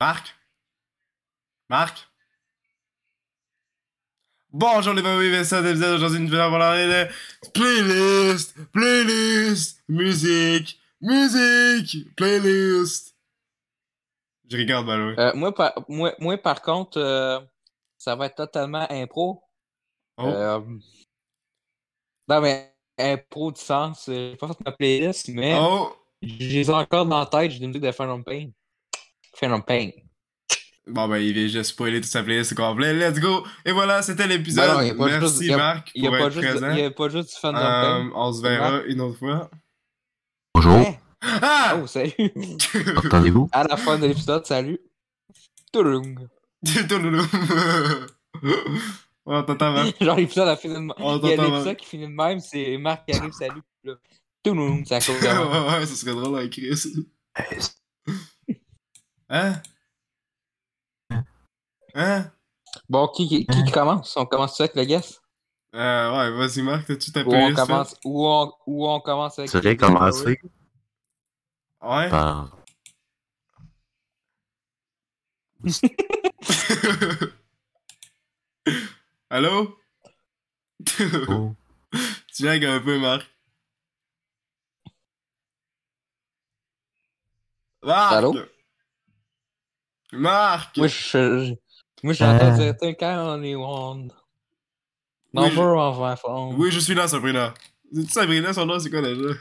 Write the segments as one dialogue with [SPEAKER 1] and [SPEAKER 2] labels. [SPEAKER 1] Marc Marc Bonjour les babouilles, bienvenue à cet épisode aujourd'hui, nous allons parler de playlist, playlist, musique, musique, playlist. Je regarde Balou.
[SPEAKER 2] Euh, moi, par, moi, moi, par contre, euh, ça va être totalement impro.
[SPEAKER 1] Oh.
[SPEAKER 2] Euh, non, mais impro de sens. euh, J'ai pas fait ma playlist, mais
[SPEAKER 1] oh,
[SPEAKER 2] j'ai encore dans la tête. J'ai une musique de Phantom Pain. Phantom Pain.
[SPEAKER 1] bon ben il vient juste spoiler toute sa playlist au complet, let's go. Et voilà, c'était l'épisode.
[SPEAKER 2] Ben non, il y a pas juste-
[SPEAKER 1] Merci
[SPEAKER 2] il y a-
[SPEAKER 1] Marc
[SPEAKER 2] Il n'y a,
[SPEAKER 1] pour
[SPEAKER 2] pas
[SPEAKER 1] être
[SPEAKER 2] juste-
[SPEAKER 1] présent.
[SPEAKER 2] il y a pas juste du Phantom
[SPEAKER 1] Euh,
[SPEAKER 2] Pain.
[SPEAKER 1] on se verra une autre fois.
[SPEAKER 3] Bonjour,
[SPEAKER 2] Hein?
[SPEAKER 1] Ah!
[SPEAKER 2] Oh, salut.
[SPEAKER 3] entendez-vous
[SPEAKER 2] à la fin de l'épisode, salut. Touloung.
[SPEAKER 1] Tout loulou. On t'entend Marc.
[SPEAKER 2] Genre, l'épisode a fini de même.
[SPEAKER 1] On
[SPEAKER 2] Il y a
[SPEAKER 1] t'entend,
[SPEAKER 2] l'épisode
[SPEAKER 1] Marc.
[SPEAKER 2] qui finit de même, c'est Marc qui arrive, salut. Là, Touloung, ça cause de moi.
[SPEAKER 1] ouais, ouais, ça serait drôle à écrire ça.
[SPEAKER 3] Eh, c'est-
[SPEAKER 1] Hein? Hein?
[SPEAKER 2] Bon, qui, qui, qui commence? On commence avec le guest?
[SPEAKER 1] Euh, ouais, vas-y Marc, t'as-tu ta
[SPEAKER 2] Ou on
[SPEAKER 1] playlist,
[SPEAKER 2] commence, ou on, ou on commence avec...
[SPEAKER 3] Ça vient commencer
[SPEAKER 1] toi? Ouais?
[SPEAKER 3] par.
[SPEAKER 1] Allô? tu
[SPEAKER 3] Oh,
[SPEAKER 1] lagues un peu Marc. Marc!
[SPEAKER 2] Allô?
[SPEAKER 1] Marc!
[SPEAKER 2] Moi, je, je- moi,
[SPEAKER 3] Ah.
[SPEAKER 2] j'entends dire, t'es quand on est on...
[SPEAKER 1] Oui, je-
[SPEAKER 2] Number of my phone.
[SPEAKER 1] Oui, je suis là Sabrina. C'est-tu Sabrina son nom, c'est quoi déjà?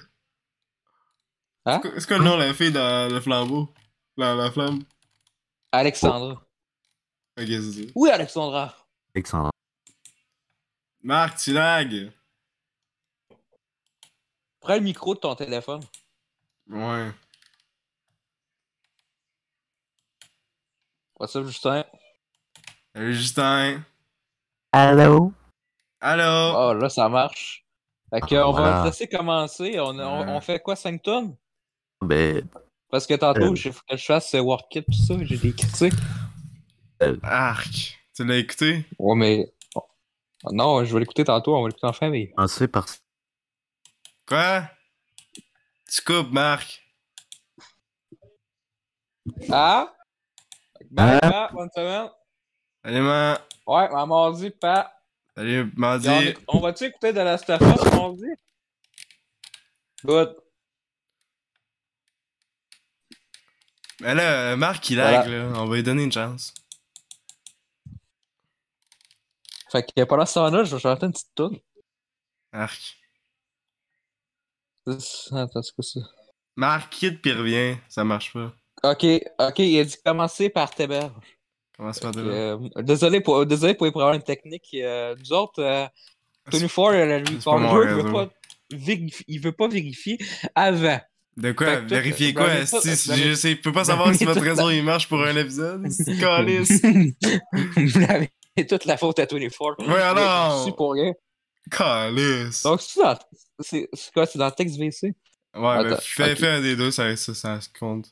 [SPEAKER 2] Hein?
[SPEAKER 1] C'est quoi- C'est quoi le nom de la fille dans le flambeau? La, la flamme?
[SPEAKER 2] Alexandra.
[SPEAKER 1] Ok, c'est ça.
[SPEAKER 2] Oui, Alexandra.
[SPEAKER 3] excellent.
[SPEAKER 1] Marc, tu lagues!
[SPEAKER 2] Prends le micro de ton téléphone.
[SPEAKER 1] Ouais.
[SPEAKER 2] What's up, Justin?
[SPEAKER 1] Salut Justin!
[SPEAKER 3] Allô
[SPEAKER 1] Allô?
[SPEAKER 2] Oh, là, ça marche. Fait que,
[SPEAKER 3] Ah,
[SPEAKER 2] on
[SPEAKER 3] voilà.
[SPEAKER 2] va te laisser commencer. On, on, on fait quoi, 5 tonnes?
[SPEAKER 3] Ben,
[SPEAKER 2] Parce que tantôt,
[SPEAKER 3] Euh.
[SPEAKER 2] il faut que je fasse euh, WordKit tout ça. J'ai des critiques.
[SPEAKER 1] Arc! Tu l'as écouté?
[SPEAKER 2] Ouais, mais... oh, Non, je vais l'écouter tantôt. On va l'écouter en famille.
[SPEAKER 3] commencez par.
[SPEAKER 1] Quoi? Tu coupes, Marc!
[SPEAKER 2] Ah? Bye,
[SPEAKER 3] Ah.
[SPEAKER 2] pa, bonne semaine.
[SPEAKER 1] Salut, man!
[SPEAKER 2] Ouais, à mardi, pa.
[SPEAKER 1] Salut,
[SPEAKER 2] Et On,
[SPEAKER 1] Mandy!
[SPEAKER 2] éc- on va-tu écouter de la Stafa mardi? Good.
[SPEAKER 1] Mais là, euh, Marc, il
[SPEAKER 2] Voilà.
[SPEAKER 1] lag, là. On va lui donner une chance.
[SPEAKER 2] Fait que pendant ce temps-là, je vais chanter une petite toune.
[SPEAKER 1] Marc.
[SPEAKER 2] Attends, c'est quoi ça?
[SPEAKER 1] Marc, quitte puis reviens. Ça marche pas.
[SPEAKER 2] Ok, ok, il a dit commencer par Théberge.
[SPEAKER 1] Comment se fait-il? là?
[SPEAKER 2] Euh, désolé, pour, désolé pour les problèmes techniques. Euh, nous autres, euh, Tony Ford, le
[SPEAKER 1] c'est pas mon
[SPEAKER 2] recorder, il veut
[SPEAKER 1] réseau.
[SPEAKER 2] pas vérif- il veut pas vérifier avant.
[SPEAKER 1] De quoi?
[SPEAKER 2] Fait que-
[SPEAKER 1] Vérifier
[SPEAKER 2] Ben,
[SPEAKER 1] quoi?
[SPEAKER 2] mais ça,
[SPEAKER 1] esti?
[SPEAKER 2] ben,
[SPEAKER 1] Je sais, je peux pas savoir si votre réseau il marche pour un épisode. C'est calice.
[SPEAKER 2] Vous l'avez toute la faute à Tony Ford.
[SPEAKER 1] Ouais, alors.
[SPEAKER 2] C'est pour rien.
[SPEAKER 1] Calice.
[SPEAKER 2] Donc, c'est dans- c'est c'est quoi? C'est dans le texte VC?
[SPEAKER 1] Ouais, ben,
[SPEAKER 2] Attends,
[SPEAKER 1] fais,
[SPEAKER 2] ok.
[SPEAKER 1] fais un des deux, ça, ça, ça se compte.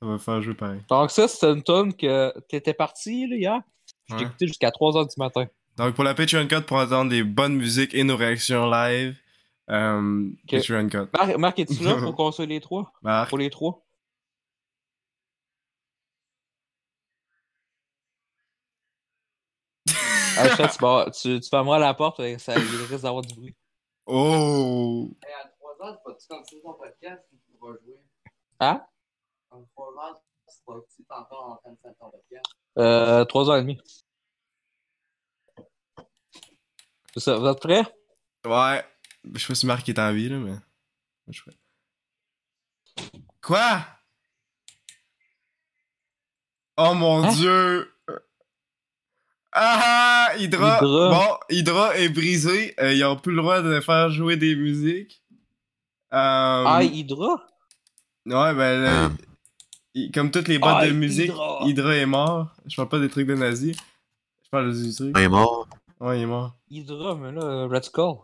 [SPEAKER 1] Ça va faire jouer pareil.
[SPEAKER 2] Donc, ça, c'est une tune que t'étais parti là, hier. Je
[SPEAKER 1] Ouais.
[SPEAKER 2] l'ai écouté jusqu'à 3h du matin.
[SPEAKER 1] Donc, pour la Patreon Cut, pour entendre des bonnes musiques et nos réactions live, euh, Patreon Cut.
[SPEAKER 2] Marc, Marc es-tu là pour qu'on soit les trois?
[SPEAKER 1] Marc,
[SPEAKER 2] Bah, Pour les trois? Ah, je sais, tu, vas- tu, tu fermeras la porte, euh, ça, il risque d'avoir du bruit.
[SPEAKER 1] oh!
[SPEAKER 4] à 3 heures, tu vas-tu continuer ton podcast ou tu vas jouer?
[SPEAKER 2] Hein?
[SPEAKER 4] À 3 heures, tu vas-tu t'es encore en train de faire ton podcast?
[SPEAKER 2] Euh, 3h30. C'est ça, vous êtes prêts?
[SPEAKER 1] Ouais. Je sais pas si Marc est en vie, là, mais. Je sais pas. Quoi? Oh mon
[SPEAKER 2] Hein?
[SPEAKER 1] dieu! Ah ah! Hydra!
[SPEAKER 2] Hydra.
[SPEAKER 1] Bon, Hydra est brisé. Euh, ils ont plus le droit de faire jouer des musiques. Euh,
[SPEAKER 2] Ah, Hydra?
[SPEAKER 1] Ouais, ben là,
[SPEAKER 3] Euh.
[SPEAKER 1] il- comme toutes les boîtes
[SPEAKER 2] Ah,
[SPEAKER 1] de musique,
[SPEAKER 2] Hydra.
[SPEAKER 1] Hydra. est mort. Je parle pas des trucs de nazis. Je parle du truc.
[SPEAKER 3] Il est mort.
[SPEAKER 1] Ouais, il est mort.
[SPEAKER 2] Hydra, mais là, euh, Red Skull.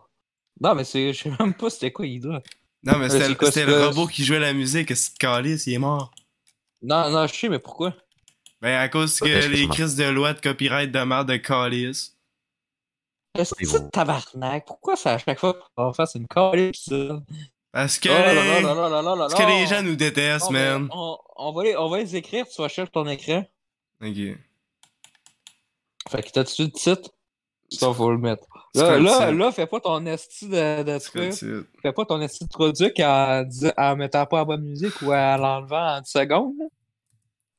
[SPEAKER 2] Non, mais c'est, je sais même pas c'était quoi Hydra.
[SPEAKER 1] Non, mais
[SPEAKER 2] Euh,
[SPEAKER 1] c'était
[SPEAKER 2] c'est quoi,
[SPEAKER 1] c'était
[SPEAKER 2] c'est
[SPEAKER 1] le
[SPEAKER 2] quoi?
[SPEAKER 1] robot qui jouait la musique. C'est calice, il est mort.
[SPEAKER 2] Non, non, je sais, mais pourquoi?
[SPEAKER 1] Ben, à cause
[SPEAKER 3] Ouais,
[SPEAKER 1] que
[SPEAKER 3] je
[SPEAKER 1] les
[SPEAKER 3] comprends.
[SPEAKER 1] crises de loi de copyright de merde de Callis.
[SPEAKER 2] Est-ce que
[SPEAKER 3] C'est bon.
[SPEAKER 2] c'est tabarnak? Pourquoi ça, à chaque fois qu'on va faire, c'est une calice, ça?
[SPEAKER 1] Est-ce que,
[SPEAKER 2] Oh là là
[SPEAKER 1] les...
[SPEAKER 2] là là là là là
[SPEAKER 1] Est-ce que
[SPEAKER 2] là.
[SPEAKER 1] les gens nous détestent,
[SPEAKER 2] Non, mais
[SPEAKER 1] man?
[SPEAKER 2] On, on va les, on va les écrire, tu vas chercher ton écran.
[SPEAKER 1] Ok.
[SPEAKER 2] Fait que t'as-tu le titre? Ça, faut le mettre.
[SPEAKER 1] C'est quoi
[SPEAKER 2] Là,
[SPEAKER 1] le
[SPEAKER 2] là,
[SPEAKER 1] titre?
[SPEAKER 2] là, fais pas ton esti de, de
[SPEAKER 1] C'est quoi le
[SPEAKER 2] truc.
[SPEAKER 1] titre?
[SPEAKER 2] Fais pas ton esti de produit en, dis- en mettant pas la bonne musique ou en l'enlevant en 10 secondes.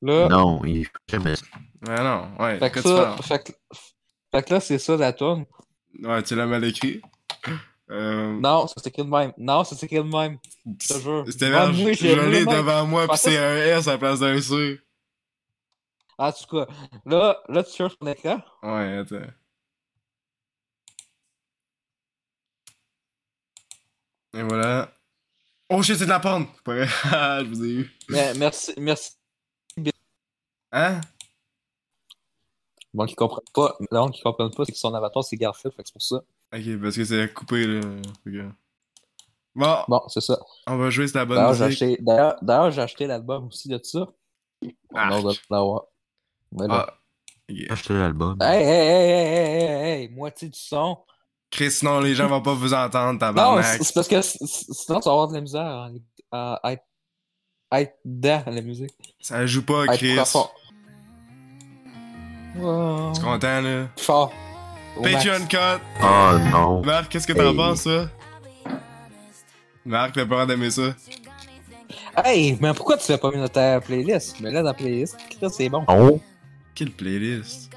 [SPEAKER 2] Là,
[SPEAKER 3] Non, il fait jamais ça.
[SPEAKER 1] Ouais, Ben, non, ouais.
[SPEAKER 2] fait
[SPEAKER 1] que
[SPEAKER 2] que
[SPEAKER 1] tu parles?
[SPEAKER 2] ça, fait que, fait que là, c'est ça la tourne.
[SPEAKER 1] Ouais, tu l'as mal écrit. Euh,
[SPEAKER 2] Non, ça s'écrit de même. Non, ça s'écrit de même. Je te jure.
[SPEAKER 1] C'était
[SPEAKER 2] Ah,
[SPEAKER 1] vert, je
[SPEAKER 2] moi, j'ai
[SPEAKER 1] je l'ai
[SPEAKER 2] vraiment-
[SPEAKER 1] devant moi, pis
[SPEAKER 2] pensais-
[SPEAKER 1] c'est un S à la place d'un C.
[SPEAKER 2] En tout cas, là, là, tu cherches ton écran.
[SPEAKER 1] Ouais, attends. Et voilà. Oh shit, c'est de la porn! C'est pas vrai. Ah, je vous ai eu.
[SPEAKER 2] Mais, merci, merci.
[SPEAKER 1] Hein?
[SPEAKER 2] Bon, qui comprennent pas, le monde qui comprennent pas, c'est que son avatar, c'est Garfield, fait que c'est pour ça.
[SPEAKER 1] Ok, parce que c'est coupé, là. Fait que- Bon,
[SPEAKER 2] Bon, c'est ça.
[SPEAKER 1] on va jouer, c'est la bonne
[SPEAKER 2] D'ailleurs, j'ai
[SPEAKER 1] musique.
[SPEAKER 2] acheté, d'ailleurs, d'ailleurs, j'ai acheté l'album aussi de ça.
[SPEAKER 1] Arc.
[SPEAKER 2] On doit l'avoir. Mais là.
[SPEAKER 1] Ah. Ok.
[SPEAKER 3] Acheter l'album.
[SPEAKER 1] Ah.
[SPEAKER 2] Hey, hey, hey, hey, hey, hey, hey, moitié du son.
[SPEAKER 1] Chris, sinon les gens vont pas vous entendre,
[SPEAKER 2] Non,
[SPEAKER 1] tabarnak.
[SPEAKER 2] c'est c'est parce que c- c- sinon, tu vas avoir de la misère à, à être, à être dedans, la musique.
[SPEAKER 1] Ça joue pas,
[SPEAKER 2] À
[SPEAKER 1] Chris.
[SPEAKER 2] être profond.
[SPEAKER 1] Tu
[SPEAKER 2] Wow.
[SPEAKER 1] content, là?
[SPEAKER 2] Fort. Au max.
[SPEAKER 1] Patreon cut!
[SPEAKER 3] Oh non.
[SPEAKER 1] Marc, qu'est-ce que t'en
[SPEAKER 3] Hey.
[SPEAKER 1] penses, ça? Marc, t'as peur d'aimer ça?
[SPEAKER 2] Hey, mais pourquoi tu l'as pas mis dans ta playlist? Mais là, dans la playlist, Chris, c'est bon.
[SPEAKER 3] Non.
[SPEAKER 1] Quelle playlist?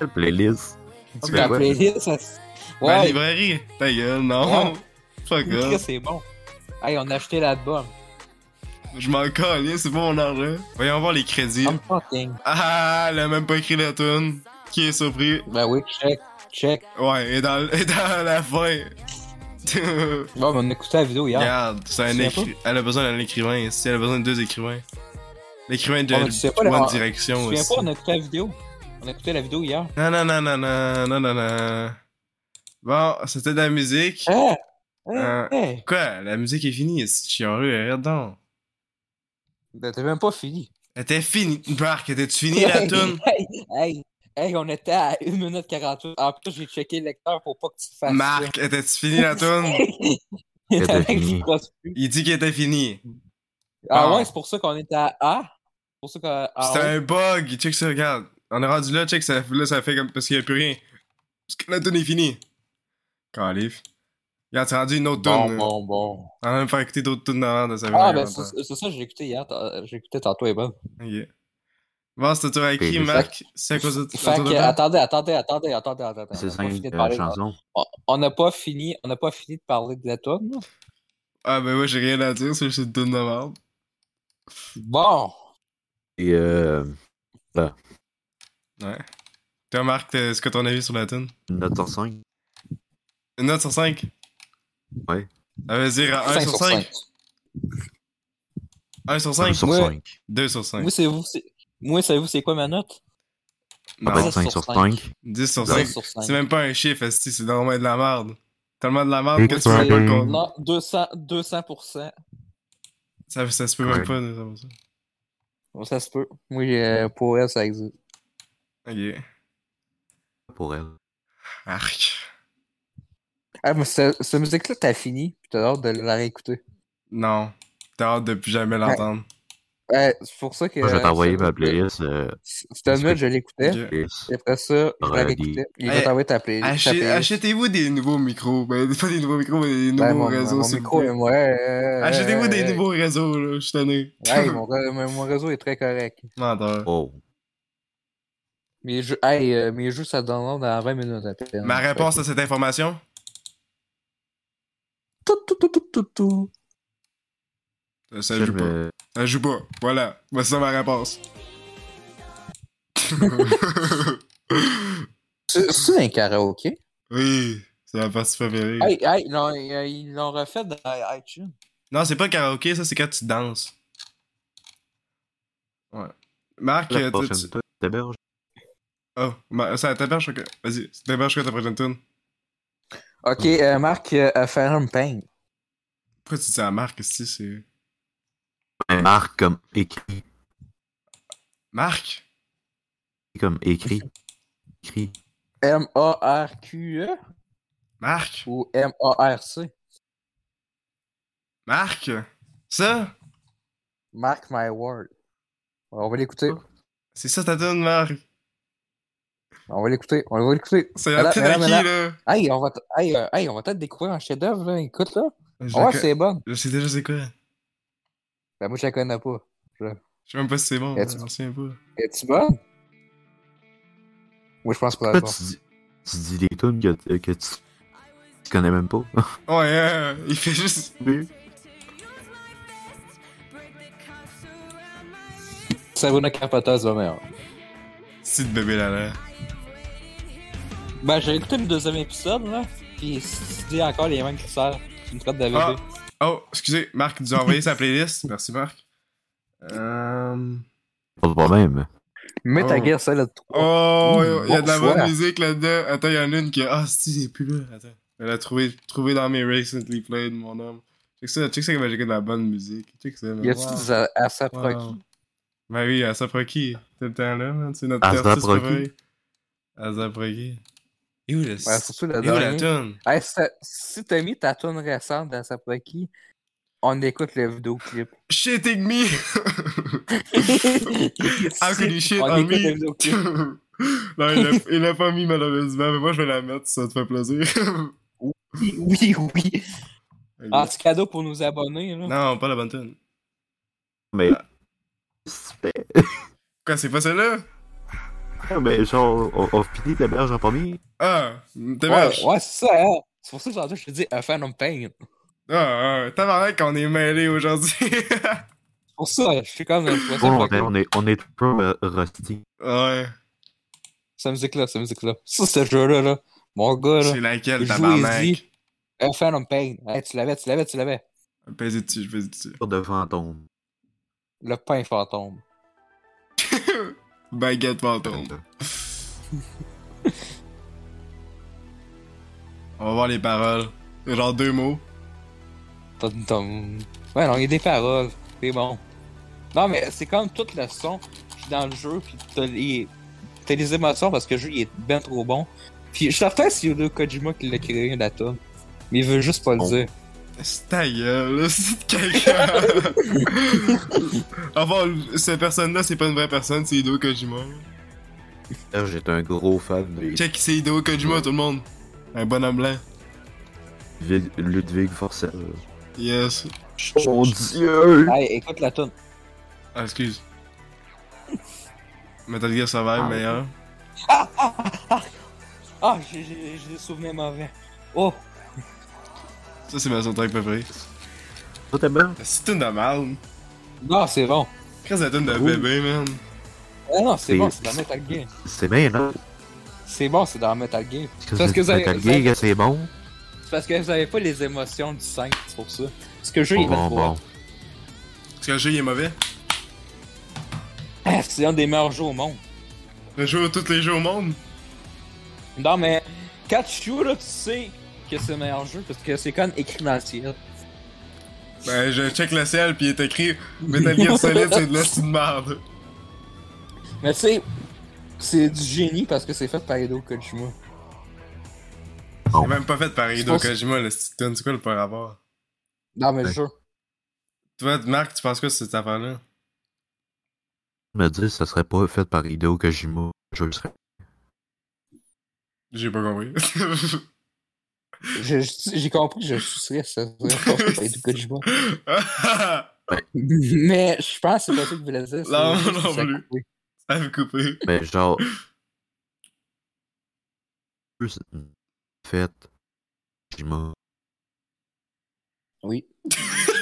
[SPEAKER 3] Quelle playlist.
[SPEAKER 1] Tu
[SPEAKER 3] mais
[SPEAKER 1] fais Ben,
[SPEAKER 2] la
[SPEAKER 3] ouais.
[SPEAKER 2] playlist, ça...
[SPEAKER 1] Ma
[SPEAKER 2] Ouais,
[SPEAKER 1] librairie! Ta gueule, non!
[SPEAKER 2] Ouais.
[SPEAKER 1] Fuck
[SPEAKER 2] Chris,
[SPEAKER 1] off!
[SPEAKER 2] c'est bon. Hey, on a acheté l'album.
[SPEAKER 1] Je m'en calais, c'est pas mon argent. Voyons voir les crédits.
[SPEAKER 2] I'm fucking.
[SPEAKER 1] Ah, elle a même pas écrit la tune. Qui est surpris?
[SPEAKER 2] Ben oui, check, check.
[SPEAKER 1] Ouais, et dans, et dans la fin.
[SPEAKER 2] Bon, mais on a écouté la vidéo hier.
[SPEAKER 1] Regarde, c'est un
[SPEAKER 2] Tu sais
[SPEAKER 1] écri- Elle a besoin d'un écrivain. Si elle a besoin de deux écrivains. L'écrivain de
[SPEAKER 2] Ouais, Ah, mais tu sais pas,
[SPEAKER 1] One
[SPEAKER 2] là,
[SPEAKER 1] Direction
[SPEAKER 2] Tu te souviens
[SPEAKER 1] aussi.
[SPEAKER 2] pas, on a écouté la vidéo. On a écouté la vidéo hier.
[SPEAKER 1] Non, non, non, non, non, non, non, non. Bon, c'était de la musique.
[SPEAKER 2] Hein? Hein?
[SPEAKER 1] Euh.
[SPEAKER 2] Hey.
[SPEAKER 1] Quoi? La musique est finie, c'est chialeux, arrête donc.
[SPEAKER 2] Ben, t'es même pas fini.
[SPEAKER 1] Elle était finie. Marc, étais-tu fini la tune?
[SPEAKER 2] hey, hey, hey, on était à 1 minute 48. En plus, j'ai checké le lecteur pour pas que tu fasses
[SPEAKER 1] Marc, étais-tu fini la tune?
[SPEAKER 2] ça.
[SPEAKER 3] C'était
[SPEAKER 2] Mec, tu
[SPEAKER 3] fini.
[SPEAKER 2] crosses plus.
[SPEAKER 1] Il dit qu'il était fini.
[SPEAKER 2] Ah
[SPEAKER 1] Bon.
[SPEAKER 2] ouais, c'est pour ça qu'on était à A. C'est pour ça qu'on... ah
[SPEAKER 1] C'était
[SPEAKER 2] ouais.
[SPEAKER 1] un bug. Check ça, regarde. On est rendu là, check ça. Là, ça fait comme. Parce qu'il n'y a plus rien. Parce que la tune est finie. Calif. Regarde, c'est rendu une autre tune. là.
[SPEAKER 2] Bon, bon, bon.
[SPEAKER 1] On va même faire écouter d'autres tunes dans de sa
[SPEAKER 2] Ah,
[SPEAKER 1] vie,
[SPEAKER 2] ben,
[SPEAKER 1] longtemps.
[SPEAKER 2] c'est c'est ça, j'ai écouté hier. t'as- J'ai écouté tantôt, et bon.
[SPEAKER 1] Ok. Bon, c'était tour avec qui,
[SPEAKER 3] Fait-
[SPEAKER 1] Marc C'est à cause de
[SPEAKER 2] Fait
[SPEAKER 1] autour de
[SPEAKER 2] que,
[SPEAKER 1] toi?
[SPEAKER 2] attendez, attendez, attendez, attendez, attendez.
[SPEAKER 3] C'est
[SPEAKER 2] On a pas
[SPEAKER 3] cinq
[SPEAKER 2] fini de
[SPEAKER 3] euh,
[SPEAKER 2] parler de-
[SPEAKER 3] chansons.
[SPEAKER 2] on- On n'a pas fini, on n'a pas fini de parler de la toune. là.
[SPEAKER 1] Ah, ben ouais, j'ai rien à dire, c'est juste une tune de merde.
[SPEAKER 2] Bon.
[SPEAKER 3] Et euh,
[SPEAKER 1] Ouais. Toi, Marc, t'es- c'est quoi ton avis sur la tune
[SPEAKER 3] une note sur 5.
[SPEAKER 1] Une note sur Ah, 5
[SPEAKER 3] Ouais.
[SPEAKER 1] Ça veut dire 1
[SPEAKER 2] 5
[SPEAKER 1] sur
[SPEAKER 2] sur
[SPEAKER 1] 5
[SPEAKER 2] cinq.
[SPEAKER 1] 1 sur
[SPEAKER 3] 1
[SPEAKER 1] 5
[SPEAKER 3] sur
[SPEAKER 2] Ouais.
[SPEAKER 3] 5.
[SPEAKER 1] Deux sur 5.
[SPEAKER 2] Moi, c'est vous, c'est... Moi, savez-vous, c'est quoi ma note?
[SPEAKER 1] Non,
[SPEAKER 2] ben,
[SPEAKER 3] 5 Ah, sur
[SPEAKER 2] sur
[SPEAKER 3] 5.
[SPEAKER 1] 10 sur 5.
[SPEAKER 2] 5 sur 5.
[SPEAKER 1] C'est même pas un chiffre, esti, c'est normalement de la merde. Tellement de la merde
[SPEAKER 3] Et
[SPEAKER 1] que tu
[SPEAKER 3] quoi,
[SPEAKER 1] peux pas le
[SPEAKER 3] ben?
[SPEAKER 1] compter.
[SPEAKER 2] Non, 200, 200%.
[SPEAKER 1] Ça, ça se peut
[SPEAKER 3] Ouais.
[SPEAKER 1] même pas, nous avons ça.
[SPEAKER 2] Bon, ça se peut. Oui, euh, pour elle, ça existe.
[SPEAKER 1] Ok.
[SPEAKER 3] Pour elle.
[SPEAKER 1] Arc.
[SPEAKER 2] Ah, mais cette, cette musique-là, t'as fini, puis t'as hâte de la réécouter.
[SPEAKER 1] Non. T'as hâte de plus jamais l'entendre.
[SPEAKER 2] Ouais, c'est pour ça que.
[SPEAKER 3] Moi, je vais t'envoyer
[SPEAKER 2] cette-
[SPEAKER 3] ma playlist. euh,
[SPEAKER 2] Cette minute, je l'écoutais.
[SPEAKER 1] Ok.
[SPEAKER 3] playlist.
[SPEAKER 2] Et après ça, je la
[SPEAKER 3] Aurélie.
[SPEAKER 2] réécoutais. Il va
[SPEAKER 1] Hey,
[SPEAKER 2] t'envoyer ta playlist. ta
[SPEAKER 1] Achet-
[SPEAKER 2] playlist.
[SPEAKER 1] Achetez-vous des nouveaux micros. Ben, pas des nouveaux micros, mais des nouveaux
[SPEAKER 2] Ouais, mon-
[SPEAKER 1] réseaux,
[SPEAKER 2] mon
[SPEAKER 1] s'il vous
[SPEAKER 2] micro
[SPEAKER 1] plaît.
[SPEAKER 2] est moi. euh,
[SPEAKER 1] Achetez-vous
[SPEAKER 2] euh,
[SPEAKER 1] des
[SPEAKER 2] euh,
[SPEAKER 1] nouveaux réseaux, là, je suis tanné.
[SPEAKER 2] Ouais, mon, re- mon- mon réseau est très correct.
[SPEAKER 1] Menteur.
[SPEAKER 3] Oh.
[SPEAKER 2] Mes jeux, hey, euh, mes jeux ça download dans 20 minutes à peine.
[SPEAKER 1] Ma réponse à cette information
[SPEAKER 2] Tout, tout, tout, tout, tout, tout.
[SPEAKER 1] Euh,
[SPEAKER 3] Ça,
[SPEAKER 1] Ça
[SPEAKER 3] je
[SPEAKER 1] joue pas.
[SPEAKER 3] me-
[SPEAKER 1] Ça joue pas. Voilà. Voici ma réponse.
[SPEAKER 2] C'est c'est un karaoké?
[SPEAKER 1] oui, c'est la partie préférée.
[SPEAKER 2] Hey, hey, ils l'ont- euh, ils l'ont refait dans iTunes.
[SPEAKER 1] Non, c'est pas karaoké, ça, c'est quand tu danses. Ouais. Marc,
[SPEAKER 3] La
[SPEAKER 1] euh, tu-
[SPEAKER 3] prochaine
[SPEAKER 1] tu-
[SPEAKER 3] fois, t'héberges.
[SPEAKER 1] Oh, Mar- ça t'héberge quoi? Vas-y, ça t'héberge quoi ta prochaine tune?
[SPEAKER 2] Ok, euh, Marc, euh, euh, faire un pain.
[SPEAKER 1] Pourquoi tu dis ça à Marc, si c'est.
[SPEAKER 3] Mais Ben, Marc comme écrit.
[SPEAKER 1] Marc?
[SPEAKER 3] Comme écrit. Écrit.
[SPEAKER 2] M-A-R-Q-E
[SPEAKER 1] Marc?
[SPEAKER 2] ou M-A-R-C?
[SPEAKER 1] Marc, ça,
[SPEAKER 5] Mark my word. On va l'écouter.
[SPEAKER 1] Oh. c'est ça ta tune, Marc.
[SPEAKER 5] On va l'écouter. On va l'écouter.
[SPEAKER 1] C'est
[SPEAKER 5] Madame-
[SPEAKER 1] la tune à
[SPEAKER 5] madame,
[SPEAKER 1] qui,
[SPEAKER 5] madame.
[SPEAKER 1] là?
[SPEAKER 5] Hey, on va, t- hey, euh, hey, on va peut-être découvrir un chef-d'œuvre, là. Écoute, là. Ah
[SPEAKER 1] Je, la
[SPEAKER 5] Ouais,
[SPEAKER 1] co-
[SPEAKER 5] c'est bon.
[SPEAKER 1] je sais déjà c'est quoi.
[SPEAKER 5] Ben, moi, je la connais pas.
[SPEAKER 1] Je sais même pas si c'est bon,
[SPEAKER 5] Et tu-
[SPEAKER 1] je m'en souviens pas.
[SPEAKER 5] Es-tu bonne? Moi, je pense pas.
[SPEAKER 3] Pourquoi tu dis, tu dis des tunes que, que tu, tu connais même pas?
[SPEAKER 1] Ouais, euh, il fait juste.
[SPEAKER 2] Savona Carpata, c'est ma meilleure.
[SPEAKER 1] C'est de bébé là là.
[SPEAKER 2] Ben, j'ai écouté le deuxième épisode, là, pis tu dis encore les mêmes critères. Tu me traites de bébé.
[SPEAKER 1] Ah. Oh, excusez, Marc nous a envoyé sa playlist. Merci, Marc. Euh...
[SPEAKER 3] Pas de problème.
[SPEAKER 5] Mais ta
[SPEAKER 1] Oh.
[SPEAKER 5] guerre, ça, là. trois.
[SPEAKER 1] Oh,
[SPEAKER 5] Mmh,
[SPEAKER 1] il y a de la
[SPEAKER 5] bon choix.
[SPEAKER 1] bonne musique là-dedans. Attends, il y en a une qui. Ah, si, c'est plus là. Attends. Elle a trouvé, trouvé dans mes Recently Played, mon homme. Check ça, check ça, comment j'ai de la bonne musique. Check ça, man.
[SPEAKER 5] Y a-tu
[SPEAKER 1] Wow.
[SPEAKER 5] des a- asaproki?
[SPEAKER 1] Oh. Wow. Ben oui, Asaproki. Tout le temps là, man. C'est notre
[SPEAKER 3] Asap
[SPEAKER 1] artiste
[SPEAKER 3] Rocky.
[SPEAKER 1] préféré. Asaproki. Et où le.
[SPEAKER 5] Ouais, surtout le
[SPEAKER 1] Et où la
[SPEAKER 5] dernier.
[SPEAKER 1] tune?
[SPEAKER 5] Hey, si t'as- si t'as mis ta tune récente dans sa proquille, on écoute le vidéoclip.
[SPEAKER 1] Shitting me! How could you shit
[SPEAKER 2] On
[SPEAKER 1] on
[SPEAKER 2] écoute le
[SPEAKER 1] me?
[SPEAKER 2] vidéoclip.
[SPEAKER 1] non, il l'a- il l'a pas mis malheureusement, mais moi je vais la mettre si ça te fait plaisir.
[SPEAKER 5] Oui, oui. Ah,
[SPEAKER 2] En petit Ah, cadeau pour nos abonnés, là.
[SPEAKER 1] Non, pas la bonne tune.
[SPEAKER 3] Mais.
[SPEAKER 1] Quoi, c'est pas celle-là?
[SPEAKER 3] Mais genre, on, on finit la berge en premier.
[SPEAKER 1] Ah, tabarnak.
[SPEAKER 2] Ouais, ouais, c'est ça, hein. C'est pour ça que tantôt, je te dis A Phantom Pain. C'est
[SPEAKER 1] Ah, ah, tabarnak qu'on est mêlés aujourd'hui.
[SPEAKER 2] pour ça, je suis comme euh, dans le poisson,
[SPEAKER 3] Bon, on,
[SPEAKER 2] fait
[SPEAKER 3] est,
[SPEAKER 2] que-
[SPEAKER 3] on est, on est trop euh, rusty.
[SPEAKER 1] ouais,
[SPEAKER 2] Cette musique-là, cette musique-là. Ça, ce jeu-là, là. Mon gars, là.
[SPEAKER 1] c'est laquelle, tabarnak?
[SPEAKER 2] Jouez-y. A Phantom Pain. Hey, tu l'avais, tu l'avais, tu l'avais.
[SPEAKER 1] Pesez dessus, je pèse dessus.
[SPEAKER 3] Pas de fantôme.
[SPEAKER 2] Le pain fantôme.
[SPEAKER 1] Baguette
[SPEAKER 2] Oh.
[SPEAKER 1] fantôme. On va voir les paroles. Genre deux mots.
[SPEAKER 2] Tom, tom. Ouais, non, il y a des paroles. C'est bon. Non, mais c'est comme tout le son qui est dans le jeu, puis t'as les, t'as les émotions parce que le jeu, il est bien trop bon. Puis je suis certain c'est Yoda Kojima qui l'a créé, la tune. Mais il veut juste pas le
[SPEAKER 3] Bon.
[SPEAKER 2] dire.
[SPEAKER 1] C'est ta gueule, là, c'est de quelqu'un. enfin, cette personne-là, c'est pas une vraie personne, c'est Hideo Kojima.
[SPEAKER 3] Là, J'étais un gros fan de
[SPEAKER 1] Check, c'est Hideo Kojima, tout le monde. Un bonhomme blanc.
[SPEAKER 3] Ludwig, Ludwig Forcel.
[SPEAKER 1] Yes.
[SPEAKER 3] Mon dieu!
[SPEAKER 2] Hey, écoute la tune.
[SPEAKER 1] Ah, excuse. Metal Gear Survive,
[SPEAKER 3] Ah, ouais.
[SPEAKER 1] meilleur.
[SPEAKER 2] Ah, ah, ah, ah, ah j'ai, j'ai, j'ai des souvenirs mauvais. Oh,
[SPEAKER 1] Ça, c'est ma soundtrack préférée.
[SPEAKER 3] Toi, t'es bien?
[SPEAKER 1] C'est une de merde.
[SPEAKER 2] non, c'est bon.
[SPEAKER 1] Qu'est-ce que c'est une de
[SPEAKER 3] Ouh.
[SPEAKER 1] bébé, man?
[SPEAKER 2] Ah non, c'est
[SPEAKER 3] C'est-
[SPEAKER 2] bon, c'est dans Metal Gear.
[SPEAKER 3] C'est bien, non?
[SPEAKER 2] C'est bon, c'est dans Metal Gear.
[SPEAKER 3] Parce que
[SPEAKER 2] Parce que
[SPEAKER 3] c'est
[SPEAKER 2] ça-
[SPEAKER 3] Metal
[SPEAKER 2] ça-
[SPEAKER 3] Gear, que c'est bon.
[SPEAKER 2] C'est parce que vous avez pas les émotions du 5, c'est pour ça. Parce que le jeu, il
[SPEAKER 3] Bon,
[SPEAKER 2] est bien
[SPEAKER 3] bon,
[SPEAKER 2] trop
[SPEAKER 3] bon.
[SPEAKER 1] Parce que le jeu, il est mauvais.
[SPEAKER 2] Ah, C'est un des meilleurs jeux au monde.
[SPEAKER 1] Le jeu tous les jeux au monde.
[SPEAKER 2] Non, mais quand tu joues, là, tu sais que c'est le meilleur jeu parce que c'est comme écrit dans le ciel.
[SPEAKER 1] Ben, je check le ciel, pis il est écrit Metal Gear Solid, c'est de la c'est une merde.
[SPEAKER 2] Mais tu sais, c'est du génie parce que c'est fait par Edo Kojima.
[SPEAKER 1] C'est même pas fait par Hideo
[SPEAKER 2] pense-
[SPEAKER 1] Kojima, le Stone. C'est quoi le par rapport?
[SPEAKER 2] Non, mais le
[SPEAKER 3] Ouais.
[SPEAKER 2] jeu.
[SPEAKER 1] Toi, Marc, tu penses quoi de cette affaire-là?
[SPEAKER 3] me dire ça serait pas fait par Hideo Kojima. Je le serais.
[SPEAKER 1] J'ai pas compris.
[SPEAKER 2] Je- je- J'ai compris, je suis ça serait pas par Edo Kojima.
[SPEAKER 1] Ça
[SPEAKER 2] Mais je pense que c'est pas ça que vous voulez dire. c'est
[SPEAKER 1] Non,
[SPEAKER 2] juste
[SPEAKER 1] non
[SPEAKER 2] que ça a
[SPEAKER 1] plus.
[SPEAKER 2] coupé.
[SPEAKER 1] me couper.
[SPEAKER 3] Mais genre. plus fait. Kojima.
[SPEAKER 2] Oui. Je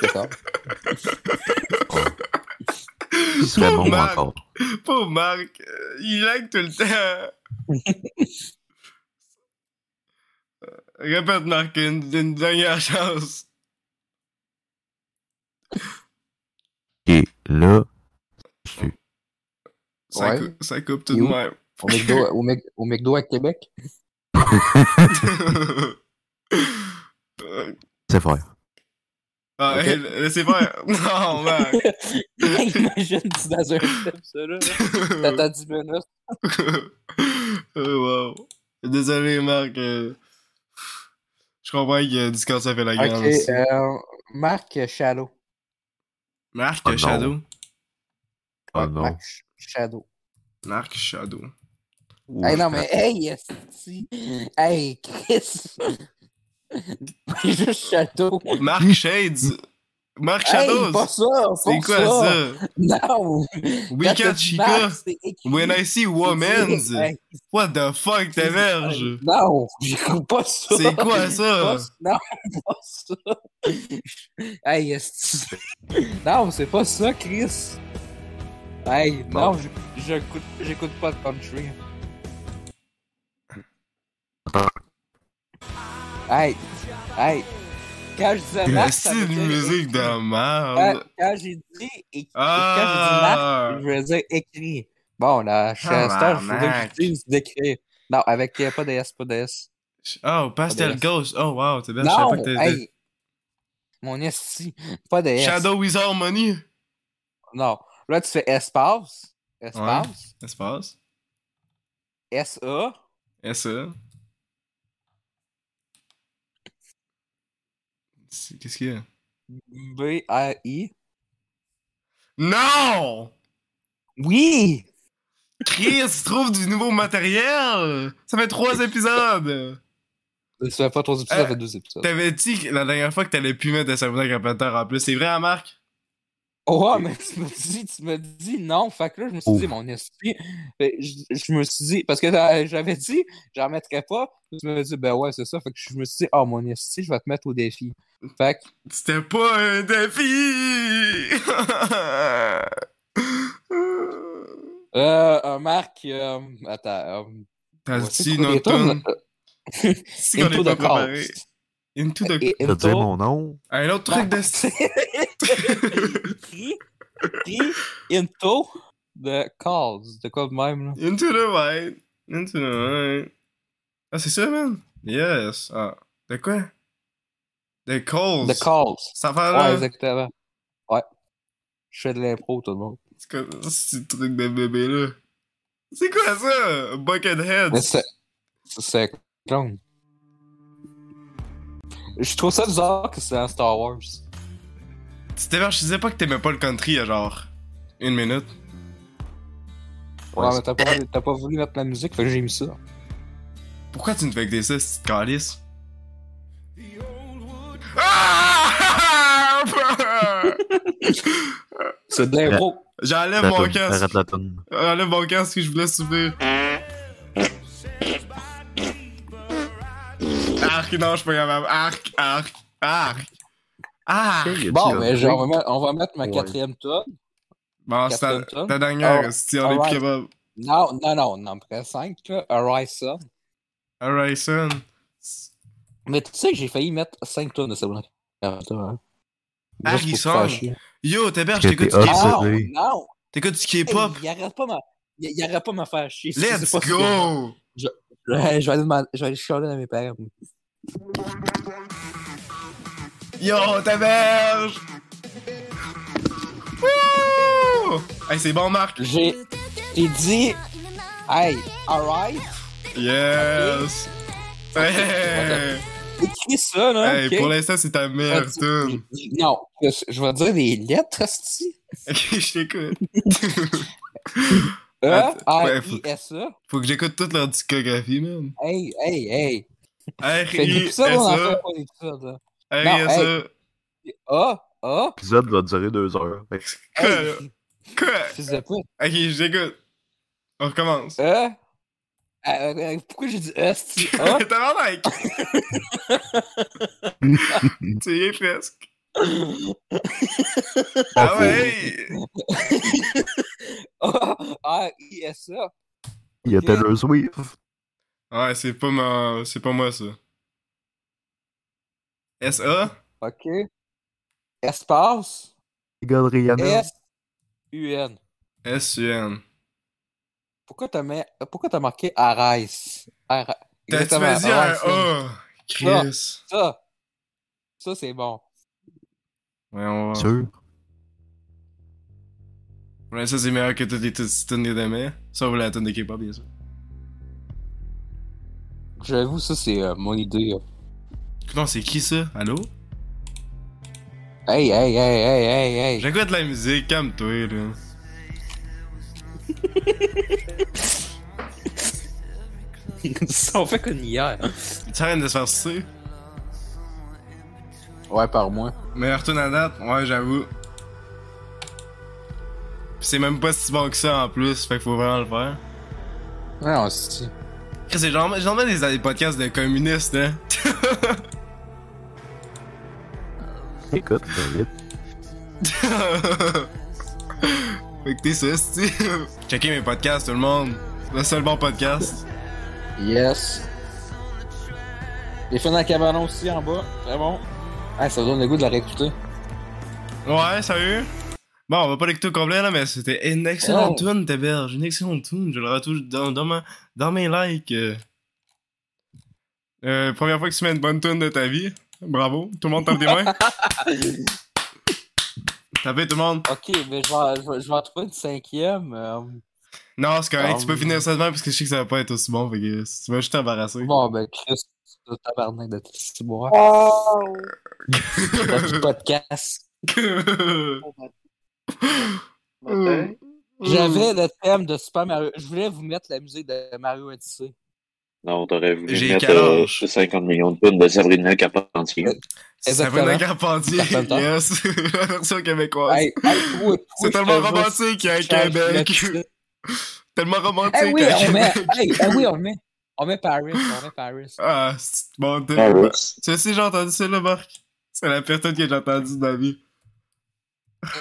[SPEAKER 2] suis d'accord.
[SPEAKER 3] Il serait bon
[SPEAKER 1] Marc.
[SPEAKER 3] encore.
[SPEAKER 1] Pauvre Marc, euh, il lag tout le temps. Euh, Répète, Marc, une, une dernière chance.
[SPEAKER 3] Et là. tu-
[SPEAKER 1] Ça,
[SPEAKER 5] Ouais.
[SPEAKER 1] coupe, ça coupe tout
[SPEAKER 5] Et
[SPEAKER 1] de
[SPEAKER 5] où?
[SPEAKER 1] même.
[SPEAKER 5] Au McDo, au Mc- au McDo à Québec.
[SPEAKER 3] C'est vrai.
[SPEAKER 1] ah,
[SPEAKER 5] Ok.
[SPEAKER 1] hey, laissez faire. Non, Marc.
[SPEAKER 2] Imagine, c'est dans un film, ça, là. T'attends 10 minutes.
[SPEAKER 1] Oh, wow. Désolé, Marc. euh, Je comprends que Discord, ça fait la guerre.
[SPEAKER 5] Ok,
[SPEAKER 1] aussi.
[SPEAKER 5] euh,
[SPEAKER 2] Marc Shadow.
[SPEAKER 1] Marc
[SPEAKER 6] Oh non.
[SPEAKER 1] Shadow. Ah,
[SPEAKER 6] Oh
[SPEAKER 2] Ouais,
[SPEAKER 6] non.
[SPEAKER 2] Marc Sh- Shadow.
[SPEAKER 1] Marc Shadow.
[SPEAKER 6] Ouh,
[SPEAKER 2] Hey, non,
[SPEAKER 6] je-
[SPEAKER 2] mais hey, esti. Hey, Chris. juste Shadow.
[SPEAKER 1] Marc Shades. Marc Shadows.
[SPEAKER 2] Hey, pas ça,
[SPEAKER 1] c'est
[SPEAKER 2] pas
[SPEAKER 1] quoi
[SPEAKER 2] ça.
[SPEAKER 1] ça?
[SPEAKER 2] Non. Quand
[SPEAKER 1] Weekend
[SPEAKER 2] tu
[SPEAKER 1] Chica.
[SPEAKER 2] marques, c'est écrit.
[SPEAKER 1] When I see women's.
[SPEAKER 2] Hey,
[SPEAKER 1] What the fuck, ta verge?
[SPEAKER 2] Non, j'écoute pas ça.
[SPEAKER 1] C'est quoi ça?
[SPEAKER 2] Pas- Non, pas ça. hey, esti. Non, c'est pas ça, Chris. Hey,
[SPEAKER 6] Bon.
[SPEAKER 2] non, j- j'écoute j'écoute pas de country. Hey, hey. Quand je disais Marc, ça
[SPEAKER 1] Merci
[SPEAKER 2] veut
[SPEAKER 1] de
[SPEAKER 2] dire-
[SPEAKER 1] musique de
[SPEAKER 2] Quand,
[SPEAKER 1] merde.
[SPEAKER 2] quand j'ai dit et, et
[SPEAKER 1] Ah!
[SPEAKER 2] quand j'ai dit Marc, je voulais dire écrit. Bon, la chasseur, je voulais
[SPEAKER 1] Tabarnak.
[SPEAKER 2] que je dise d'écrire. Non, avec euh, pas de S, pas de S.
[SPEAKER 1] Oh, Pastel
[SPEAKER 2] Pas de
[SPEAKER 1] Ghost. Oh, wow, c'est bien. Je savais
[SPEAKER 2] Non,
[SPEAKER 1] pas que t'étais-
[SPEAKER 2] hey, mon esti, pas de S.
[SPEAKER 1] Shadow Wizard Money.
[SPEAKER 2] Non, là tu fais espace, espace,
[SPEAKER 1] Espace.
[SPEAKER 2] S-A,
[SPEAKER 1] S.E. C'est- Qu'est-ce qu'il y a?
[SPEAKER 2] B-R-I.
[SPEAKER 1] Non!
[SPEAKER 2] Oui!
[SPEAKER 1] Chris trouve du nouveau matériel! Ça fait trois épisodes!
[SPEAKER 2] Ça fait pas trois épisodes,
[SPEAKER 1] Euh,
[SPEAKER 2] ça fait deux épisodes.
[SPEAKER 1] T'avais dit que la dernière fois que t'allais plus mettre de Sabrina Carpenter en plus. C'est vrai, hein, Marc?
[SPEAKER 2] Oh, mais tu me dis, tu me dis non. Fait que là, je me suis
[SPEAKER 6] Ouf.
[SPEAKER 2] dit, mon esti, fait, je, je me suis dit, parce que euh, j'avais dit, j'en mettrais pas. Tu me dis, ben ouais, c'est ça. Fait que je me suis dit, oh, mon esti, je vais te mettre au défi. Fait que,
[SPEAKER 1] C'était pas un défi!
[SPEAKER 2] euh, euh, Marc, euh, attends, euh,
[SPEAKER 1] T'as
[SPEAKER 2] voici
[SPEAKER 1] dit
[SPEAKER 2] trouver
[SPEAKER 1] notre
[SPEAKER 2] des tonnes, euh,
[SPEAKER 1] tune? Si qu'on
[SPEAKER 2] Into
[SPEAKER 1] est pas
[SPEAKER 2] the
[SPEAKER 1] préparé.
[SPEAKER 2] Cause.
[SPEAKER 1] Into the
[SPEAKER 2] Et-
[SPEAKER 6] T'as dit
[SPEAKER 2] Into-
[SPEAKER 6] mon nom?
[SPEAKER 1] Un autre truc
[SPEAKER 2] Non.
[SPEAKER 1] de style.
[SPEAKER 2] Écrit, écrit into the cause, de quoi de même, là.
[SPEAKER 1] Into the light. Into the light. Ah, c'est ça, man? Yes. Ah. De quoi? The calls.
[SPEAKER 2] The cause.
[SPEAKER 1] Ça
[SPEAKER 2] Ouais,
[SPEAKER 1] va là.
[SPEAKER 2] exactement. Ouais. Je fais de l'impro, tout le monde.
[SPEAKER 1] C'est quoi ce truc de bébé là? C'est quoi ça? Buckethead.
[SPEAKER 2] Mais c'est. C'est clown. Je trouve ça bizarre que c'est un Star Wars.
[SPEAKER 1] Tu t'es je disais pas que t'aimais pas le country, il y a genre. Une minute.
[SPEAKER 2] Ouais,
[SPEAKER 6] Ouais,
[SPEAKER 2] mais t'as pas, t'as pas voulu mettre la musique, fait que j'ai mis ça.
[SPEAKER 1] Pourquoi tu ne fais que des ça, cette calice? Ah!
[SPEAKER 2] C'est de l'impro.
[SPEAKER 1] J'enlève
[SPEAKER 6] La
[SPEAKER 1] mon
[SPEAKER 6] toune,
[SPEAKER 1] casque.
[SPEAKER 6] Arrête la toune.
[SPEAKER 1] Enlève mon casque que je voulais souffler. Arc, non, je suis pas capable. Arc, arc, arc. Arc.
[SPEAKER 6] Ok, y a-tu
[SPEAKER 2] Bon,
[SPEAKER 6] un
[SPEAKER 2] mais
[SPEAKER 6] truc?
[SPEAKER 2] genre, on va mettre- on va mettre ma
[SPEAKER 6] Ouais.
[SPEAKER 2] quatrième tonne.
[SPEAKER 1] Bon, c'est ta,
[SPEAKER 2] Captain Tom.
[SPEAKER 1] ta dernière,
[SPEAKER 2] Oh,
[SPEAKER 1] si on est plus
[SPEAKER 2] alright.
[SPEAKER 1] capable.
[SPEAKER 2] Non, non, non, on en prend cinq, là. Horizon.
[SPEAKER 1] Alright, son.
[SPEAKER 2] Mais tu sais que j'ai failli mettre 5 tonnes de savon à hein.
[SPEAKER 1] Ah,
[SPEAKER 2] Juste
[SPEAKER 1] il
[SPEAKER 2] pour te
[SPEAKER 1] sort.
[SPEAKER 2] faire chier.
[SPEAKER 1] Yo, Tébert,
[SPEAKER 6] Que
[SPEAKER 1] t'écoutes
[SPEAKER 6] t'es
[SPEAKER 1] du
[SPEAKER 6] hot,
[SPEAKER 1] K-pop.
[SPEAKER 2] Non,
[SPEAKER 6] oui.
[SPEAKER 2] non!
[SPEAKER 1] T'écoutes du
[SPEAKER 2] Hey,
[SPEAKER 1] K-pop.
[SPEAKER 2] il arrête pas ma... Il il arrête pas ma faire chier. si c'est
[SPEAKER 1] Let's
[SPEAKER 2] pas ça.
[SPEAKER 1] go!
[SPEAKER 2] Ouais, Je vais aller demander- je vais aller chialer à mes parents.
[SPEAKER 1] Yo, ta verge! Wouh! Hey, c'est bon, Marc!
[SPEAKER 2] J'ai... J'ai dit... Hey, alright?
[SPEAKER 1] Yes! Hey!
[SPEAKER 2] Écris ça, là,
[SPEAKER 1] Hey,
[SPEAKER 2] ok? Ah,
[SPEAKER 1] pour l'instant, c'est ta meilleure tune.
[SPEAKER 2] Non, je- je vais dire des lettres, hostie.
[SPEAKER 1] Ok, je t'écoute.
[SPEAKER 2] E,
[SPEAKER 1] Attends, ouais,
[SPEAKER 2] R,
[SPEAKER 1] faut-
[SPEAKER 2] I, S, E.
[SPEAKER 1] Faut que j'écoute toute leur discographie, man.
[SPEAKER 2] Hey, hey, hey.
[SPEAKER 1] R,
[SPEAKER 2] Fais
[SPEAKER 1] I,
[SPEAKER 2] des
[SPEAKER 1] S, E.
[SPEAKER 2] épisodes, on en fait
[SPEAKER 1] A.
[SPEAKER 2] pas d'épisodes, là.
[SPEAKER 1] R, I,
[SPEAKER 2] Non,
[SPEAKER 1] S,
[SPEAKER 2] hey.
[SPEAKER 1] A.
[SPEAKER 2] A, A,
[SPEAKER 6] L'épisode va durer deux heures. Fait que
[SPEAKER 1] Quoi?
[SPEAKER 2] hey,
[SPEAKER 1] Quoi?
[SPEAKER 2] fils de pute.
[SPEAKER 1] Ok, je t'écoute. On recommence.
[SPEAKER 2] E. Euh, euh, pourquoi j'ai dit E, c'est A?
[SPEAKER 1] T'as l'air mec! Tu y es presque. Ah ouais!
[SPEAKER 2] A, R, I, S, A.
[SPEAKER 6] Il y a Taylor Swift.
[SPEAKER 1] Ouais, c'est pas ma... C'est pas moi, ça. S-A?
[SPEAKER 2] OK. Espace.
[SPEAKER 6] Regarde
[SPEAKER 3] Ah ben
[SPEAKER 6] Rihanna.
[SPEAKER 2] S, U, N.
[SPEAKER 1] S-U-N.
[SPEAKER 2] Pourquoi t'as, mis- pourquoi t'as marqué Arès? Ar-
[SPEAKER 1] T'as-tu
[SPEAKER 2] Exactement, Ah
[SPEAKER 1] vas dit un
[SPEAKER 2] Arès, oui.
[SPEAKER 1] A? Chris.
[SPEAKER 2] Ça. Ça, c'est bon.
[SPEAKER 1] Ouais, on va.
[SPEAKER 6] Sûr.
[SPEAKER 1] Ouais, ça, c'est meilleur que toutes les petites tunes des damais. Sauf la tune de K-pop, bien sûr.
[SPEAKER 2] J'avoue, ça, c'est euh, mon idée. là.
[SPEAKER 1] Non, c'est qui ça? Allô?
[SPEAKER 2] Hey, hey, hey, hey, hey, hey.
[SPEAKER 1] J'écoute la musique, calme-toi, là.
[SPEAKER 2] Ils se sont fait comme hier.
[SPEAKER 1] Ça vient de se faire sucer.
[SPEAKER 2] Ouais, par moi.
[SPEAKER 1] Meilleur tune à date, ouais, j'avoue. Pis c'est même pas si bon que ça en plus, fait qu'il faut vraiment le faire.
[SPEAKER 2] Ouais, on se dit.
[SPEAKER 1] Chris, C'est genre, j'en mets des, des podcasts de communistes, hein.
[SPEAKER 6] Écoute, David.
[SPEAKER 1] fait que t'es ça, c'ti. Checkez mes podcasts, tout le monde. C'est le seul bon podcast.
[SPEAKER 2] Yes. Les fenêtres à cabanon aussi en bas. Très bon. Ah, ça donne le goût de la réécouter.
[SPEAKER 1] Ouais, sérieux? Bon, on va pas l'écouter au complet, là, mais c'était une excellente
[SPEAKER 2] Oh.
[SPEAKER 1] tune, Taberge. Une excellente tune. Je le retouche dans, dans, ma- dans mes likes. euh. Euh, première fois que tu mets une bonne tune de ta vie. Bravo. Tout le monde tape des mains. Tapez tout le monde.
[SPEAKER 2] Ok, mais je vais, je vais, je vais en trouver une cinquième. euh,
[SPEAKER 1] Non, c'est correct.
[SPEAKER 2] Ah,
[SPEAKER 1] tu peux
[SPEAKER 2] oui.
[SPEAKER 1] finir ça demain parce que je sais que ça va pas être aussi bon. Fait que si tu vas juste t'embarrasser.
[SPEAKER 2] Bon, ben, Chris, le tabarnak de Tristibois.
[SPEAKER 4] Oh!
[SPEAKER 2] Dans le podcast.
[SPEAKER 4] Matin.
[SPEAKER 1] Mm.
[SPEAKER 2] J'avais le thème de Super Mario. Je voulais vous mettre la musique de Mario Odyssey.
[SPEAKER 3] Non, t'aurais voulu
[SPEAKER 1] J'ai
[SPEAKER 3] mettre
[SPEAKER 1] quel
[SPEAKER 3] euh,
[SPEAKER 1] âge?
[SPEAKER 3] 50 millions de tonnes de Sabrina Carpentier.
[SPEAKER 2] Euh,
[SPEAKER 1] Sabrina
[SPEAKER 2] Exactement.
[SPEAKER 1] Carpentier,
[SPEAKER 2] Carpentier.
[SPEAKER 1] yes, la version québécoise.
[SPEAKER 2] Hey, hey, oui, oui,
[SPEAKER 1] c'est
[SPEAKER 2] je
[SPEAKER 1] tellement
[SPEAKER 2] te jure,
[SPEAKER 1] romantique
[SPEAKER 2] je
[SPEAKER 1] à
[SPEAKER 2] change le
[SPEAKER 1] Québec.
[SPEAKER 2] titre.
[SPEAKER 1] Tellement romantique
[SPEAKER 2] Eh oui,
[SPEAKER 1] à
[SPEAKER 2] on
[SPEAKER 1] Québec.
[SPEAKER 2] met, hey, eh oui, on met, on met Paris, on met Paris.
[SPEAKER 1] Ah, c'est bon, t'es-
[SPEAKER 3] Ah, ouais.
[SPEAKER 1] Tu sais, j'ai entendu ça, là, Marc. C'est la pire tune que j'ai entendue de ma vie.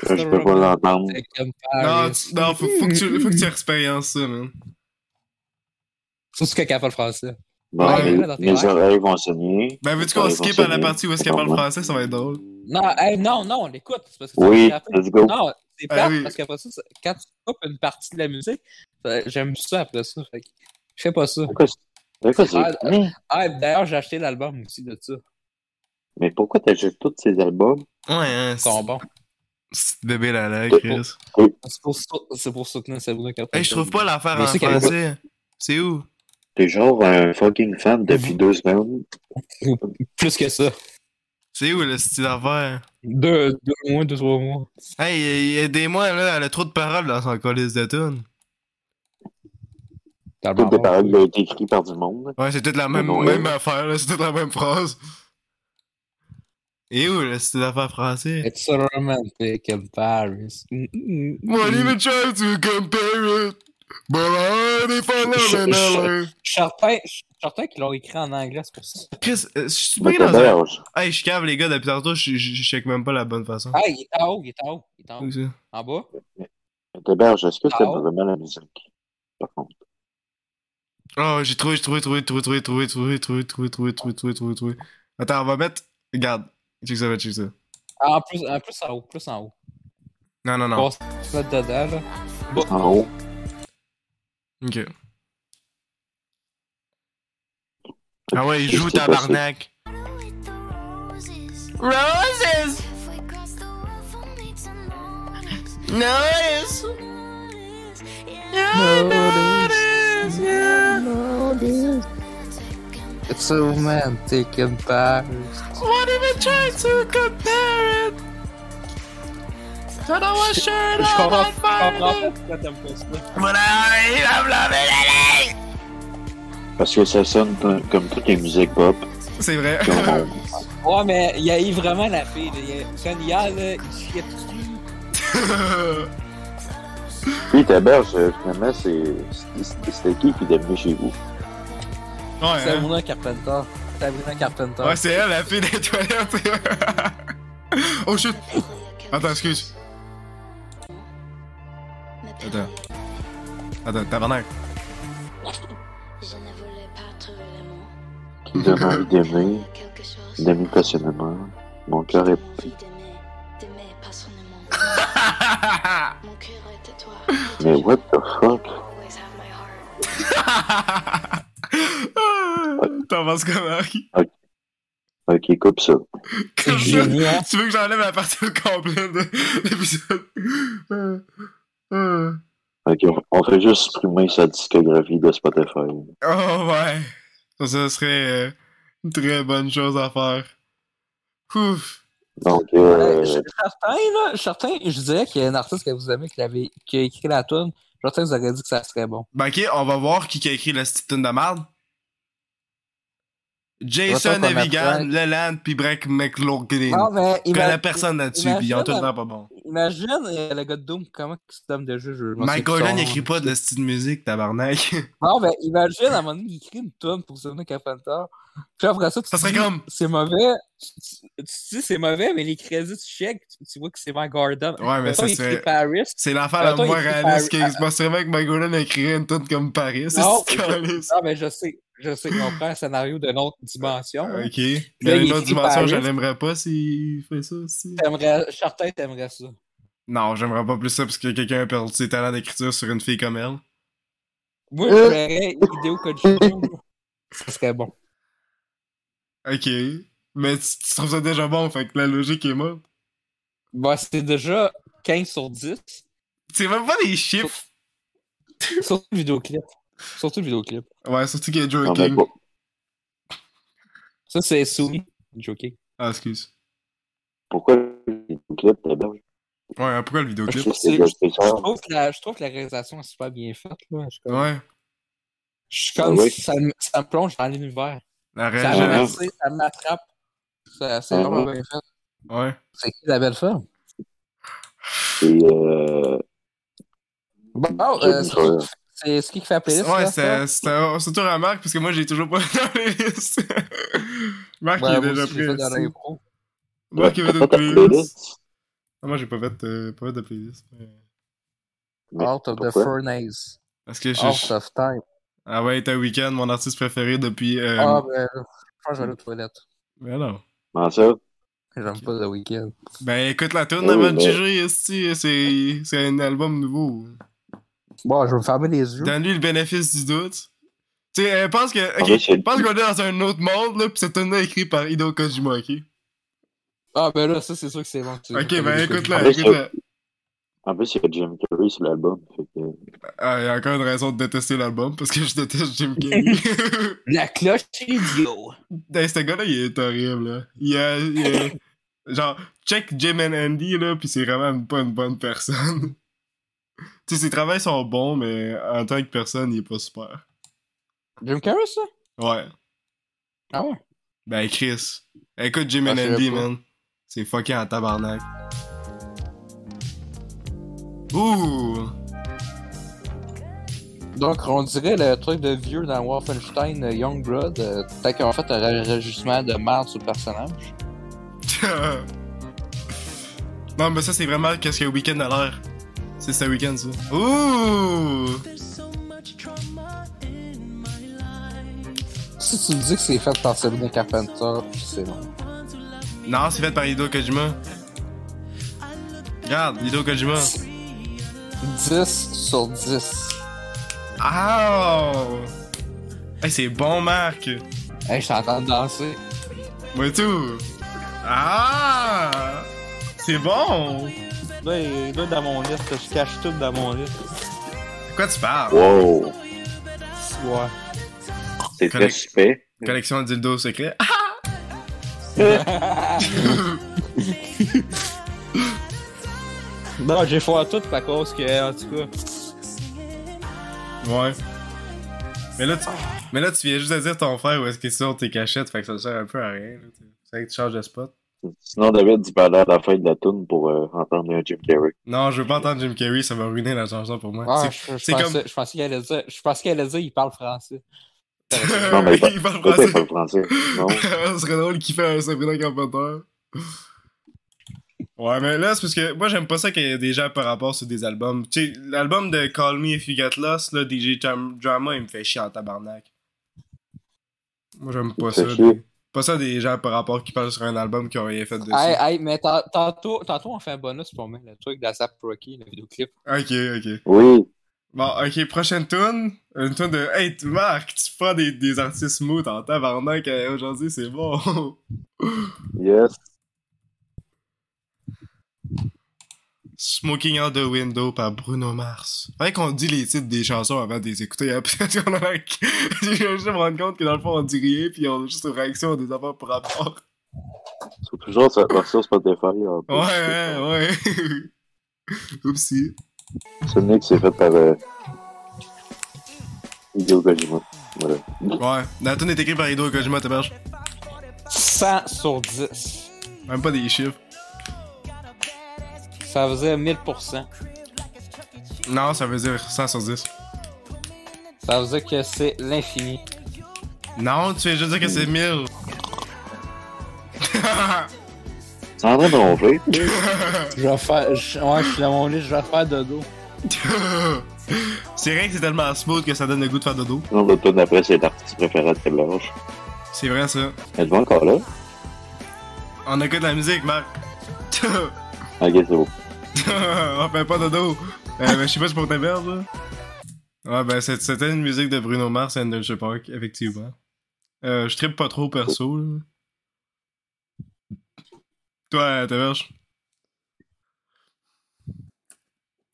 [SPEAKER 3] Je peux pas l'entendre.
[SPEAKER 2] C'est comme
[SPEAKER 1] Non,
[SPEAKER 2] Paris.
[SPEAKER 1] tu- non faut, faut que tu, faut que tu expériences ça, man.
[SPEAKER 2] Faut que tu capable le français.
[SPEAKER 3] Bon,
[SPEAKER 1] Ouais,
[SPEAKER 3] mes-
[SPEAKER 2] là, dans tes
[SPEAKER 3] mes
[SPEAKER 2] rêves.
[SPEAKER 3] Ben, oreilles vont saigner.
[SPEAKER 1] Ben, veux-tu qu'on
[SPEAKER 3] Mes oreilles
[SPEAKER 1] skip
[SPEAKER 3] vont
[SPEAKER 1] à la
[SPEAKER 3] saigner.
[SPEAKER 1] partie où est-ce qu'elle parle français? Ça va être drôle.
[SPEAKER 2] Non, hey, non, non, on l'écoute. c'est parce que ça
[SPEAKER 3] Oui,
[SPEAKER 2] va être la
[SPEAKER 3] let's go.
[SPEAKER 2] fin. Non, c'est
[SPEAKER 1] Ah
[SPEAKER 2] plate,
[SPEAKER 1] oui.
[SPEAKER 2] parce qu'après ça, ça- quand tu coupes une partie de la musique, ça- j'aime ça après ça. Fait que je fais pas ça.
[SPEAKER 3] Pourquoi c'est- pourquoi c'est-
[SPEAKER 2] Ah,
[SPEAKER 3] Mais-
[SPEAKER 2] Ah, d'ailleurs, j'ai acheté l'album aussi de ça.
[SPEAKER 3] Mais pourquoi t'achètes tous ces albums?
[SPEAKER 1] Ouais, hein,
[SPEAKER 2] Ils sont bons.
[SPEAKER 1] c'est débile à la Chris.
[SPEAKER 3] Chris.
[SPEAKER 2] C'est pour, sou- c'est pour soutenir Sabrina Carpenter.
[SPEAKER 1] Hey, je trouve pas l'affaire
[SPEAKER 2] Mais
[SPEAKER 1] en
[SPEAKER 2] c'est qu'elle-
[SPEAKER 1] français. C'est où?
[SPEAKER 3] T'es genre un fucking fan depuis deux semaines.
[SPEAKER 2] Plus que ça.
[SPEAKER 1] C'est où le style d'affaire?
[SPEAKER 2] Deux, deux mois, deux, trois mois.
[SPEAKER 1] Hey, aidez-moi, là, elle a trop de paroles dans son colis de tune.
[SPEAKER 3] Toutes les paroles ont été écrites par du monde.
[SPEAKER 1] Ouais, c'est toute la même,
[SPEAKER 3] bon,
[SPEAKER 1] même
[SPEAKER 3] ouais.
[SPEAKER 1] affaire, là, c'est toute la même phrase. Et où, là, c'est l'affaire français?
[SPEAKER 2] It's so romantic in Paris. Mm, mm, mm,
[SPEAKER 1] Won't
[SPEAKER 2] mm.
[SPEAKER 1] even try to compare it, but I ain't following
[SPEAKER 2] Je- je-
[SPEAKER 1] LA.
[SPEAKER 2] Je suis certain- je suis certain qu'ils l'ont écrit en anglais, c'est pour ça.
[SPEAKER 1] Chris, euh, je suis
[SPEAKER 3] Mais
[SPEAKER 1] pris dans un.
[SPEAKER 3] t'héberges.
[SPEAKER 1] hein. Hey, je cave, les gars, depuis tantôt, je je- je check même pas la bonne façon.
[SPEAKER 2] Ah, il est en haut, il est en haut, il est en
[SPEAKER 1] Où
[SPEAKER 2] haut.
[SPEAKER 1] ça?
[SPEAKER 2] En bas?
[SPEAKER 3] T'héberges, est-ce que
[SPEAKER 2] Ah,
[SPEAKER 3] t'aimes
[SPEAKER 2] oh.
[SPEAKER 3] vraiment la musique? Par contre.
[SPEAKER 1] Oh, j'ai trouvé, j'ai trouvé, trouvé, trouvé, trouvé, trouvé, trouvé, trouvé, trouvé, trouvé, trouvé, trouvé, trouvé, trouvé. Attends, on va mettre. Regarde. Check ça, check ça.
[SPEAKER 2] Ah, En plus, en plus en haut, plus en haut.
[SPEAKER 1] Non, non, non.
[SPEAKER 2] Bon, c'est là dedans, là.
[SPEAKER 3] En haut.
[SPEAKER 1] Ok. Ah ouais, il joue
[SPEAKER 3] Qu'est-ce qui est
[SPEAKER 1] tabarnak.
[SPEAKER 7] Roses! Notice!
[SPEAKER 2] It's so romantic in Paris.
[SPEAKER 7] What if I try to compare it? Don't know what shirt
[SPEAKER 2] Je
[SPEAKER 7] I
[SPEAKER 2] comprends,
[SPEAKER 7] might
[SPEAKER 2] je comprends pas
[SPEAKER 7] find it.
[SPEAKER 2] pourquoi t'aimes pas ça.
[SPEAKER 7] But I am loving it.
[SPEAKER 3] Parce que ça sonne t- comme toutes les musiques pop. euh,
[SPEAKER 1] C'est vrai.
[SPEAKER 3] qui ont-
[SPEAKER 2] Ouais, mais il a eu vraiment la fille. là. Il a- Son hier, là, il chiait dessus.
[SPEAKER 3] Puis t'héberges, euh, finalement, c'est c'est- c'était qui qui est devenu chez vous?
[SPEAKER 1] Ouais, hein.
[SPEAKER 2] Sabrina Carpenter. Sabrina Carpenter.
[SPEAKER 1] ouais c'est elle, la fille des toilettes. oh shit. Attends, excuse. Attends. Attends, tabarnak.
[SPEAKER 7] Je ne voulais pas trouver le mot.
[SPEAKER 3] Qui me donne envie d'aimer,
[SPEAKER 7] Quelque chose.
[SPEAKER 3] d'aimer passionnément. Mon cœur est.
[SPEAKER 7] Envie d'aimer, d'aimer passionnément. Mon cœur est à toi.
[SPEAKER 3] Mais what the fuck?
[SPEAKER 7] Always have my heart.
[SPEAKER 1] T'en penses comment?
[SPEAKER 3] Ok, coupe ça.
[SPEAKER 2] C'est génial.
[SPEAKER 1] Tu veux que j'enlève la partie complète de l'épisode? Euh, euh.
[SPEAKER 3] Ok, on- on fait juste supprimer sa discographie de Spotify.
[SPEAKER 1] Oh ouais. Ça, ce serait euh, une très bonne chose à faire. Ouf.
[SPEAKER 3] Donc, euh,
[SPEAKER 2] Ouais, je- Certains, là, certains, je dirais qu'il y a un artiste que vous aimez qui, l'avait- qui a écrit la tune. Certains vous auraient dit que ça serait bon.
[SPEAKER 1] Ben, ok, on va voir qui qui a écrit la petite tune de merde. Jason
[SPEAKER 2] Retour qu'on
[SPEAKER 1] Evigan,
[SPEAKER 2] apprend.
[SPEAKER 1] Leland, puis Breck McLaughlin.
[SPEAKER 2] Non,
[SPEAKER 1] Je
[SPEAKER 2] mais
[SPEAKER 1] connais
[SPEAKER 2] ima-
[SPEAKER 1] personne là-dessus,
[SPEAKER 2] imagine-
[SPEAKER 1] puis ils ont tout le temps pas bon.
[SPEAKER 2] imagine euh, le gars de Doom, comment il se donne de jeu. Je m'en
[SPEAKER 1] Mike
[SPEAKER 2] souviens plus
[SPEAKER 1] Gordon,
[SPEAKER 2] son
[SPEAKER 1] il
[SPEAKER 2] nom.
[SPEAKER 1] écrit pas de la style musique, tabarnak.
[SPEAKER 2] Non, mais imagine à un moment donné, il écrit une tune pour Sonic Carpenter. Puis après ça, tu
[SPEAKER 1] Ça serait
[SPEAKER 2] dis,
[SPEAKER 1] comme.
[SPEAKER 2] C'est mauvais. Tu, tu- tu dis c'est mauvais, mais les crédits, tu check, tu, tu vois que c'est Mike Gordon.
[SPEAKER 1] Ouais, mais
[SPEAKER 2] Mettons,
[SPEAKER 1] ça
[SPEAKER 2] il écrit
[SPEAKER 1] serait.
[SPEAKER 2] Paris.
[SPEAKER 1] C'est l'affaire la
[SPEAKER 2] Mettons, il
[SPEAKER 1] moins
[SPEAKER 2] écrit
[SPEAKER 1] réaliste qui
[SPEAKER 2] Paris-
[SPEAKER 1] existe. Sûrement que Mike Gordon écrirait une tune comme Paris. C'est
[SPEAKER 2] Non,
[SPEAKER 1] ce calice.
[SPEAKER 2] Non, mais je sais, je sais qu'on prend un scénario d'une autre dimension. hein.
[SPEAKER 1] Ok. Mais
[SPEAKER 2] Là,
[SPEAKER 1] une
[SPEAKER 2] il
[SPEAKER 1] autre
[SPEAKER 2] écrit
[SPEAKER 1] dimension,
[SPEAKER 2] Paris.
[SPEAKER 1] je l'aimerais pas s'il fait ça aussi.
[SPEAKER 2] T'aimerais, je suis certain que t'aimerais ça.
[SPEAKER 1] Non, j'aimerais pas plus ça parce que quelqu'un a perdu ses talents d'écriture sur une fille comme elle.
[SPEAKER 2] Moi, je verrais Hideo Kojima. Ça serait bon.
[SPEAKER 1] Ok. Mais tu, tu trouves ça déjà bon, fait que la logique est morte.
[SPEAKER 2] Bah, c'est déjà 15 sur 10.
[SPEAKER 1] C'est même pas des chiffres.
[SPEAKER 2] Surtout le vidéoclip. Surtout le vidéoclip.
[SPEAKER 1] Ouais, surtout qu'il y a Joey
[SPEAKER 3] non, mais
[SPEAKER 1] King.
[SPEAKER 3] pour-
[SPEAKER 2] Ça, c'est Sumi. Joking.
[SPEAKER 1] Ah, excuse.
[SPEAKER 3] pourquoi le clip d'héberge?
[SPEAKER 1] Ouais, hein, pourquoi le
[SPEAKER 2] Je
[SPEAKER 1] vidéoclip
[SPEAKER 2] trouve, c'est-
[SPEAKER 3] C'est le
[SPEAKER 2] je- je
[SPEAKER 3] spécial.
[SPEAKER 2] trouve que la, je trouve que la réalisation est super bien faite. Là. Je suis comme,
[SPEAKER 1] Ouais.
[SPEAKER 2] je suis comme
[SPEAKER 3] Ah oui.
[SPEAKER 2] ça, me, ça me plonge dans l'univers.
[SPEAKER 1] La
[SPEAKER 2] Ça
[SPEAKER 1] réaction.
[SPEAKER 3] Ouais. m'amène.
[SPEAKER 2] m'attrape, ça m'attrape. Ça- C'est
[SPEAKER 3] Ah
[SPEAKER 2] vraiment
[SPEAKER 3] oui.
[SPEAKER 2] bien fait.
[SPEAKER 1] Ouais.
[SPEAKER 2] C'est qui la belle femme?
[SPEAKER 3] C'est euh,
[SPEAKER 2] Bon,
[SPEAKER 3] J'ai
[SPEAKER 2] euh,
[SPEAKER 3] dit
[SPEAKER 2] c'est-
[SPEAKER 3] ça, là.
[SPEAKER 2] c'est ce qui fait la playlist.
[SPEAKER 1] Ouais,
[SPEAKER 2] là, ça.
[SPEAKER 1] c'est c'est un- c'est toi, Marc, parce que moi, j'ai toujours pas dans les listes. Marc,
[SPEAKER 2] Ouais,
[SPEAKER 1] il est
[SPEAKER 2] moi
[SPEAKER 1] déjà
[SPEAKER 2] aussi, j'ai fait
[SPEAKER 1] pris.
[SPEAKER 2] de
[SPEAKER 1] aussi.
[SPEAKER 2] l'impro.
[SPEAKER 1] Marc, il
[SPEAKER 3] t'as
[SPEAKER 1] veut
[SPEAKER 3] pas
[SPEAKER 1] d'autres
[SPEAKER 3] ta
[SPEAKER 1] playlists.
[SPEAKER 3] playlist?
[SPEAKER 1] Non, moi, j'ai pas fait, euh, pas fait de playlist. mais-
[SPEAKER 3] Mais
[SPEAKER 2] Out of the
[SPEAKER 3] pourquoi?
[SPEAKER 2] Furnace.
[SPEAKER 3] Ah,
[SPEAKER 1] Parce que je.
[SPEAKER 2] Out of Time.
[SPEAKER 1] Ah ouais, t'as Weekend, mon artiste préféré depuis. Euh...
[SPEAKER 2] Ah, ben, je pense que je vais aller aux toilettes.
[SPEAKER 1] Mais non.
[SPEAKER 3] Comment Ah, ça?
[SPEAKER 2] J'aime pas The Weeknd.
[SPEAKER 1] Ben écoute la tourne
[SPEAKER 3] Oui,
[SPEAKER 1] avant de
[SPEAKER 3] mais-
[SPEAKER 1] juger, esti, c'est c'est un album nouveau.
[SPEAKER 2] Bon, je vais me fermer les yeux.
[SPEAKER 1] Donne-lui le bénéfice du doute. Tu sais, euh, pense que.
[SPEAKER 3] En fait,
[SPEAKER 1] Ok,
[SPEAKER 3] c'est-
[SPEAKER 1] pense qu'on est dans un autre monde, là, pis cette tune là écrit par Hideo Kojima, ok?
[SPEAKER 2] Ah, ben là, ça, c'est sûr que c'est bon.
[SPEAKER 1] Ok, ben
[SPEAKER 3] En
[SPEAKER 1] écoute-la,
[SPEAKER 3] fait, c'est-
[SPEAKER 1] écoute-la.
[SPEAKER 3] En plus, il y a Jim Carrey sur l'album. fait que-
[SPEAKER 1] Ah, y a encore une raison de détester l'album, parce que je déteste Jim Carrey.
[SPEAKER 2] La cloche, c'est l'idiot.
[SPEAKER 1] hey, ce gars-là, il est horrible, là. Il a. il a- Genre, check Jim and Andy, là, pis c'est vraiment pas une bonne personne. tu sais, ses travails sont bons, mais en tant que personne, il est pas super.
[SPEAKER 2] Jim Carrey, ça?
[SPEAKER 1] Ouais.
[SPEAKER 2] Ah ouais?
[SPEAKER 1] Ben, Chris. Écoute Jim
[SPEAKER 2] Ah,
[SPEAKER 1] and
[SPEAKER 2] je savais
[SPEAKER 1] Andy,
[SPEAKER 2] pas.
[SPEAKER 1] man. C'est fucking en tabarnak. Ouh!
[SPEAKER 2] Donc, on dirait le truc de vieux dans Wolfenstein euh, Youngblood. euh, Peut-être qu'ils ont fait un enregistrement de merde sur le personnage.
[SPEAKER 1] non, mais ça, c'est vraiment qu'est-ce que Weekend a l'air. C'est ce week-end, ça. Ouh!
[SPEAKER 2] Si tu me dis que c'est fait par Sabrina Carpenter, c'est bon.
[SPEAKER 1] Non, c'est fait par Hideo Kojima. Regarde, Hideo Kojima.
[SPEAKER 2] 10 sur 10.
[SPEAKER 1] Ow! Hey, c'est bon, Marc!
[SPEAKER 2] Hey, je t'entends danser.
[SPEAKER 1] Moi, tout! Ah! C'est bon!
[SPEAKER 8] Là, il est dans mon lit, je cache tout dans mon lit.
[SPEAKER 1] De quoi tu parles?
[SPEAKER 3] Wow!
[SPEAKER 8] Ouais.
[SPEAKER 3] C'est
[SPEAKER 1] Correct.
[SPEAKER 3] très suspect.
[SPEAKER 1] Collection de dildos secrets.
[SPEAKER 8] Non, j'ai foiré tout à cause que, en tout cas.
[SPEAKER 1] Ouais. Mais là, tu... mais là, tu viens juste de dire ton frère où est-ce qu'il est sur tes cachettes, fait que ça sert un peu à rien. là, tu sais. C'est vrai que tu changes de spot.
[SPEAKER 3] Sinon, David, tu peux aller à la fin de la tune pour euh, entendre un Jim Carrey.
[SPEAKER 1] Non, je veux pas entendre Jim Carrey, ça va ruiner la chanson pour moi.
[SPEAKER 2] Ah,
[SPEAKER 1] C'est-
[SPEAKER 2] je, je
[SPEAKER 1] c'est
[SPEAKER 2] pensais,
[SPEAKER 1] comme-
[SPEAKER 2] je pensais qu'elle allait dire, je pensais qu'elle allait dire, il parle français.
[SPEAKER 3] Non, mais
[SPEAKER 1] il parle
[SPEAKER 3] Pourquoi il
[SPEAKER 1] français.
[SPEAKER 3] parle français? Non?
[SPEAKER 1] Ce serait drôle qu'il fait un Sabrina Carpenter. Ouais, mais là, c'est parce que moi, j'aime pas ça qu'il y ait des gens par rapport sur des albums. Tu sais, l'album de Call Me If You Get Lost, là, DJ Jam- Drama, il me fait chier en tabarnak. Moi, j'aime pas ça.
[SPEAKER 3] Fait chier.
[SPEAKER 1] Pas ça des gens par rapport qui parlent sur un album qui ont rien fait dessus.
[SPEAKER 2] Hey, hey, mais tan- tantôt, tantôt, on fait un bonus pour moi, le truc d'Azap Rocky, le vidéoclip.
[SPEAKER 1] Ok, ok.
[SPEAKER 3] Oui!
[SPEAKER 1] Bon, ok, prochaine tune. Une tune de. Hey, tu- Marc, tu prends des, des artistes mous en tabarnak euh, aujourd'hui, c'est bon.
[SPEAKER 3] Yes!
[SPEAKER 1] Smoking Out the Window par Bruno Mars. Fait qu'on dit les titres des chansons avant de les écouter. Hein, parce qu'on a... Je viens juste me rendre compte que dans le fond, on dit rien, puis on a juste une réaction à des affaires par rapport.
[SPEAKER 3] C'est toujours cette version Spotify. en plus.
[SPEAKER 1] Ouais, ouais, ouais. Oupsie.
[SPEAKER 3] Sonic, c'est fait par euh, Hideo Kojima. Voilà.
[SPEAKER 1] Ouais. La tune est écrite par Hideo Kojima, t'as
[SPEAKER 2] 100 sur 10.
[SPEAKER 1] Même pas des chiffres.
[SPEAKER 2] Ça faisait 1000%.
[SPEAKER 1] Non, ça veut dire 100 sur 10.
[SPEAKER 2] Ça veut dire que c'est l'infini.
[SPEAKER 1] Non, tu fais juste dire que c'est 1000.
[SPEAKER 3] Ça en train de ronfler.
[SPEAKER 2] Je vais faire. je- ouais, je suis dans mon lit, je vais faire dodo.
[SPEAKER 1] c'est vrai que c'est tellement smooth que ça donne le goût de faire dodo.
[SPEAKER 3] Non, le tourne après, c'est l'artiste préféré de Blanche.
[SPEAKER 1] C'est vrai ça.
[SPEAKER 3] Êtes-vous encore là?
[SPEAKER 1] On écoute la musique, Marc.
[SPEAKER 3] Ok, c'est beau.
[SPEAKER 1] on fait pas dodo. Euh, ben, je sais pas si pour ta merde, là. Ouais, ben, c'est- c'était une musique de Bruno Mars et Anderson Park, effectivement. Euh, je trippe pas trop perso, là. Toi, euh, ta verge.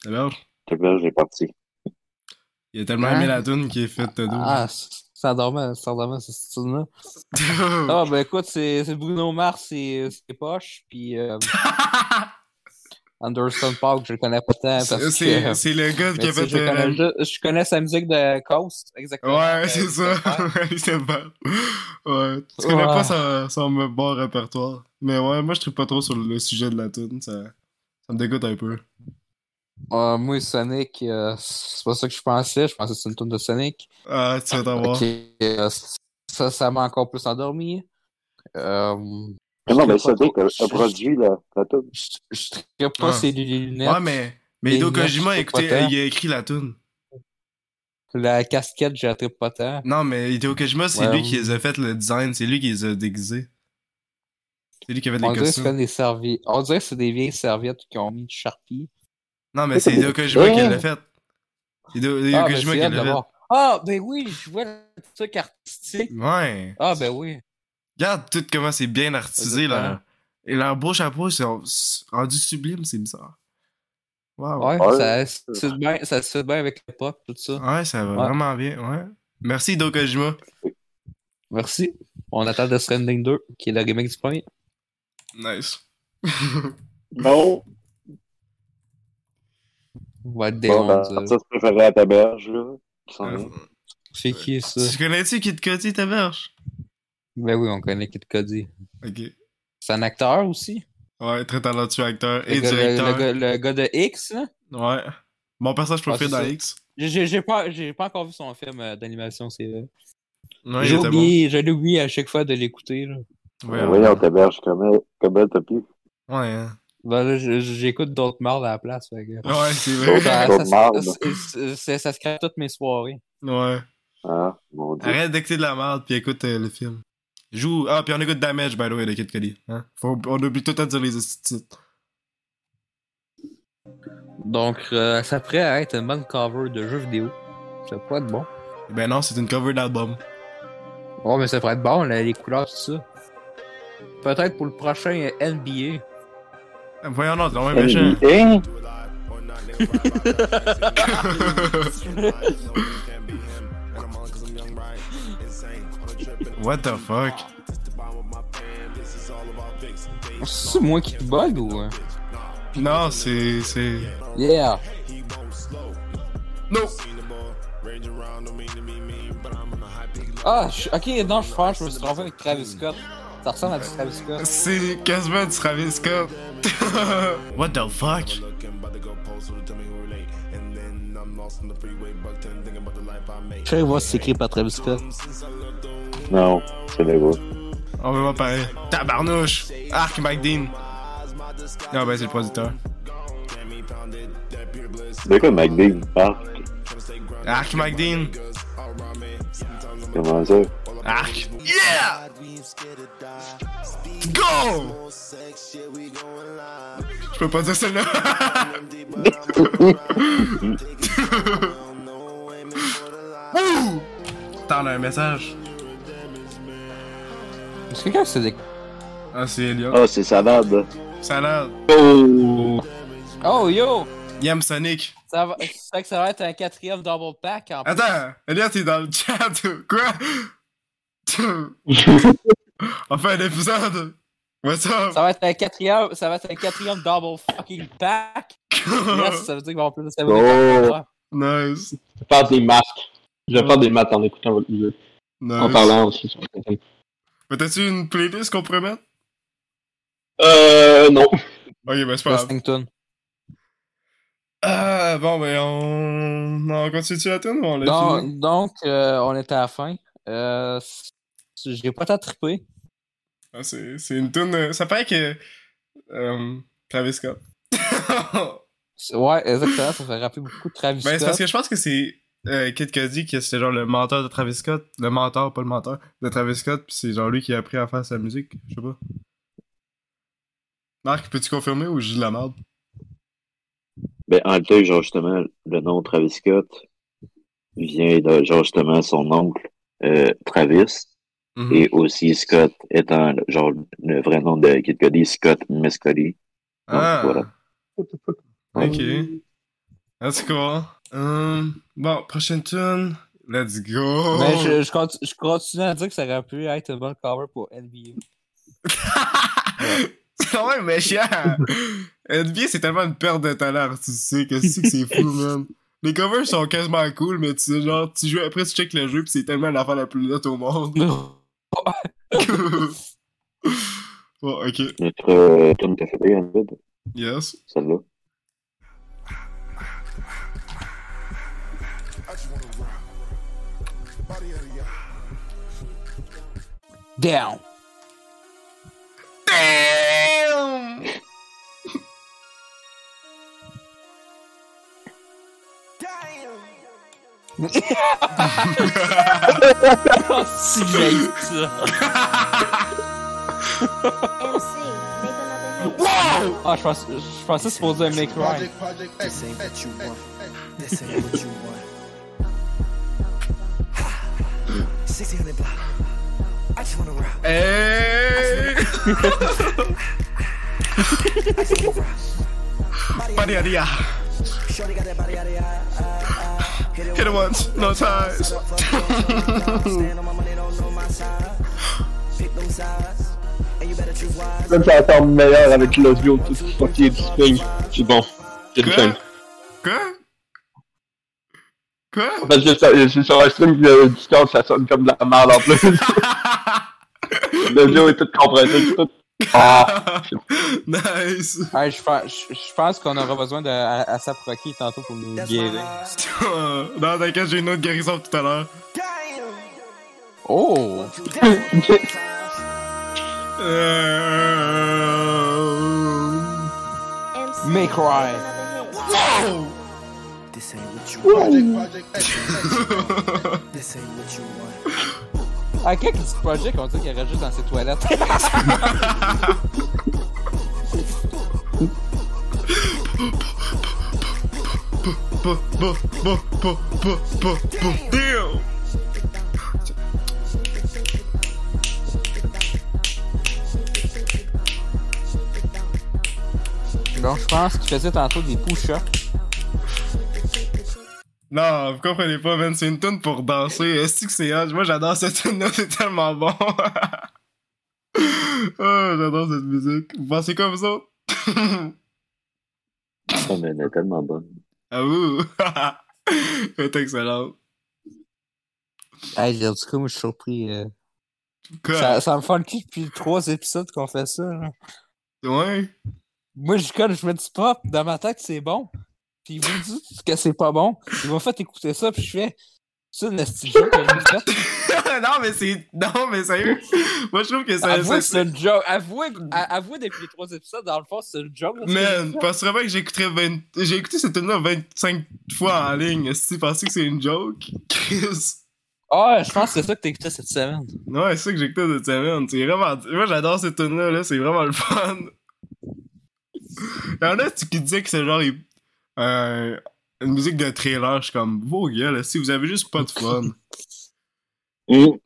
[SPEAKER 1] Ta verge.
[SPEAKER 3] T'as peur, j'ai parti.
[SPEAKER 1] Il a tellement
[SPEAKER 2] Hein?
[SPEAKER 1] aimé la tune qu'il est fait de dodo.
[SPEAKER 2] Ah, ça dormait, ça dormait, ce style-là. Ah, ben écoute, c'est c'est Bruno Mars et ses poches, puis euh, Anderson Park, je le connais pas tant
[SPEAKER 1] C'est-
[SPEAKER 2] parce que.
[SPEAKER 1] c'est c'est le gars qui
[SPEAKER 2] Mais
[SPEAKER 1] a
[SPEAKER 2] tu sais,
[SPEAKER 1] fait.
[SPEAKER 2] je,
[SPEAKER 1] euh,
[SPEAKER 2] connais, ju- je connais sa musique de Coast, exactement.
[SPEAKER 1] Ouais,
[SPEAKER 2] Euh,
[SPEAKER 1] c'est ça. Il s'est pas. Ouais. Tu connais
[SPEAKER 2] Ouais.
[SPEAKER 1] pas son, son bon répertoire. Mais ouais, moi je trouve pas trop sur le sujet de la tune. Ça, ça me dégoûte un peu.
[SPEAKER 2] Euh, moi, Sonic, euh, c'est pas ça que je pensais. Je pensais que c'était une tune de Sonic.
[SPEAKER 1] Ah, tu vas t'avoir.
[SPEAKER 2] Ok, euh, ça, ça m'a encore plus endormi. Euh,
[SPEAKER 3] Mais non, mais
[SPEAKER 2] Je sais
[SPEAKER 3] ça
[SPEAKER 2] pas
[SPEAKER 3] dit
[SPEAKER 2] trop.
[SPEAKER 3] qu'elle a produit la, la tune.
[SPEAKER 2] je je triperais pas
[SPEAKER 1] Ah.
[SPEAKER 2] ces lunettes,
[SPEAKER 1] Ouais, mais. Mais
[SPEAKER 2] Les
[SPEAKER 1] Hideo
[SPEAKER 2] lunettes,
[SPEAKER 1] Kojima,
[SPEAKER 2] je sais pas
[SPEAKER 1] écoutez,
[SPEAKER 2] tant.
[SPEAKER 1] il a écrit la tune.
[SPEAKER 2] la casquette, j'ai attrapé pas tant.
[SPEAKER 1] Non, mais Hideo Kojima, c'est
[SPEAKER 2] Ouais,
[SPEAKER 1] lui
[SPEAKER 2] oui.
[SPEAKER 1] qui les a fait le design. C'est lui qui les a déguisés. C'est lui qui avait des
[SPEAKER 2] On dirait que c'est
[SPEAKER 1] costumes.
[SPEAKER 2] comme des serviettes. On dirait que c'est des vieilles serviettes qui ont mis du charpie.
[SPEAKER 1] Non, mais c'est Hideo Kojima qui l'a fait. Hideo, Hideo
[SPEAKER 2] Ah, ben,
[SPEAKER 1] Kojima
[SPEAKER 2] c'est
[SPEAKER 1] qui
[SPEAKER 2] elle
[SPEAKER 1] l'a fait.
[SPEAKER 2] d'abord. Ah, ben oui, je vois le truc artistique.
[SPEAKER 1] Ouais.
[SPEAKER 2] Ah, ben oui.
[SPEAKER 1] Regarde tout comment c'est bien artisé,
[SPEAKER 2] Exactement.
[SPEAKER 1] là. Et leur beau chapeau, c'est rendu sublime, c'est bizarre. Wow.
[SPEAKER 2] Ouais, ça,
[SPEAKER 3] Ouais.
[SPEAKER 2] se fait bien, ça se fait bien avec le pop, tout ça.
[SPEAKER 1] Ouais, ça va
[SPEAKER 2] Ouais.
[SPEAKER 1] vraiment bien, ouais. Merci, Hideo Kojima.
[SPEAKER 2] Merci. On attend The Stranding 2, qui est le remake du premier.
[SPEAKER 1] Nice.
[SPEAKER 3] Non!
[SPEAKER 2] On va être des
[SPEAKER 3] Bon, ben,
[SPEAKER 2] ondes, euh.
[SPEAKER 3] l'artiste préféré à ta berge, là. qui s'en vient.
[SPEAKER 2] C'est qui ça?
[SPEAKER 1] tu connais-tu Kid Cudi, ta verge?
[SPEAKER 2] Ben oui, on connaît Kid Cody.
[SPEAKER 1] Ok.
[SPEAKER 2] C'est un acteur aussi.
[SPEAKER 1] Ouais, très talentueux acteur
[SPEAKER 2] Le
[SPEAKER 1] et
[SPEAKER 2] gars, le- le,
[SPEAKER 1] directeur.
[SPEAKER 2] gars, le gars de X, là.
[SPEAKER 1] Ouais. Mon personnage préféré
[SPEAKER 2] c'est
[SPEAKER 1] dans
[SPEAKER 2] ça.
[SPEAKER 1] X.
[SPEAKER 2] J'ai- J'ai j'ai pas, j'ai pas encore vu son film euh, d'animation, c'est vrai.
[SPEAKER 1] Ouais,
[SPEAKER 2] J'ai
[SPEAKER 1] il était
[SPEAKER 2] oublié, je l'ai oublié à chaque fois de l'écouter, là.
[SPEAKER 1] bon. Ouais,
[SPEAKER 3] Ben
[SPEAKER 1] ouais.
[SPEAKER 3] Voyons, ta berge, comment, comment t'as pu?
[SPEAKER 1] Ouais, hein.
[SPEAKER 2] Ben là, je- je- j'écoute d'autres morts à la place, fait que-
[SPEAKER 1] Ouais, c'est
[SPEAKER 2] Ça,
[SPEAKER 1] vrai.
[SPEAKER 2] ça,
[SPEAKER 3] D'autres mardes.
[SPEAKER 2] c'est- c'est- c'est- ça se crée toutes mes soirées.
[SPEAKER 1] Ouais.
[SPEAKER 3] Ah, mon dieu.
[SPEAKER 1] Arrête d'écouter de la merde, puis écoute euh, le film. Joue. Ah, puis on écoute Damage, by the way, de Kid Cudi. Hein? Faut... On oublie tout le temps de dire les esti de titres.
[SPEAKER 2] Donc, euh, ça pourrait être une bonne cover de jeu vidéo. Ça pourrait être bon.
[SPEAKER 1] Ben non, c'est une cover d'album.
[SPEAKER 2] Oh, mais ça pourrait être bon, là, les couleurs, tout ça. Peut-être pour le prochain euh, NBA.
[SPEAKER 1] Ben, Voyons, non, c'est vraiment méchant.
[SPEAKER 3] NBA?
[SPEAKER 1] What the fuck?
[SPEAKER 2] C'est moi qui te bug ou. euh?
[SPEAKER 1] Non, c'est. c'est...
[SPEAKER 2] Yeah!
[SPEAKER 1] Non!
[SPEAKER 2] Ah, je- ok, non, je pense que je me suis trompé avec Travis Scott. Ça ressemble à du Travis Scott.
[SPEAKER 1] C'est quasiment du Travis Scott. What the fuck?
[SPEAKER 2] Je sais voir si c'est écrit par Travis Scott.
[SPEAKER 3] Non, c'est le gars.
[SPEAKER 1] On va voir pareil. Tabarnouche! Arc Mike Dean. Non, ben c'est le producteur.
[SPEAKER 3] C'est quoi McBean? Ah,
[SPEAKER 1] Arc Mike Dean.
[SPEAKER 3] comment ça?
[SPEAKER 1] Arc. Yeah! Go! Je peux pas dire celle-là. Ouh! T'en as un message.
[SPEAKER 2] Est-ce que quelqu'un s'est dit.
[SPEAKER 1] Ah, c'est Elliot.
[SPEAKER 3] Ah, c'est Savade.
[SPEAKER 1] Salade.
[SPEAKER 3] Oh!
[SPEAKER 2] Oh yo!
[SPEAKER 1] Il aime Sonic.
[SPEAKER 2] Ça va... Je sais que ça va être un quatrième double pack en plus.
[SPEAKER 1] Attends, Elliot est dans le chat. Quoi? On fait un épisode. What's up?
[SPEAKER 2] Ça va être un quatrième, ça va être un quatrième double fucking pack. Yes, ça veut dire qu'ils vont plus de
[SPEAKER 9] Oh.
[SPEAKER 1] nice.
[SPEAKER 9] Je vais faire des masques. Je vais faire des masques en écoutant votre musique. En
[SPEAKER 1] Nice.
[SPEAKER 9] parlant aussi sur Instagram.
[SPEAKER 1] Mais t'as-tu une playlist qu'on pourrait mettre?
[SPEAKER 9] Euh, non.
[SPEAKER 1] Ok, ben c'est pas grave.
[SPEAKER 2] Washington.
[SPEAKER 1] Ah, bon, ben on. On continue la tune ou on l'a fini?
[SPEAKER 2] Donc, donc euh, on était à la fin. Euh, c- j'ai pas tant trippé.
[SPEAKER 1] Ah, c'est c'est une tune. euh, Ça paraît que. Euh, Travis Scott. ben,
[SPEAKER 2] C'est- Ouais, exactement, ça fait rappeler beaucoup de Travis
[SPEAKER 1] c'est parce
[SPEAKER 2] Scott.
[SPEAKER 1] que je pense que c'est. Euh, Kid Cudi qui c'était genre le mentor de Travis Scott. Le mentor, pas le mentor. De Travis Scott, pis c'est genre lui qui a appris à faire sa musique. Je sais pas. Marc, peux-tu confirmer ou je dis de la merde?
[SPEAKER 3] Ben, enlever, genre, justement, le nom Travis Scott vient de, genre, justement, son oncle, euh, Travis,
[SPEAKER 1] Mhm.
[SPEAKER 3] et aussi Scott étant, genre, le vrai nom de Kid Cudi, Scott Mescoli.
[SPEAKER 1] Ah!
[SPEAKER 3] voilà.
[SPEAKER 1] Ok. That's cool. Hum, bon, prochaine tune. Let's go!
[SPEAKER 2] Mais Ben, je, je, conti- je continue à dire que ça aurait pu être un bon cover pour NBA.
[SPEAKER 1] c'est quand même méchant. NBA, c'est tellement une perte de talent artistique. Qu'est-ce que c'est que c'est fou, man? Les covers sont quasiment cool, mais tu sais, genre, tu joues après, tu check le jeu, pis c'est tellement l'affaire la plus nette au monde. bon, ok.
[SPEAKER 3] Notre, euh, tune préférée, en fait,
[SPEAKER 1] Yes.
[SPEAKER 3] celle-là.
[SPEAKER 2] Down.
[SPEAKER 1] Damn!
[SPEAKER 2] Oh, si j'ai ça. Ah, je pense, je pensais que c'est pour dire Make Ryan.
[SPEAKER 10] This ain't what you want. This ain't what you want. 1600 block. I just wanna rock.
[SPEAKER 1] Hey!
[SPEAKER 10] I just wanna rock. Body out
[SPEAKER 1] Body idea.
[SPEAKER 10] of- Shorty got that body out of your eye, eye, eye.
[SPEAKER 1] Hit it once, no ties.
[SPEAKER 10] Fuck, fuck, fuck, fuck. Stand on my money, don't know my size. Pick them sides, and you better choose wise.
[SPEAKER 9] Même ça encore meilleur avec l'audio, tout ce fucké du swing. C'est bon. J'ai le
[SPEAKER 1] Quoi?
[SPEAKER 9] swing.
[SPEAKER 1] Quoi? Quoi?
[SPEAKER 9] Parce que ça- euh, c'est sur un stream de Discord, ça sonne comme de la merde en plus. l'audio est tout compressé, tout. Ah,
[SPEAKER 1] nice!
[SPEAKER 2] Hey, je, pense- je- je pense qu'on aura besoin de à- Asap Rocky tantôt pour nous
[SPEAKER 10] That's my
[SPEAKER 2] guérir.
[SPEAKER 10] life.
[SPEAKER 1] non, t'inquiète, j'ai une autre guérison tout à l'heure.
[SPEAKER 2] Oh!
[SPEAKER 1] Euh...
[SPEAKER 2] Make Ryan.
[SPEAKER 10] This ain't what you want. This ain't what you want.
[SPEAKER 2] À quel petit projet qu'on dit qu'il y aurait juste dans ses toilettes?
[SPEAKER 1] Bo, bo, bo, bo, bo, bo, bo. Damn!
[SPEAKER 2] Donc, je pense qu'il faisait tantôt des push-ups.
[SPEAKER 1] Non, vous comprenez pas, man, c'est une tune pour danser. Est-ce que c'est hot? Moi, j'adore cette tune-là, c'est tellement bon. oh, j'adore cette musique. Vous pensez quoi, vous autres?
[SPEAKER 3] Oh, mais elle est tellement bonne.
[SPEAKER 1] à vous! Ah, Elle est excellente.
[SPEAKER 2] Hey, j'ai- du coup, moi, je suis surpris. euh.
[SPEAKER 1] Quoi?
[SPEAKER 2] Ça, ça me funky depuis trois épisodes qu'on fait ça. là.
[SPEAKER 1] Ouais?
[SPEAKER 2] Moi, je colle, je me dis pop, dans ma tête, c'est bon. Puis vous me dites que c'est pas bon. Ils m'ont fait écouter ça, puis je fais. C'est un esti de joke que j'ai fait.
[SPEAKER 1] non, mais c'est. Non, mais sérieux! Moi, je trouve que ça.
[SPEAKER 2] Avouez
[SPEAKER 1] ça-
[SPEAKER 2] que c'est une joke. Avouez, a- avouez depuis les trois épisodes, dans le fond, c'est une joke. là, ce que j'ai
[SPEAKER 1] Man,
[SPEAKER 2] fait.
[SPEAKER 1] penserais bien que j'écouterais 20... J'ai écouté cette tune-là 25 fois en ligne. Si tu pensais que c'est une joke, Chris.
[SPEAKER 2] Ah, je pense que c'est ça que t'écoutais cette semaine.
[SPEAKER 1] Ouais, c'est ça que j'écoutais cette semaine. C'est vraiment... Moi, j'adore cette tune-là, là. C'est vraiment le fun. Il y en a qui disaient que c'est genre... euh, une musique de trailer. Je suis comme, vos gueules, si vous avez juste pas de fun.
[SPEAKER 3] Hum,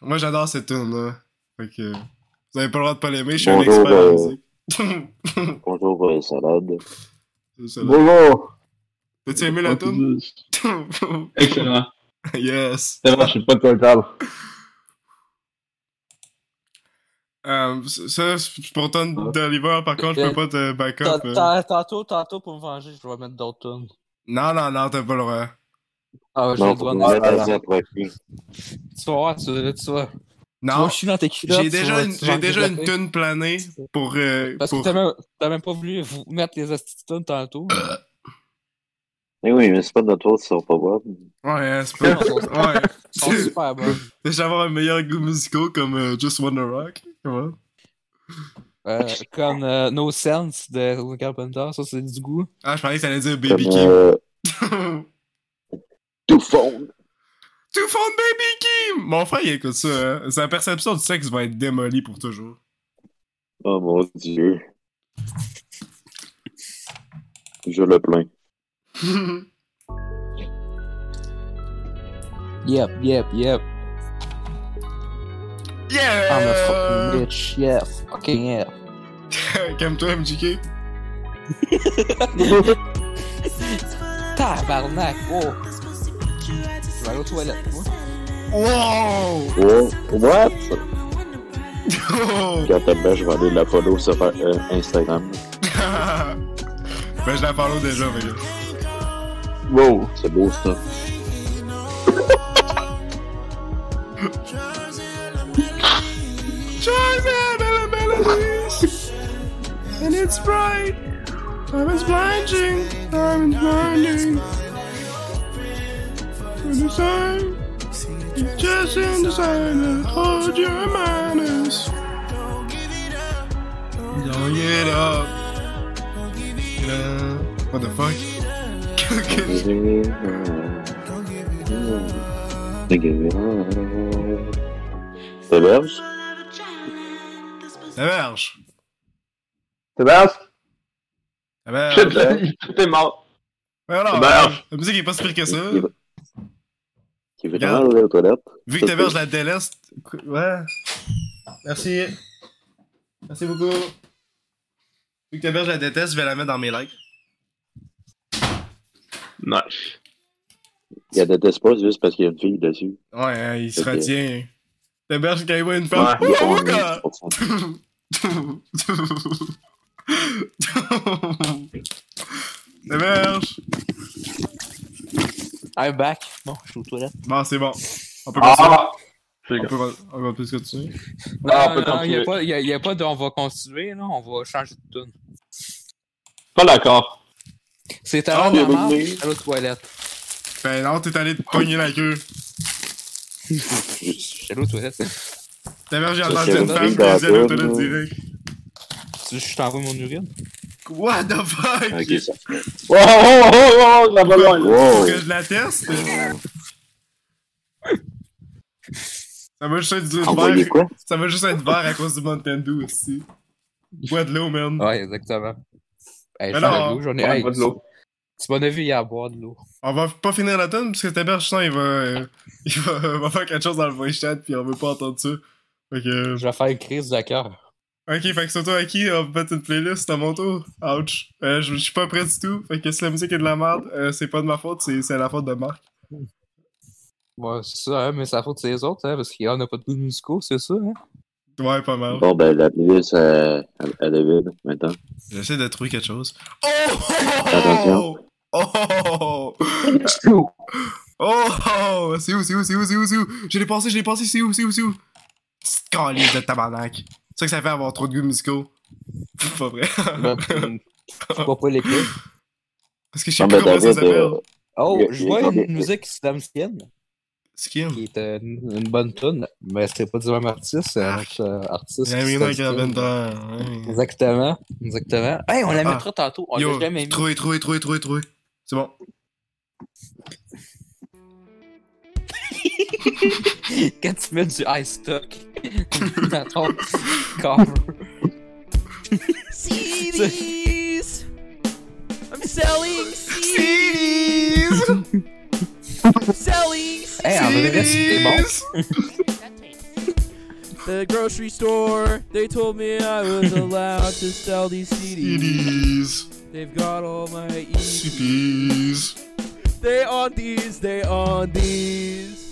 [SPEAKER 1] Moi, j'adore cette tune-là. Fait que... Vous avez pas le droit de pas l'aimer, je suis un
[SPEAKER 3] Bonjour,
[SPEAKER 1] expert en
[SPEAKER 3] euh,
[SPEAKER 1] musique.
[SPEAKER 3] Bonjour, euh, salade.
[SPEAKER 1] C'est ça, là.
[SPEAKER 9] bonjour.
[SPEAKER 1] T'as-tu aimé la tune?
[SPEAKER 9] Excellent.
[SPEAKER 1] yes.
[SPEAKER 9] C'est vrai, je sais pas de quoi je parle.
[SPEAKER 1] Euh, ça, je suis content d'Oliver, par contre, je peux pas te back up. euh.
[SPEAKER 2] Tantôt, tantôt, pour me venger, je vais mettre d'autres tunes.
[SPEAKER 1] Non, non, non, t'as pas le droit.
[SPEAKER 2] Ah, j'ai le
[SPEAKER 3] Non, pour
[SPEAKER 2] droit
[SPEAKER 3] nous
[SPEAKER 2] de mettre.
[SPEAKER 3] mettre à après.
[SPEAKER 2] Tu vas voir, tu vas- tu vas. Tu
[SPEAKER 1] Non,
[SPEAKER 2] vas chier dans tes culottes.
[SPEAKER 1] j'ai
[SPEAKER 2] tu
[SPEAKER 1] déjà
[SPEAKER 2] vas-
[SPEAKER 1] une,
[SPEAKER 2] tu vas
[SPEAKER 1] j'ai déjà une
[SPEAKER 2] regretter.
[SPEAKER 1] tune planée pour, euh,
[SPEAKER 2] Parce
[SPEAKER 1] pour-
[SPEAKER 2] que t'as même, t'as même pas voulu vous mettre les astuces tantôt.
[SPEAKER 3] Eh oui, mais c'est pas de notre faute si on pas voir.
[SPEAKER 1] Ouais, hein, c'est pas... ouais.
[SPEAKER 2] Ils sont super bonnes.
[SPEAKER 1] Déjà avoir un meilleur goût musical comme euh, Just Wanna Rock. Comment?
[SPEAKER 2] Euh, comme euh, No Sense de Will Carpenter, ça c'est du goût.
[SPEAKER 1] Ah, je pensais que t'allais dire Baby
[SPEAKER 3] Comme,
[SPEAKER 1] Kim.
[SPEAKER 3] euh,
[SPEAKER 1] Tout
[SPEAKER 3] tout fond.
[SPEAKER 1] fond de Baby Kim! Mon frère, il écoute ça. hein. Sa perception du sexe va être démolie pour toujours.
[SPEAKER 3] Oh mon dieu. Je le plains.
[SPEAKER 2] Ah, Yep, yep, yep. I'm a fucking
[SPEAKER 1] yeah!
[SPEAKER 2] bitch, yeah, fucking yeah.
[SPEAKER 1] Calme-toi, MJK.
[SPEAKER 2] Tabarnak, oh. Je vais aller aux toilettes, moi.
[SPEAKER 1] Wow!
[SPEAKER 3] Oh, what?
[SPEAKER 1] Oh!
[SPEAKER 3] Quand t'as bien, je vais aller la follow sur euh, Instagram.
[SPEAKER 1] ben, je la parle déjà, mais
[SPEAKER 9] Wow.
[SPEAKER 3] Oh, C'est beau ça.
[SPEAKER 1] Charmander, la melodies! And it's bright! I'm it's blinding! I'm blinding! And the sun, it's just in the silence, hold your manners! Don't get up! Get up! What the fuck?
[SPEAKER 3] Give it up. Give it up. C'est belge?
[SPEAKER 1] Ça marche!
[SPEAKER 9] Sébastien,
[SPEAKER 1] Ça marche!
[SPEAKER 9] tout est mort.
[SPEAKER 1] Alors,
[SPEAKER 9] Ça marche.
[SPEAKER 1] la musique est pas si pire que ça!
[SPEAKER 3] Qui va- Qui veut vraiment aller aux toilettes?
[SPEAKER 1] Vu que ta mère, je la délaisse. Ouais. Merci. Merci beaucoup. Vu que ta mère, je la déteste, je vais la mettre dans mes likes.
[SPEAKER 9] Nice.
[SPEAKER 3] Il y a des pas c'est juste parce qu'il y a une fille dessus.
[SPEAKER 1] Ouais, hein, il se
[SPEAKER 3] Ok.
[SPEAKER 1] retient. Ta mère, quand il voit une
[SPEAKER 9] Ouais,
[SPEAKER 1] femme.
[SPEAKER 3] Il y a
[SPEAKER 1] Oh,
[SPEAKER 3] un
[SPEAKER 1] my God!
[SPEAKER 3] 11%.
[SPEAKER 1] Ta mère!
[SPEAKER 2] I'm back. Bon, je suis aux toilettes.
[SPEAKER 1] Bon, c'est bon. On peut continuer.
[SPEAKER 9] Ah! C'est
[SPEAKER 1] On
[SPEAKER 9] grave.
[SPEAKER 1] peut, on peut plus continuer.
[SPEAKER 9] Ah, on
[SPEAKER 2] Non,
[SPEAKER 9] peut
[SPEAKER 2] non, y a
[SPEAKER 9] continuer.
[SPEAKER 2] pas, y a, y a pas de on va continuer, là. On va changer de tune.
[SPEAKER 9] Pas d'accord.
[SPEAKER 2] C'est
[SPEAKER 1] Ah,
[SPEAKER 2] à
[SPEAKER 1] mais
[SPEAKER 2] la
[SPEAKER 1] oui,
[SPEAKER 2] marche, je
[SPEAKER 3] mais-
[SPEAKER 2] suis allé aux toilettes.
[SPEAKER 1] Ben non, t'es allé te pogner la queue.
[SPEAKER 2] Je suis allé aux toilettes.
[SPEAKER 1] Ta mère, j'ai
[SPEAKER 3] Ça,
[SPEAKER 1] entendu
[SPEAKER 3] c'est
[SPEAKER 1] une
[SPEAKER 3] une
[SPEAKER 1] femme,
[SPEAKER 3] fille
[SPEAKER 1] je les ai
[SPEAKER 3] dans la
[SPEAKER 1] autoroute
[SPEAKER 3] toune.
[SPEAKER 1] direct.
[SPEAKER 2] Tu veux que je t'envoie mon urine?
[SPEAKER 1] What the fuck?
[SPEAKER 3] Ok, ça.
[SPEAKER 9] Oh, oh, oh, oh, oh, la
[SPEAKER 1] Faut
[SPEAKER 9] ballonne.
[SPEAKER 3] Wow!
[SPEAKER 1] que je la teste? Ça va juste être du
[SPEAKER 3] Envoyez
[SPEAKER 1] vert.
[SPEAKER 3] quoi?
[SPEAKER 1] Ça va juste être vert à cause du Mountain Dew aussi. Bois de l'eau, man.
[SPEAKER 2] Ouais, exactement. Hey,
[SPEAKER 1] Mais
[SPEAKER 2] je suis allé
[SPEAKER 1] non.
[SPEAKER 2] aux toilettes, j'en ai.
[SPEAKER 9] Ouais,
[SPEAKER 2] hey,
[SPEAKER 9] pas de l'eau.
[SPEAKER 2] Tu m'en as vu hier boire de l'eau.
[SPEAKER 1] On va pas finir la tonne parce que Taberge, sinon, il va, euh, il va, va faire quelque chose dans le voice chat puis on veut pas entendre ça. Fait que.
[SPEAKER 2] Je vais faire une crise de cœur.
[SPEAKER 1] Ok, fait que sur toi, Aki, on va mettre une playlist à mon tour. Ouch. Euh, je je suis pas prêt du tout. Fait que si la musique est de la merde, euh, c'est pas de ma faute, c'est c'est la faute de Marc.
[SPEAKER 2] Bon, c'est ça, hein, mais c'est la faute des autres, hein, parce qu'il y en a pas de goût musicaux, c'est ça. Hein.
[SPEAKER 1] Ouais, pas mal.
[SPEAKER 3] Bon, ben, la playlist, euh, elle elle est vide maintenant.
[SPEAKER 1] J'essaie de trouver quelque chose. Oh!
[SPEAKER 3] Attention.
[SPEAKER 1] Oh! Oh, oh, c'est où, c'est où, c'est où, c'est où, c'est où? Je l'ai passé, je l'ai passé, c'est où, c'est où, c'est où? Petite calice de tabarnak. C'est ça que ça fait avoir trop de goûts musicaux. Pff, Pas vrai.
[SPEAKER 2] Ben, Je vois pas l'équipe.
[SPEAKER 1] Parce que je sais
[SPEAKER 3] Non,
[SPEAKER 1] plus
[SPEAKER 3] ben,
[SPEAKER 1] comment ça
[SPEAKER 3] David,
[SPEAKER 1] s'appelle.
[SPEAKER 3] euh,
[SPEAKER 2] Oh,
[SPEAKER 3] Il y a-
[SPEAKER 2] je
[SPEAKER 3] il y a-
[SPEAKER 2] vois
[SPEAKER 3] il y a-
[SPEAKER 2] une musique islamicienne
[SPEAKER 1] Skim.
[SPEAKER 2] qui est euh, une une bonne tune, mais c'est pas du même artiste, c'est un autre euh, artiste.
[SPEAKER 1] J'ai mis
[SPEAKER 2] qui
[SPEAKER 1] un
[SPEAKER 2] s'appelle-
[SPEAKER 1] carabineur.
[SPEAKER 2] Exactement, exactement. Hey, on la
[SPEAKER 1] Ah.
[SPEAKER 2] mettra tantôt, on
[SPEAKER 1] Yo,
[SPEAKER 2] l'a jamais mis.
[SPEAKER 1] trouvé, trouvé, trouvé, trouvé, trouvé. C'est bon.
[SPEAKER 2] Quand tu mets du high stock dans ton cover.
[SPEAKER 10] CDs. I'm selling CDs.
[SPEAKER 1] Cities!
[SPEAKER 10] selling
[SPEAKER 2] Hey, en vrai, c'était bon.
[SPEAKER 10] The grocery store. They told me I was allowed to sell these CDs.
[SPEAKER 1] Cities!
[SPEAKER 10] They've got all my E EDs.
[SPEAKER 1] Cities!
[SPEAKER 10] They on these. They on these.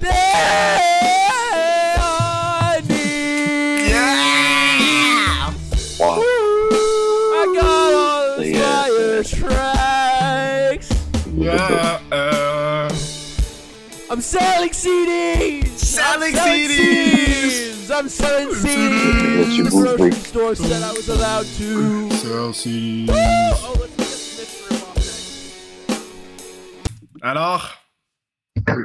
[SPEAKER 10] They on these.
[SPEAKER 1] uh.
[SPEAKER 11] I'm selling CDs!
[SPEAKER 1] Selling
[SPEAKER 11] I'm selling
[SPEAKER 1] CDs!
[SPEAKER 11] CDs! I'm selling
[SPEAKER 1] CDs!
[SPEAKER 11] CDs! The grocery store said I was allowed to.
[SPEAKER 1] Sell CDs.
[SPEAKER 11] Oh, let's get Smith room off next.
[SPEAKER 1] Alors,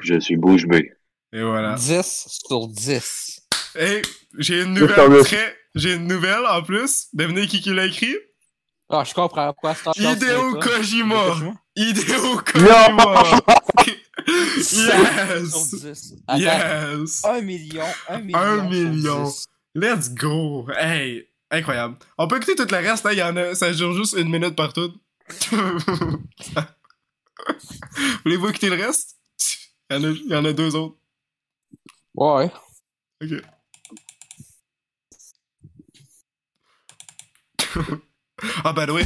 [SPEAKER 3] Je suis bouche bée.
[SPEAKER 1] et voilà.
[SPEAKER 2] 10 sur 10.
[SPEAKER 1] Hey, j'ai une
[SPEAKER 9] Mr.
[SPEAKER 1] nouvelle
[SPEAKER 9] Miss.
[SPEAKER 1] très... J'ai une nouvelle en plus. Devinez qui qui l'a écrit?
[SPEAKER 2] Ah, je comprends pas. c'est encore-
[SPEAKER 1] Hideo
[SPEAKER 2] c'est pas-
[SPEAKER 1] Kojima!
[SPEAKER 2] Kojima?
[SPEAKER 1] Hideo Kojima! yes!
[SPEAKER 2] Sur 10. Attends,
[SPEAKER 1] Yes!
[SPEAKER 2] 1 million, 1 million.
[SPEAKER 1] Un
[SPEAKER 2] sur
[SPEAKER 1] million.
[SPEAKER 2] 10.
[SPEAKER 1] Let's go! Hey! Incroyable. On peut écouter tout le reste, hein, il y en a, ça dure juste une minute par tout. Voulez-vous écouter le reste? Il y, en a, il y en a deux autres.
[SPEAKER 2] Ouais.
[SPEAKER 1] Ok. ah, by the way,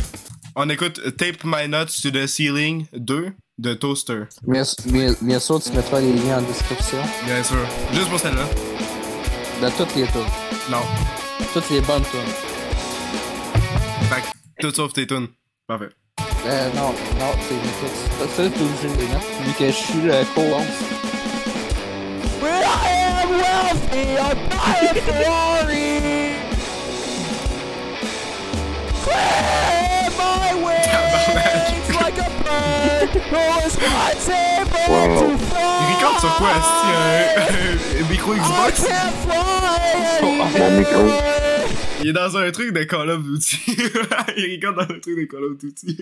[SPEAKER 1] on écoute Tape My Nuts to the Ceiling 2 de Toaster.
[SPEAKER 2] Bien, bien- bien sûr, tu mettras les liens en description
[SPEAKER 1] Bien sûr. Juste pour celle-là.
[SPEAKER 2] de toutes les tunes.
[SPEAKER 1] Non.
[SPEAKER 2] Toutes les bonnes tunes.
[SPEAKER 1] Fait que, tout sauf tes tunes. Parfait.
[SPEAKER 2] Euh, non, non, c'est une toute. Ça, t'es obligé de les mettre. Vu que je suis le co-11.
[SPEAKER 11] When I am wealthy, I buy a Ferrari! Clear my wings like a bird who is wanted
[SPEAKER 3] Wow.
[SPEAKER 11] to fly!
[SPEAKER 1] Il record sur quoi, est-ce un micro
[SPEAKER 11] I
[SPEAKER 1] Xbox?
[SPEAKER 11] can't fly
[SPEAKER 3] Mon micro.
[SPEAKER 11] anymore.
[SPEAKER 1] Il est dans un truc de Call of Duty. Il regarde dans un truc de Call of Duty.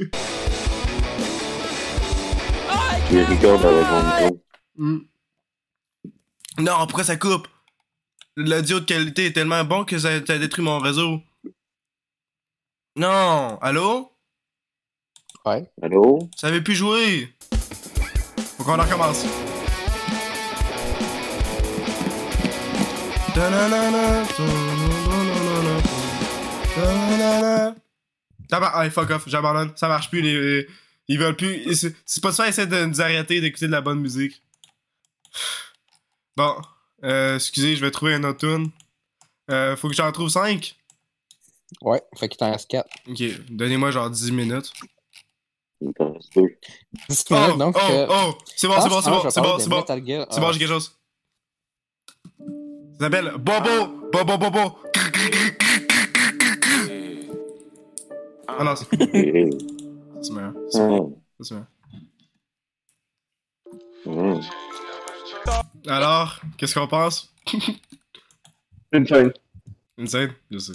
[SPEAKER 11] I
[SPEAKER 3] Il
[SPEAKER 11] can't
[SPEAKER 3] regarde avec
[SPEAKER 11] fly.
[SPEAKER 3] mon micro.
[SPEAKER 1] Hmm. Non, pourquoi ça coupe? L'audio de qualité est tellement bon que ça, ça détruit mon réseau. Non! Allô?
[SPEAKER 3] Allô?
[SPEAKER 1] Ça avait plus jouer! Faut qu'on en recommence. Ta-na-na-na, ta-na-na-na-na, ta-na-na. Tabar- Ah, fuck off, j'abandonne. Ça marche plus, les... euh, Ils veulent plus... ils se- Spotify essaie de nous arrêter d'écouter de la bonne musique. Bon. Euh, excusez, je vais trouver un autre tune. Euh, faut que j'en trouve 5.
[SPEAKER 2] Ouais, fait qu'il t'en reste 4.
[SPEAKER 1] Ok, donnez-moi genre 10 minutes.
[SPEAKER 3] Il me reste deux.
[SPEAKER 2] 10
[SPEAKER 1] Oh,
[SPEAKER 2] minutes, donc.
[SPEAKER 1] oh,
[SPEAKER 2] euh,
[SPEAKER 1] oh! C'est bon, c'est bon, c'est
[SPEAKER 2] ah,
[SPEAKER 1] bon,
[SPEAKER 2] je vais
[SPEAKER 1] c'est bon,
[SPEAKER 2] parler de
[SPEAKER 1] c'est bon.
[SPEAKER 2] Metal Gear.
[SPEAKER 1] C'est bon, j'ai quelque chose. Ça s'appelle Bobo! Bobo Bobo! Ah non, c'est
[SPEAKER 3] Et- euh,
[SPEAKER 1] c'est meilleur. C'est
[SPEAKER 3] Ah,
[SPEAKER 1] c'est meilleur.
[SPEAKER 3] ah.
[SPEAKER 1] Alors, qu'est-ce qu'on pense?
[SPEAKER 9] Insane.
[SPEAKER 1] Insane? Je sais.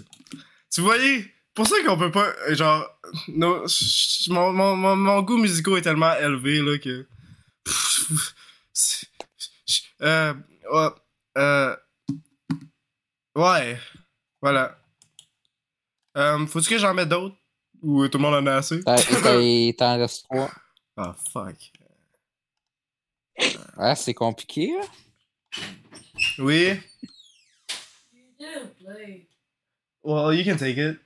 [SPEAKER 1] Tu voyez? Pour ça qu'on peut pas. euh, Genre. nos- ch- mon, mon, mon, mon goût musical est tellement élevé là que. Pff, c'est- ch- euh, ouais, euh, ouais. Voilà. Euh, Faut-tu que j'en mette d'autres? Ou tout le monde en a assez?
[SPEAKER 2] Ah, et t'en- Il t'en reste 3.
[SPEAKER 1] Ah, fuck.
[SPEAKER 2] Ah, c'est compliqué. hein.
[SPEAKER 1] Oui? Well, you can take it.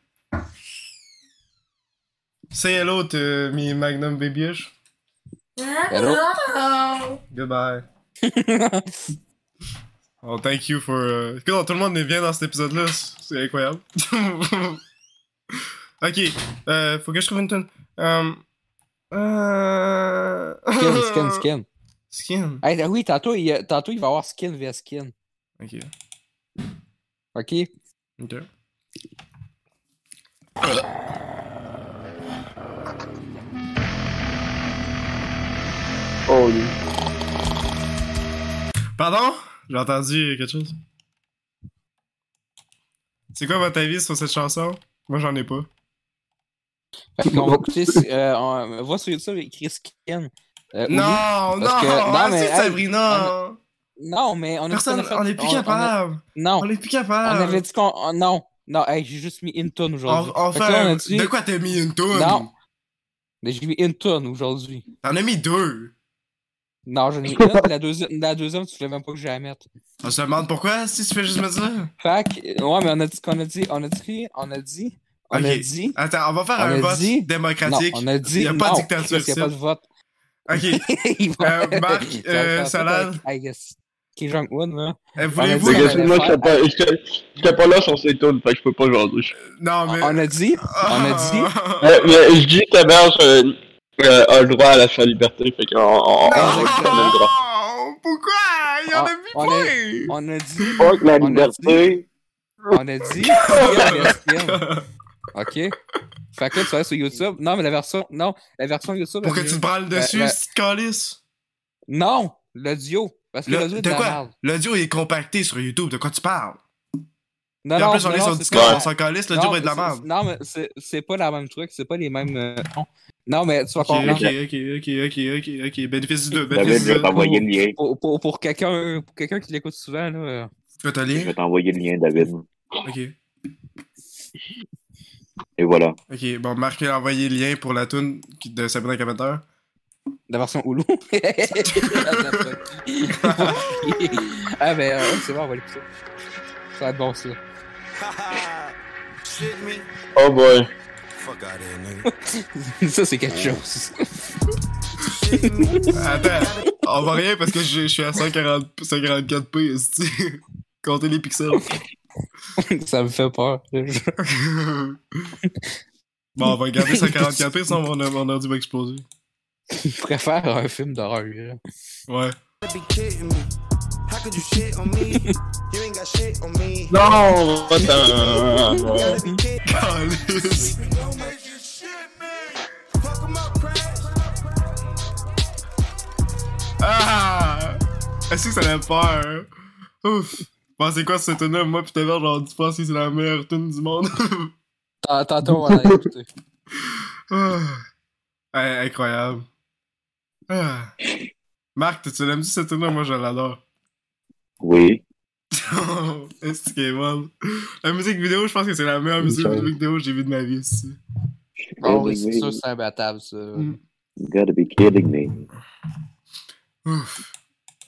[SPEAKER 1] Say hello to me, Magnum babyish.
[SPEAKER 2] Hello?
[SPEAKER 1] Goodbye. oh, thank you for. euh, écoute, tout le monde est bien dans cet épisode-là. c- C'est incroyable. ok, euh, faut que je trouve une tonne. Euh. euh...
[SPEAKER 2] Skin, skin, skin.
[SPEAKER 1] Skin.
[SPEAKER 2] Hey, ben oui, tantôt il, y a- tantôt, il va y avoir skin vs skin.
[SPEAKER 1] Ok.
[SPEAKER 2] OK?
[SPEAKER 1] Ok.
[SPEAKER 9] Oh, oui.
[SPEAKER 1] Pardon? J'ai entendu quelque chose. C'est quoi votre avis sur cette chanson? Moi, j'en ai
[SPEAKER 2] Euh,
[SPEAKER 1] pas.
[SPEAKER 2] Fait qu'on va écouter. si- euh, on va sur YouTube et écrire skin. Euh, oui.
[SPEAKER 1] Non, non,
[SPEAKER 2] Parce que- non,
[SPEAKER 1] arrête,
[SPEAKER 2] mais, hey,
[SPEAKER 1] Sabrina!
[SPEAKER 2] Non, mais on a
[SPEAKER 1] Personne,
[SPEAKER 2] dit qu'on a fait-
[SPEAKER 1] on est plus
[SPEAKER 2] on- on a-
[SPEAKER 1] capable!
[SPEAKER 2] Non,
[SPEAKER 1] On est plus
[SPEAKER 2] on
[SPEAKER 1] capable!
[SPEAKER 2] avait dit qu'on. on- Non, non, hey, j'ai juste mis une tonne aujourd'hui.
[SPEAKER 1] On, on
[SPEAKER 2] Fait
[SPEAKER 1] fait
[SPEAKER 2] que là, on
[SPEAKER 1] un-
[SPEAKER 2] a dit-
[SPEAKER 1] De quoi t'as mis une toune?
[SPEAKER 2] Non. Mais J'ai mis une tonne aujourd'hui.
[SPEAKER 1] T'en as mis deux!
[SPEAKER 2] Non, j'en ai une, puis la deuxième, la deuxième, tu voulais même pas que je la mette.
[SPEAKER 1] On se demande pourquoi si tu fais juste mettre ça?
[SPEAKER 2] Fait que, ouais, mais on a dit qu'on a dit, on a dit, on a dit, on a
[SPEAKER 1] Ok.
[SPEAKER 2] dit.
[SPEAKER 1] Attends, on va faire
[SPEAKER 2] On
[SPEAKER 1] un
[SPEAKER 2] a
[SPEAKER 1] vote
[SPEAKER 2] dit- Non,
[SPEAKER 1] démocratique.
[SPEAKER 2] on a dit.
[SPEAKER 1] Il y a pas de
[SPEAKER 2] non,
[SPEAKER 1] dictature
[SPEAKER 2] parce qu'il y a pas de vote.
[SPEAKER 1] Ok,
[SPEAKER 2] Il va-
[SPEAKER 1] Euh, Marc,
[SPEAKER 2] Ça
[SPEAKER 1] euh,
[SPEAKER 2] va faire
[SPEAKER 1] Salade.
[SPEAKER 2] tout avec- I guess. Kim Jong-un, là.
[SPEAKER 1] euh,
[SPEAKER 2] On
[SPEAKER 9] Mais
[SPEAKER 2] a
[SPEAKER 1] voulez-vous?
[SPEAKER 2] dit-
[SPEAKER 9] gars, moi, j'étais pas, j'étais- j'étais pas là sur ces tunes, fait que je peux pas aujourd'hui.
[SPEAKER 1] Non, mais. Ah.
[SPEAKER 2] On a dit, on a dit,
[SPEAKER 9] Mais, mais je dis que la berge
[SPEAKER 1] Ah,
[SPEAKER 9] euh, euh, a le droit à la sa liberté, fait qu'on on, on, on a le droit.
[SPEAKER 1] Non! Oh, Pourquoi on
[SPEAKER 2] Ah,
[SPEAKER 1] a mis
[SPEAKER 2] on
[SPEAKER 1] point!
[SPEAKER 2] On a dit.
[SPEAKER 3] Fuck la
[SPEAKER 2] On a dit-
[SPEAKER 3] liberté!
[SPEAKER 2] On a dit. Kill Best Kill. OK? Fait que là, tu vas aller sur YouTube. Non, mais la version. Non, la version YouTube.
[SPEAKER 1] Pour que
[SPEAKER 2] elle
[SPEAKER 1] tu
[SPEAKER 2] vient-
[SPEAKER 1] te brales dessus,
[SPEAKER 2] la-
[SPEAKER 1] si tu calices.
[SPEAKER 2] Non! L'audio. Parce que
[SPEAKER 1] Le-
[SPEAKER 2] l'audio est de
[SPEAKER 1] De
[SPEAKER 2] la
[SPEAKER 1] quoi?
[SPEAKER 2] merde.
[SPEAKER 1] L'audio est compacté sur YouTube, de quoi tu parles?
[SPEAKER 2] Non,
[SPEAKER 1] Et en
[SPEAKER 2] non,
[SPEAKER 1] plus, on
[SPEAKER 2] non,
[SPEAKER 1] est sur
[SPEAKER 2] c'est
[SPEAKER 1] Discord,
[SPEAKER 2] pas-
[SPEAKER 1] on s'en calisse, l'audio
[SPEAKER 2] Non,
[SPEAKER 1] est de la
[SPEAKER 2] c'est-
[SPEAKER 1] merde.
[SPEAKER 2] Non, mais c'est- c'est pas la même truc. C'est pas les mêmes. euh, non. non, mais tu vas
[SPEAKER 1] Ok, ok,
[SPEAKER 2] comprendre.
[SPEAKER 1] ok, ok, ok, ok, bénéfice du 2,
[SPEAKER 3] David,
[SPEAKER 1] bénéfice
[SPEAKER 3] je
[SPEAKER 1] du
[SPEAKER 3] vais
[SPEAKER 1] 2.
[SPEAKER 3] t'envoyer le lien.
[SPEAKER 2] Pour, pour, pour quelqu'un pour quelqu'un qui l'écoute souvent, là. euh,
[SPEAKER 1] Tu veux te
[SPEAKER 3] Je vais
[SPEAKER 1] lire?
[SPEAKER 3] t'envoyer le lien, David.
[SPEAKER 1] Ok.
[SPEAKER 3] Et voilà.
[SPEAKER 1] Ok, bon, Marc a envoyé le lien pour la toune qui- de Sabrina Carpenter.
[SPEAKER 2] La version Hulu. ah, mais euh, c'est bon, on va l'écouter. Ça va être bon, ça.
[SPEAKER 10] Shit me.
[SPEAKER 9] Oh boy.
[SPEAKER 10] Fuck out here, nigga.
[SPEAKER 2] ça, c'est quelque chose.
[SPEAKER 10] Shit me.
[SPEAKER 1] Attends, on voit rien parce que je, je suis à 140 144p, esti. Comptez les pixels.
[SPEAKER 2] ça me fait peur.
[SPEAKER 1] bon, on va garder 144p, sinon mon, mon ordi va exploser.
[SPEAKER 2] Je préfère un film d'horreur. là.
[SPEAKER 1] Ouais.
[SPEAKER 10] Gotta be kidding me. How could you shit on me? You ain't got shit on me.
[SPEAKER 9] Non, what euh,
[SPEAKER 10] You
[SPEAKER 9] the...
[SPEAKER 10] gotta be kidding
[SPEAKER 1] Calice.
[SPEAKER 10] me. Don't make you shit me. Fuck 'em up, crash.
[SPEAKER 1] Ah! Est-ce que ça fait peur? Ouf. Pensez quoi cette tune-là? Moi pis Taylor, genre, tu penses que c'est la meilleure tune du monde?
[SPEAKER 2] Tant- Tantôt, on va l'écouter.
[SPEAKER 1] Ah. Ouais, incroyable. Ah. Marc, tu l'aimes-tu cette tune-là? Moi, je l'adore.
[SPEAKER 3] Oui.
[SPEAKER 1] Est-ce qu'elle est bonne? La musique vidéo, je pense que c'est la meilleure musique
[SPEAKER 9] Michel.
[SPEAKER 1] vidéo que j'ai vue de ma vie ici.
[SPEAKER 2] Bon, Oh,
[SPEAKER 3] Kidding
[SPEAKER 2] oui, c'est
[SPEAKER 3] me.
[SPEAKER 2] sûr, c'est imbattable, ça.
[SPEAKER 1] Mm.
[SPEAKER 3] You gotta be kidding me.
[SPEAKER 1] Ouf.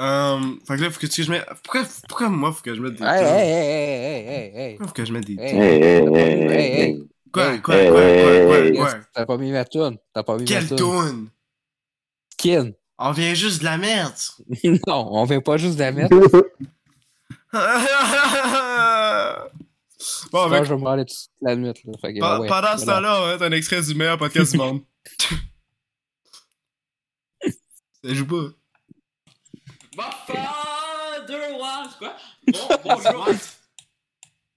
[SPEAKER 1] Hum, fait que là, faut que tu je mette. Pourquoi, pourquoi moi, faut que je mette des.
[SPEAKER 2] Hey, hey, hey, hey, hey, hey, hey.
[SPEAKER 1] Pourquoi faut que je mette des.
[SPEAKER 2] Hey,
[SPEAKER 3] Hey,
[SPEAKER 2] t'as
[SPEAKER 3] hey,
[SPEAKER 2] pas
[SPEAKER 3] hey,
[SPEAKER 2] mis-
[SPEAKER 3] hey, hey.
[SPEAKER 1] Quoi,
[SPEAKER 2] hey.
[SPEAKER 1] quoi,
[SPEAKER 3] Hey,
[SPEAKER 1] quoi,
[SPEAKER 3] hey,
[SPEAKER 1] quoi,
[SPEAKER 3] hey,
[SPEAKER 1] quoi, quoi?
[SPEAKER 2] T'as pas mis ma toune. T'as pas mis ma
[SPEAKER 1] Quelle
[SPEAKER 2] toune.
[SPEAKER 1] tune?
[SPEAKER 2] Skin.
[SPEAKER 1] On vient juste de la merde!
[SPEAKER 2] non, on vient pas juste de la mettre.
[SPEAKER 1] bon,
[SPEAKER 2] Là,
[SPEAKER 1] ben,
[SPEAKER 2] je vais me râler toute la nuit. Là. Fait que,
[SPEAKER 1] pe-
[SPEAKER 2] ben ouais,
[SPEAKER 1] pendant ce
[SPEAKER 2] voilà.
[SPEAKER 1] temps-là, on va mettre un extrait du meilleur podcast du monde. Ça joue pas.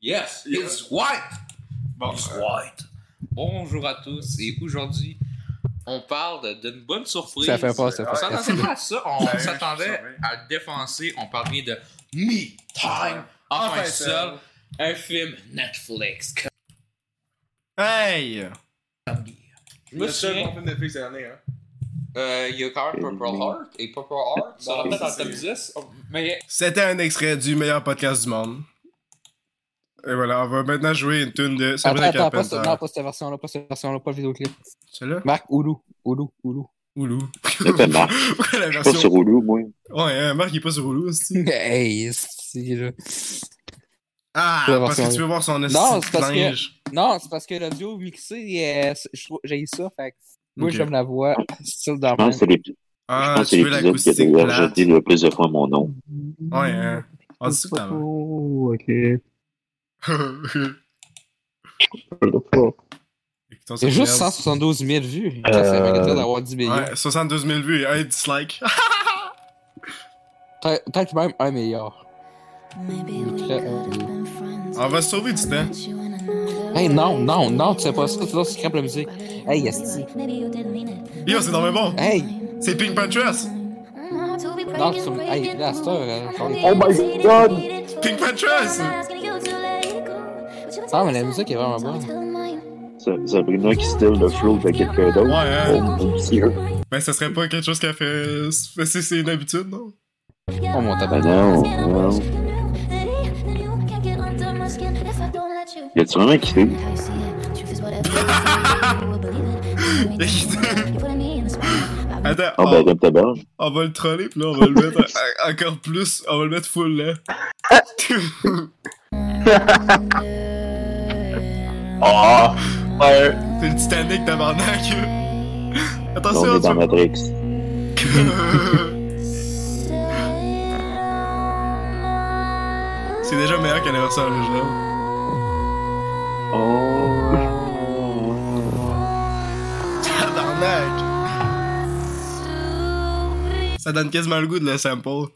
[SPEAKER 12] Yes, it's white!
[SPEAKER 1] euh,
[SPEAKER 12] white. Bonjour à tous, et aujourd'hui, on parle de- d'une bonne surprise.
[SPEAKER 2] Ça fait pas, ça
[SPEAKER 12] On
[SPEAKER 2] fait pas.
[SPEAKER 12] s'attendait pas à ça, on
[SPEAKER 1] Ouais, je
[SPEAKER 12] s'attendait
[SPEAKER 1] suis
[SPEAKER 12] à le défoncer, on parlait de Me Time,
[SPEAKER 1] Ah,
[SPEAKER 12] enfin seul, un film Netflix.
[SPEAKER 1] Hey!
[SPEAKER 12] Je me souviens,
[SPEAKER 1] film Netflix cette année, hein?
[SPEAKER 12] euh, il y a quand même Purple Heart, et Purple Heart, ça va peut-être dans le top 10, mais
[SPEAKER 1] C'était un extrait du meilleur podcast du monde. Et voilà, on va maintenant jouer une tune de
[SPEAKER 2] Attends,
[SPEAKER 1] Sabrina
[SPEAKER 2] attends, pas, ce-
[SPEAKER 1] Carpenter.
[SPEAKER 2] non, pas cette version-là, pas cette version-là, pas le vidéoclip.
[SPEAKER 1] Celle-là?
[SPEAKER 2] Marc, Oulu, Oulu, Oulu.
[SPEAKER 1] Oulou.
[SPEAKER 3] Ça fait marre.
[SPEAKER 1] Pourquoi la
[SPEAKER 3] Pas sur
[SPEAKER 1] version.
[SPEAKER 3] Hulu, moi.
[SPEAKER 1] Ouais, hein, Marc, il est pas sur Oulou aussi.
[SPEAKER 2] hey, c'est là.
[SPEAKER 1] Ah,
[SPEAKER 2] La
[SPEAKER 1] parce
[SPEAKER 2] version-
[SPEAKER 1] que tu veux voir son esti
[SPEAKER 2] Non,
[SPEAKER 1] de
[SPEAKER 2] c'est parce que-
[SPEAKER 1] linge.
[SPEAKER 2] Non, c'est parce que l'audio mixé, euh, je trouve- j'ai ça, fait que moi,
[SPEAKER 1] Ok.
[SPEAKER 2] j'aime la voix style
[SPEAKER 3] Je pense que
[SPEAKER 2] d'Armand.
[SPEAKER 3] c'est l'épi- je
[SPEAKER 1] Ah,
[SPEAKER 3] pense que
[SPEAKER 1] tu
[SPEAKER 3] c'est
[SPEAKER 1] veux
[SPEAKER 3] l'épisode qui a
[SPEAKER 1] l'acoustique
[SPEAKER 3] déjà
[SPEAKER 1] plate.
[SPEAKER 3] jeté le plus de fois mon nom.
[SPEAKER 1] Ouais, hein. On dit ça que t'as
[SPEAKER 2] Oh, ok.
[SPEAKER 1] Écoutons ça,
[SPEAKER 2] C'est juste
[SPEAKER 1] merde.
[SPEAKER 2] 172 000 vues. Ça, c'est vrai que t'as d'avoir 10 millions.
[SPEAKER 1] Ouais, 72 000 vues et un dislike.
[SPEAKER 2] Peut- Peut-être même 1 milliard.
[SPEAKER 7] Maybe we
[SPEAKER 2] Très-
[SPEAKER 7] could've been friends.
[SPEAKER 1] On va se sauver du temps.
[SPEAKER 2] Hey, non, non, non, tu sais pas ça, tu dois scraper la musique. Hey, esti.
[SPEAKER 1] Yo, c'est normal bon.
[SPEAKER 2] Hey!
[SPEAKER 1] C'est Pink Panthers.
[SPEAKER 7] Non,
[SPEAKER 2] tu- hey, là, c'est heure, hein, j'en ai-
[SPEAKER 7] Oh my god!
[SPEAKER 1] Pink Panthers.
[SPEAKER 7] Ah, mais la musique est vraiment bonne.
[SPEAKER 3] Sa- Sabrina qui steal le flow de quelqu'un d'autre.
[SPEAKER 1] Ouais, hein.
[SPEAKER 3] Oh, mon Dieu.
[SPEAKER 1] Ben, ça serait pas quelque chose qu'elle fait. c'est- C'est c'est une habitude, non?
[SPEAKER 2] Oh, mon tabac.
[SPEAKER 3] Ben non, non. Y a-tu vraiment quitté?
[SPEAKER 1] Attends,
[SPEAKER 3] Ah, ben,
[SPEAKER 1] on,
[SPEAKER 3] comme ta barge.
[SPEAKER 1] on va le troller, pis là, on va le mettre en- encore plus. On va le mettre full, là.
[SPEAKER 9] Ah, ouais.
[SPEAKER 1] C'est le Titanic, tabarnak.
[SPEAKER 3] On
[SPEAKER 1] Attention,
[SPEAKER 3] est dans Matrix.
[SPEAKER 1] tu- C'est déjà meilleur qu'un anniversaire original.
[SPEAKER 3] Oh.
[SPEAKER 1] Tabarnak. Ça donne quasiment le goût de le sample.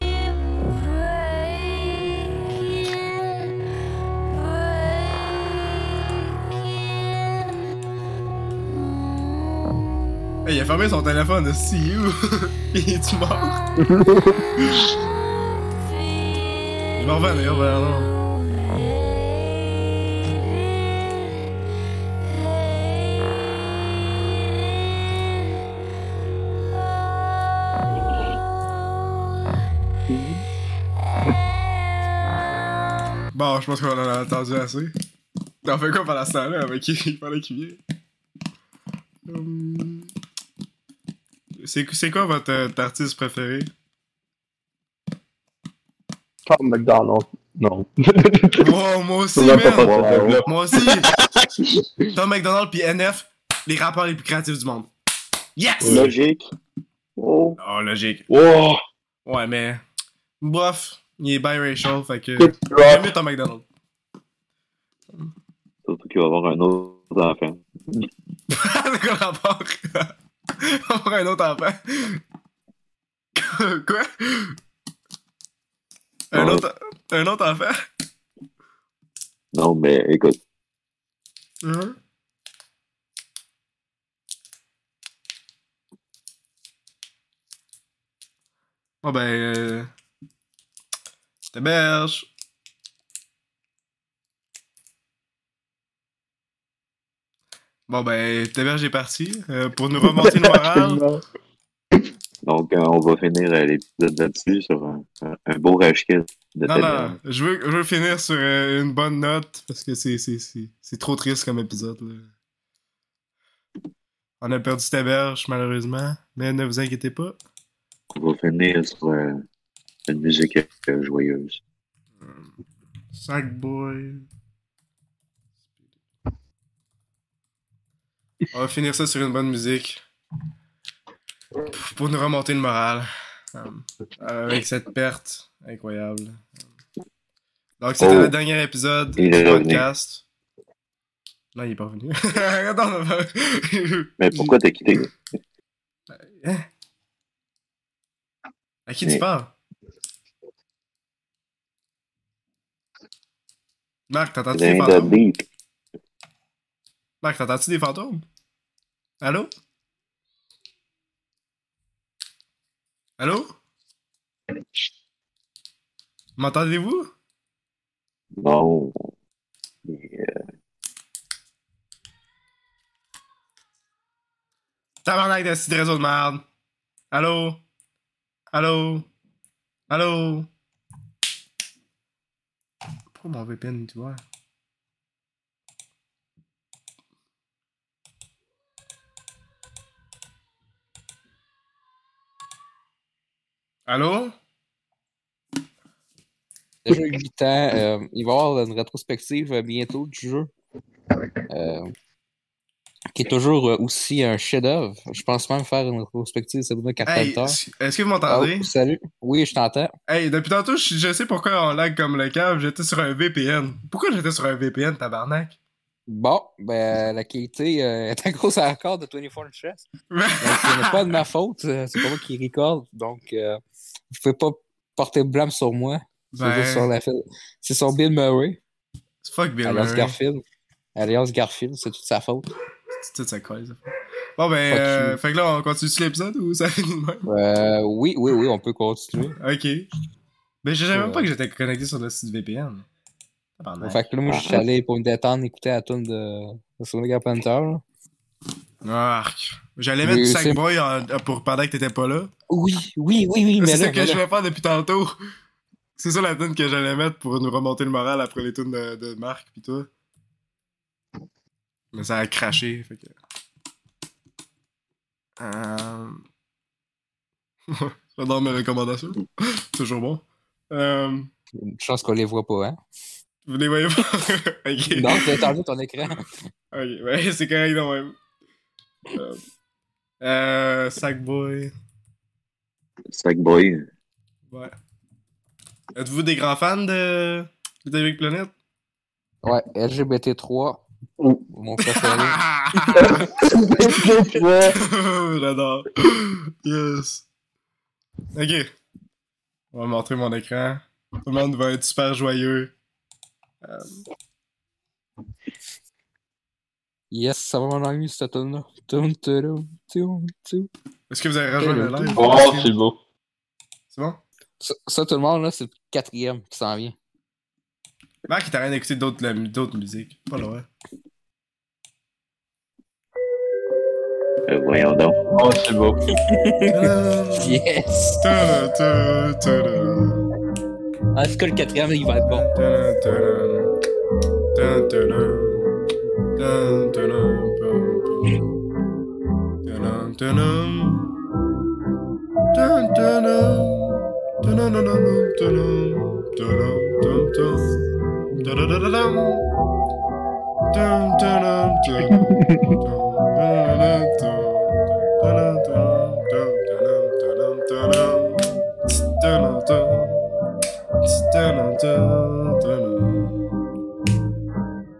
[SPEAKER 1] Hey, il a fermé son téléphone, see you! Il est mort? Il va revenir, ben non. Bon, je pense qu'on en a entendu assez. T'en fais quoi pendant ce temps-là avec il fallait qu'il vienne? Hum. C'est c'est quoi votre euh, artiste préféré?
[SPEAKER 9] Tom McDonald. Non.
[SPEAKER 1] Wow, Oh, moi aussi,
[SPEAKER 9] C'est n'importe
[SPEAKER 1] man!
[SPEAKER 9] quoi, là.
[SPEAKER 1] Moi aussi! Tom McDonald puis NF, les rappeurs les plus créatifs du monde. Yes!
[SPEAKER 3] Logique. Oh.
[SPEAKER 1] Oh, logique.
[SPEAKER 9] Wow.
[SPEAKER 1] Ouais, mais. Bof, il est biracial, fait que.
[SPEAKER 9] Quick
[SPEAKER 1] J'aime
[SPEAKER 9] drop.
[SPEAKER 1] mieux Tom McDonald.
[SPEAKER 3] Surtout qu'il va avoir un autre enfant.
[SPEAKER 1] C'est quoi le rapport? On prend un autre enfant. quoi? Un
[SPEAKER 3] Ouais.
[SPEAKER 1] autre, un autre enfant?
[SPEAKER 3] Non, mais écoute,
[SPEAKER 1] Mhm. Bon ben. Euh... T'héberges. Bon ben, t'héberges est parti. Euh, pour nous remonter le moral.
[SPEAKER 3] donc euh, on va finir euh, l'épisode là-dessus sur un, un- un beau rage-kit de
[SPEAKER 1] Non,
[SPEAKER 3] Telegram.
[SPEAKER 1] non, je veux, je veux finir sur euh, une bonne note parce que c'est, c'est, c'est, c'est trop triste comme épisode. là. On a perdu Taberge, malheureusement, mais ne vous inquiétez pas.
[SPEAKER 3] On va finir sur euh, une musique euh, joyeuse.
[SPEAKER 1] Sackboy. On va finir ça sur une bonne musique. Pour nous remonter le moral. Um, avec cette perte incroyable. Donc, c'était
[SPEAKER 3] Oh.
[SPEAKER 1] le dernier épisode
[SPEAKER 3] Il
[SPEAKER 1] du
[SPEAKER 3] est revenu.
[SPEAKER 1] podcast. Non, il est pas revenu. Attends, on va-
[SPEAKER 3] Mais pourquoi t'as quitté?
[SPEAKER 1] À qui tu
[SPEAKER 3] Mais-
[SPEAKER 1] parles Marc, t'entends-tu des
[SPEAKER 3] Rien
[SPEAKER 1] fantômes
[SPEAKER 3] de deep.
[SPEAKER 1] Marc, t'entends-tu des fantômes? Allô? Allô? M'entendez-vous?
[SPEAKER 3] Non. Mais, euh,
[SPEAKER 1] Tabarnak de petit réseau de merde. Allô? Allô? Allô? Pourquoi mon VPN, tu vois? Allô?
[SPEAKER 2] Déjà 8 ans, euh, il va y avoir une rétrospective euh, bientôt du jeu. euh, qui est toujours euh, aussi un chef-d'œuvre. Je pense même faire une rétrospective de Sabrina
[SPEAKER 1] Hey,
[SPEAKER 2] Carpenter.
[SPEAKER 1] est-ce est-ce que vous
[SPEAKER 2] Ah,
[SPEAKER 1] m'entendez?
[SPEAKER 2] salut. Oui, je t'entends.
[SPEAKER 1] Hey, depuis tantôt, je, je sais pourquoi on lag comme le câble. J'étais sur un VPN. Pourquoi j'étais sur un VPN, tabarnak?
[SPEAKER 2] Bon, ben, la qualité euh, est à cause encore de 24 Chess.
[SPEAKER 1] Ben,
[SPEAKER 2] Donc, ce n'est pas de ma faute. euh, C'est pas moi qui record. Donc, euh, je ne peux pas porter le blâme sur moi. C'est
[SPEAKER 1] Ben.
[SPEAKER 2] juste sur la fil- C'est sur Bill Murray,
[SPEAKER 1] Fuck Bill
[SPEAKER 2] Alliance
[SPEAKER 1] Murray.
[SPEAKER 2] Garfield. Alliance Garfield, c'est toute sa faute.
[SPEAKER 1] C'est toute sa colle, ça. Bon, ben,
[SPEAKER 2] Fuck
[SPEAKER 1] euh,
[SPEAKER 2] you.
[SPEAKER 1] fait que là, on continue l'épisode ou ça finit de même?
[SPEAKER 2] Euh, oui, oui, oui, on peut continuer.
[SPEAKER 1] Ok. Ben, je savais même
[SPEAKER 2] Ouais.
[SPEAKER 1] pas que j'étais connecté sur le site VPN. Tabarnak.
[SPEAKER 2] Fait que là, moi, je suis allé pour me détendre, écouter la tune de, de Sonic Carpenter. là.
[SPEAKER 1] Arc. J'allais mettre
[SPEAKER 2] Oui,
[SPEAKER 1] du
[SPEAKER 2] c'est-
[SPEAKER 1] Sackboy en- pour pendant que t'étais pas là.
[SPEAKER 2] Oui, oui, oui, oui, mais
[SPEAKER 1] C'est
[SPEAKER 2] là,
[SPEAKER 1] ça que
[SPEAKER 2] mais
[SPEAKER 1] je
[SPEAKER 2] là,
[SPEAKER 1] vais faire depuis tantôt. C'est ça la tune que j'allais mettre pour nous remonter le moral après les tunes de, de Marc pis toi. Mais ça a craché, fait que... Euh... J'adore mes recommandations. Toujours bon. Euh...
[SPEAKER 2] une chance qu'on les voit pas, hein.
[SPEAKER 1] Vous les voyez pas? ok.
[SPEAKER 2] Non, tu as enlevé ton écran.
[SPEAKER 1] Ok, ouais, c'est correct non même. Euh, euh, Sackboy.
[SPEAKER 3] Sackboy.
[SPEAKER 1] Ouais. Êtes-vous des grands fans de Ludovic Planet?
[SPEAKER 2] Ouais, LGBT3.
[SPEAKER 9] Oh.
[SPEAKER 2] Mon préféré.
[SPEAKER 1] J'adore. Yes. Ok. On va montrer mon écran. Tout le monde va être super joyeux. Euh,
[SPEAKER 2] Yes, ça va m'en ennuyer, cette tune-là. Tune, tune, tune, tune.
[SPEAKER 1] Est-ce que vous avez rejoint le live?
[SPEAKER 9] Oh, c'est beau.
[SPEAKER 1] C'est bon?
[SPEAKER 2] Ça, ça, tout le monde, là, c'est le quatrième qui s'en vient.
[SPEAKER 1] Marc, il t'arrête d'écouter d'autres la- d'autres musiques. Pas loin.
[SPEAKER 3] Euh, voyons donc.
[SPEAKER 9] Oh, c'est beau.
[SPEAKER 2] Yes!
[SPEAKER 1] Ta-da, ta-da, ta-da.
[SPEAKER 2] En tout cas, le quatrième, il va être bon.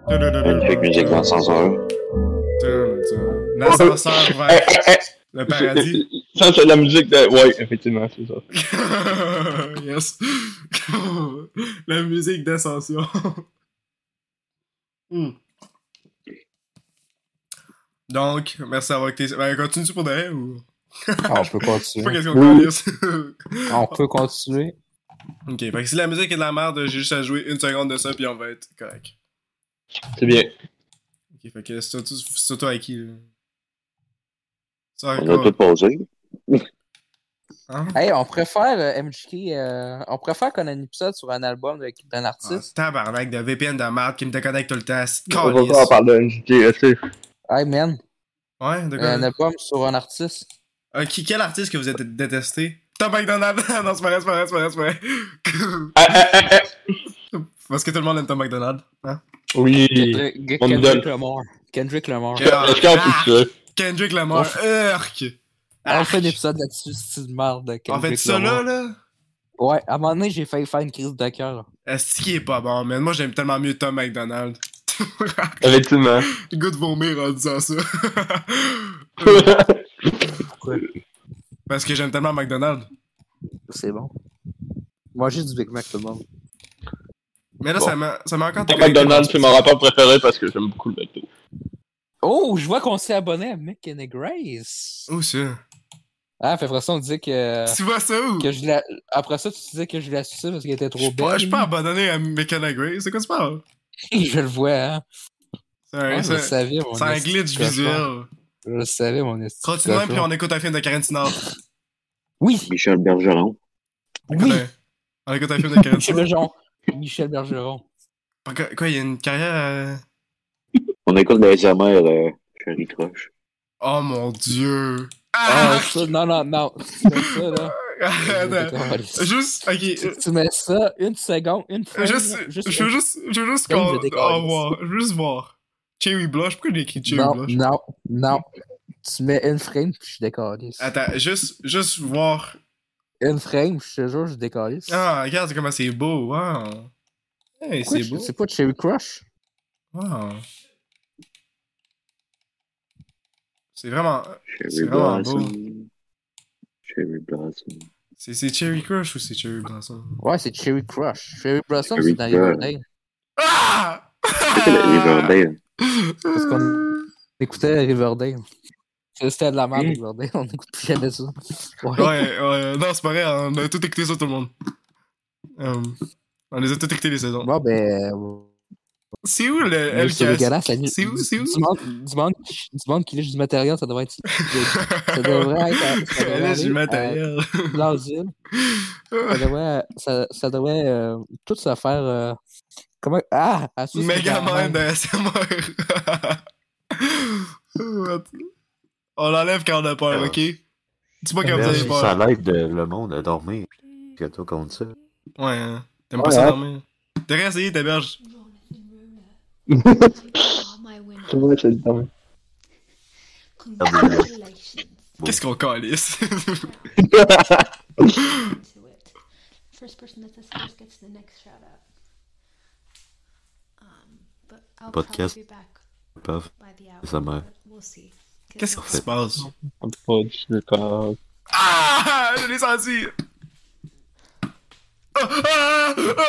[SPEAKER 3] Magnifique musique dans le sens heureux.
[SPEAKER 1] L'ascenseur vers le paradis.
[SPEAKER 9] Ça, c'est la musique de. Ouais, effectivement, c'est ça.
[SPEAKER 1] yes. la musique d'ascension. Hmm. Donc, merci d'avoir été. Ben, continue pour derrière ou.
[SPEAKER 2] Ah, on peut
[SPEAKER 1] C'est pas
[SPEAKER 2] continuer.
[SPEAKER 1] question de yes.
[SPEAKER 2] On peut continuer.
[SPEAKER 1] Ok, fait que si la musique est de la merde, j'ai juste à jouer une seconde de ça, puis on va être correct.
[SPEAKER 9] C'est bien.
[SPEAKER 1] Ok, fait que c'est surtout- c'est surtout avec qui, là? Ça,
[SPEAKER 3] On a
[SPEAKER 1] quoi?
[SPEAKER 3] tout posé.
[SPEAKER 1] Hein?
[SPEAKER 2] Hey, on préfère euh, MJK, euh, on préfère qu'on ait un épisode sur un album de- d'un
[SPEAKER 1] Ah,
[SPEAKER 2] artiste.
[SPEAKER 1] tabarnak de VPN de merde qui me déconnecte tout le temps. C'est
[SPEAKER 9] On va pas en
[SPEAKER 1] calice.
[SPEAKER 9] parler de MJK, tu sais.
[SPEAKER 2] Hey man,
[SPEAKER 1] Ouais, de quoi?
[SPEAKER 2] un album sur un artiste.
[SPEAKER 1] Euh, qui, quel artiste que vous êtes détesté? Tom McDonald! non, c'est pas vrai, c'est pas vrai, c'est pas vrai, c'est pas vrai.
[SPEAKER 9] Ah, ah, ah, ah.
[SPEAKER 1] Parce que tout le monde aime Tom McDonald. Hein?
[SPEAKER 9] Oui.
[SPEAKER 2] Kendrick
[SPEAKER 9] on
[SPEAKER 2] Kendrick
[SPEAKER 9] donne.
[SPEAKER 2] Lamar. Kendrick Lamar.
[SPEAKER 1] Ke-
[SPEAKER 9] Let's go, tout ça.
[SPEAKER 1] Kendrick Lamar.
[SPEAKER 2] Ouf.
[SPEAKER 1] Urk!
[SPEAKER 2] On fait un
[SPEAKER 1] Arc.
[SPEAKER 2] épisode là-dessus, c'est une merde de
[SPEAKER 1] En
[SPEAKER 2] Kendrick
[SPEAKER 1] Ah, fait, ça là,
[SPEAKER 2] Lamar.
[SPEAKER 1] là,
[SPEAKER 2] Ouais, à un moment donné, j'ai failli faire une crise de cœur.
[SPEAKER 1] est-ce qu'il est pas bon, man? Moi, j'aime tellement mieux Tom McDonald.
[SPEAKER 9] Effectivement.
[SPEAKER 1] Le goût de vomir en disant ça. Parce que j'aime tellement McDonald.
[SPEAKER 2] C'est bon. Manger du Big Mac, tout le monde.
[SPEAKER 1] Mais là,
[SPEAKER 9] Bon.
[SPEAKER 1] ça m'a ça m'a encore
[SPEAKER 9] Tom
[SPEAKER 1] déconnecté.
[SPEAKER 9] McDonald's, c'est mon rapport préféré parce que j'aime beaucoup le McDo.
[SPEAKER 2] Oh, je vois qu'on s'est abonné à Mick and Grace.
[SPEAKER 1] Où ça?
[SPEAKER 2] Ah, fait après ça, on disait que,
[SPEAKER 1] Tu vois ça où?
[SPEAKER 2] que je la... Après ça, tu disais que je la suçais parce qu'elle était
[SPEAKER 1] Je
[SPEAKER 2] trop
[SPEAKER 1] suis pas-
[SPEAKER 2] belle.
[SPEAKER 1] je suis pas abandonné à McKenna Gray. C'est quoi tu parles?
[SPEAKER 2] je le vois, hein.
[SPEAKER 1] C'est un-
[SPEAKER 2] Ouais, je le
[SPEAKER 1] c'est
[SPEAKER 2] savais, mon
[SPEAKER 1] c'est un
[SPEAKER 2] esti
[SPEAKER 1] glitch
[SPEAKER 2] de cochon.
[SPEAKER 1] visuel.
[SPEAKER 2] Je le savais, mon esti de
[SPEAKER 1] Continuons,
[SPEAKER 2] cochon.
[SPEAKER 1] puis on écoute un film de Karen Sinard.
[SPEAKER 2] Oui,
[SPEAKER 3] Michel Bergeron.
[SPEAKER 2] oui,
[SPEAKER 1] Ouais. On écoute un film de Karen
[SPEAKER 2] Michel
[SPEAKER 1] Sinard.
[SPEAKER 2] Bergeron. Michel Bergeron.
[SPEAKER 1] Pourquoi- Quoi, il y a une carrière. euh,
[SPEAKER 3] On écoute les amers, euh, Chérie Croche.
[SPEAKER 1] Oh mon dieu.
[SPEAKER 2] Ah,
[SPEAKER 1] Ah!
[SPEAKER 2] ça, non, non, non. C'est ça, là.
[SPEAKER 1] Attends. Juste, ok.
[SPEAKER 2] Tu
[SPEAKER 1] euh,
[SPEAKER 2] tu mets ça une seconde, une seconde.
[SPEAKER 1] Juste, je veux juste, je veux juste
[SPEAKER 2] Film
[SPEAKER 1] qu'on.
[SPEAKER 2] de décaliste.
[SPEAKER 1] Oh, voir. Je veux juste voir. Cherry Blush, pourquoi j'ai écrit Cherry
[SPEAKER 2] Non,
[SPEAKER 1] Blush?
[SPEAKER 2] non, non. Tu mets une frame, puis je décalisse.
[SPEAKER 1] Attends, juste, juste voir.
[SPEAKER 2] Une frame, je te jure, je décalisse.
[SPEAKER 1] Ah, regarde comment c'est beau. Wow. Hey,
[SPEAKER 2] Pourquoi
[SPEAKER 1] c'est
[SPEAKER 2] je-
[SPEAKER 1] beau.
[SPEAKER 2] C'est pas Cherry Crush?
[SPEAKER 1] Wow. C'est vraiment. C'est
[SPEAKER 3] Chérie
[SPEAKER 1] vraiment
[SPEAKER 3] Blossom. Chérie Blossom.
[SPEAKER 1] C'est c'est Cherry Crush ou c'est Cherry Blossom?
[SPEAKER 2] Ouais, c'est Cherry Crush. Cherry Blossom,
[SPEAKER 3] Cherry
[SPEAKER 2] c'est dans
[SPEAKER 3] Crush.
[SPEAKER 2] Riverdale.
[SPEAKER 1] Ah!
[SPEAKER 3] C'est le Riverdale.
[SPEAKER 2] Parce qu'on écoutait Riverdale. C'était de la
[SPEAKER 1] Hmm.
[SPEAKER 2] merde, Riverdale. On n'écoute jamais ça. Ouais.
[SPEAKER 1] Ouais, ouais, non, c'est pareil, on a tout écouté ça, tout le monde. Euh, on les a tout écouté les saisons.
[SPEAKER 2] Bon, ben.
[SPEAKER 1] C'est où le
[SPEAKER 2] Elle c'est
[SPEAKER 1] LKS?
[SPEAKER 2] dégueulasse. la nuit.
[SPEAKER 1] C'est où- c'est où?
[SPEAKER 2] Du monde, du, monde, qui- du monde qui lèche du matériel, ça devrait être. Ça devrait être. à- Ça devrait
[SPEAKER 1] Elle est
[SPEAKER 2] aller
[SPEAKER 1] du matériel.
[SPEAKER 2] à Blaseville. Ça devrait. Ça, ça devrait euh, tout se faire. euh, comment. Ah! à Suisse,
[SPEAKER 1] Mega
[SPEAKER 2] Megaman.
[SPEAKER 1] man de SMR. on l'enlève quand on a peur, ok? Dis-moi quand vous avez
[SPEAKER 6] Merci, Ça
[SPEAKER 1] peur.
[SPEAKER 6] l'aide de- le monde à dormir. Que toi contre ça.
[SPEAKER 1] Ouais, hein. t'aimes pas ça dormir? T'as rien essayé, t'héberges?
[SPEAKER 9] C'est vrai, c'est le temps.
[SPEAKER 1] Qu'est-ce qu'on calisse?
[SPEAKER 7] First person that says first gets the next shout out. Um, but I'll
[SPEAKER 6] Podcast.
[SPEAKER 7] probably be back
[SPEAKER 6] Paf.
[SPEAKER 7] by the hour.
[SPEAKER 6] Ça meurt.
[SPEAKER 7] but We'll see. 'Cause
[SPEAKER 1] Qu'est-ce qui se passe?
[SPEAKER 9] Pas du d'accord.
[SPEAKER 1] Ah! Je l'ai senti! Ah, ah, ah, ah, ah,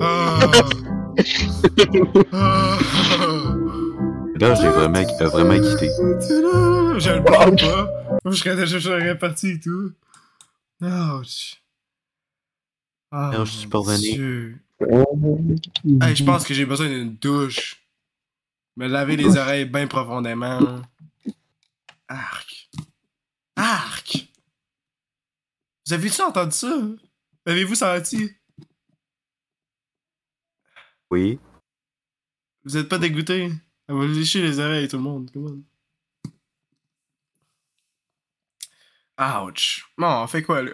[SPEAKER 1] Ah. ah, vite, vite, vite! Ah. Ah.
[SPEAKER 6] Là, j'ai vraiment, a vraiment quitté.
[SPEAKER 1] C'est là, je le parle pas. Moi, je serais déjà je serais parti et tout. Ouch. Ah,
[SPEAKER 6] Non, je suis
[SPEAKER 1] mon
[SPEAKER 6] parvenu.
[SPEAKER 1] Dieu. Hey, je pense que j'ai besoin d'une douche. Me laver les oreilles bien profondément. Arc. Arc. Vous avez-tu entendu ça? Avez-vous senti?
[SPEAKER 6] Oui.
[SPEAKER 1] Vous êtes pas dégoûté? Elle va lécher les oreilles, tout le monde. Come on. Ouch. Bon, on fait quoi, là?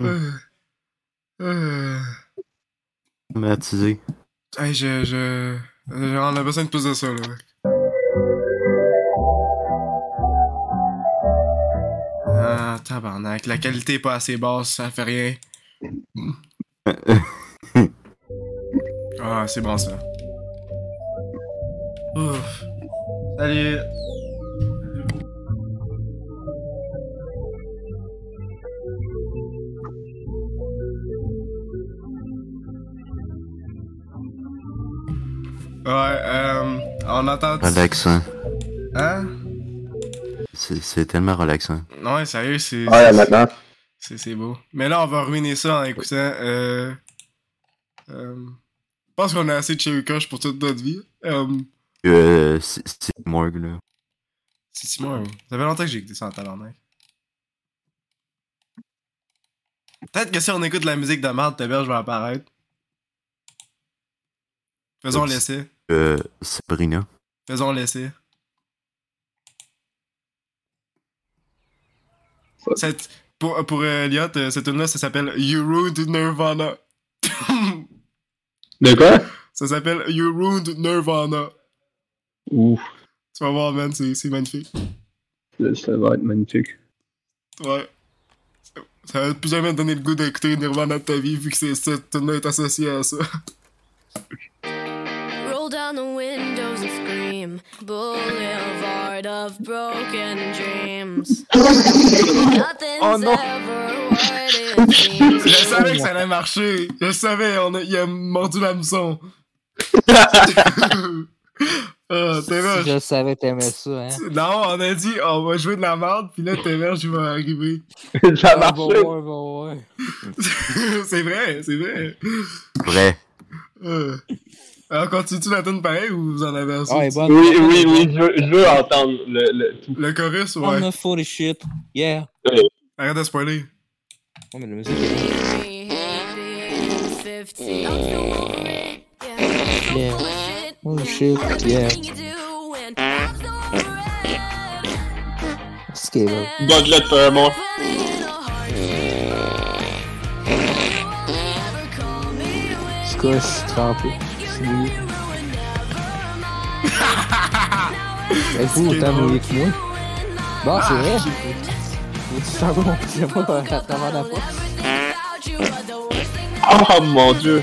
[SPEAKER 1] Euh, euh,
[SPEAKER 6] Matisé.
[SPEAKER 1] hey, je, je... euh, On a besoin de plus de ça, là. Ah, tabarnak. La qualité est pas assez basse, ça fait rien. Ah, c'est bon ça. Ouf. Salut. Ouais, euh, on entend.
[SPEAKER 6] Relaxant.
[SPEAKER 1] Hein?
[SPEAKER 6] C'est c'est tellement relaxant.
[SPEAKER 1] Ouais, sérieux, c'est.
[SPEAKER 9] Ouais, maintenant.
[SPEAKER 1] C'est, c'est beau. Mais là, on va ruiner ça en écoutant. Euh... euh, Je pense qu'on a assez de Cherry Crush pour toute notre vie. Euh...
[SPEAKER 6] Euh, c'est c'est Morgue, là.
[SPEAKER 1] C'est Simon. Ça fait longtemps que j'ai écouté ça en tabarnak. Peut-être que si on écoute de la musique de merde, ta je va apparaître. Faisons l'essai.
[SPEAKER 6] Euh, Sabrina.
[SPEAKER 1] Faisons l'essai. Cette, pour, pour euh, Elliot, euh, cette tune-là, ça s'appelle You Ruined Nirvana.
[SPEAKER 9] De quoi?
[SPEAKER 1] Ça s'appelle You Ruined Nirvana.
[SPEAKER 9] Ouf,
[SPEAKER 1] Tu vas voir, man, c'est c'est magnifique.
[SPEAKER 9] là, ça va être magnifique.
[SPEAKER 1] Ouais. Ça va plus jamais te donner le goût d'écouter Nirvana de ta vie, vu que c'est- cette tune-là est associée à ça.
[SPEAKER 7] Roll down the windows and scream. Boulevard of broken dreams. Nothing's ever what it seems.
[SPEAKER 1] Je savais que ça allait marcher. Je savais, on a, il a mordu l'hameçon. Ah, t'es
[SPEAKER 2] Si
[SPEAKER 1] vache.
[SPEAKER 2] je savais que t'aimais ça, hein.
[SPEAKER 1] Non, on a dit, on va jouer de la merde, puis là, t'es vache, je vais arriver.
[SPEAKER 9] ça
[SPEAKER 2] Ah,
[SPEAKER 9] marche.
[SPEAKER 2] bon, ouais, bon, ouais.
[SPEAKER 1] c'est vrai, c'est vrai.
[SPEAKER 6] Vrai.
[SPEAKER 1] Euh. Alors, continue-tu la tune pareil ou vous en avez assez?
[SPEAKER 2] Ah, elle est bonne.
[SPEAKER 9] Oui, oui, oui, je veux, je veux entendre le, le tout.
[SPEAKER 1] Le chorus,
[SPEAKER 2] On
[SPEAKER 1] ouais.
[SPEAKER 2] a full Ah, shit. Yeah.
[SPEAKER 1] Arrête de spoiler.
[SPEAKER 2] Ouais, mais la musique est Yeah. Oh shit, yeah. skate up.
[SPEAKER 9] Godlet pour moi.
[SPEAKER 2] C'est quoi, je suis trempé. Je suis mouillé. Mais vous,
[SPEAKER 1] Skate
[SPEAKER 2] autant
[SPEAKER 1] up.
[SPEAKER 2] mouillé que moi. Bon, c'est vrai. Faut du savon, c'est pas à travers la porte.
[SPEAKER 9] Oh mon dieu.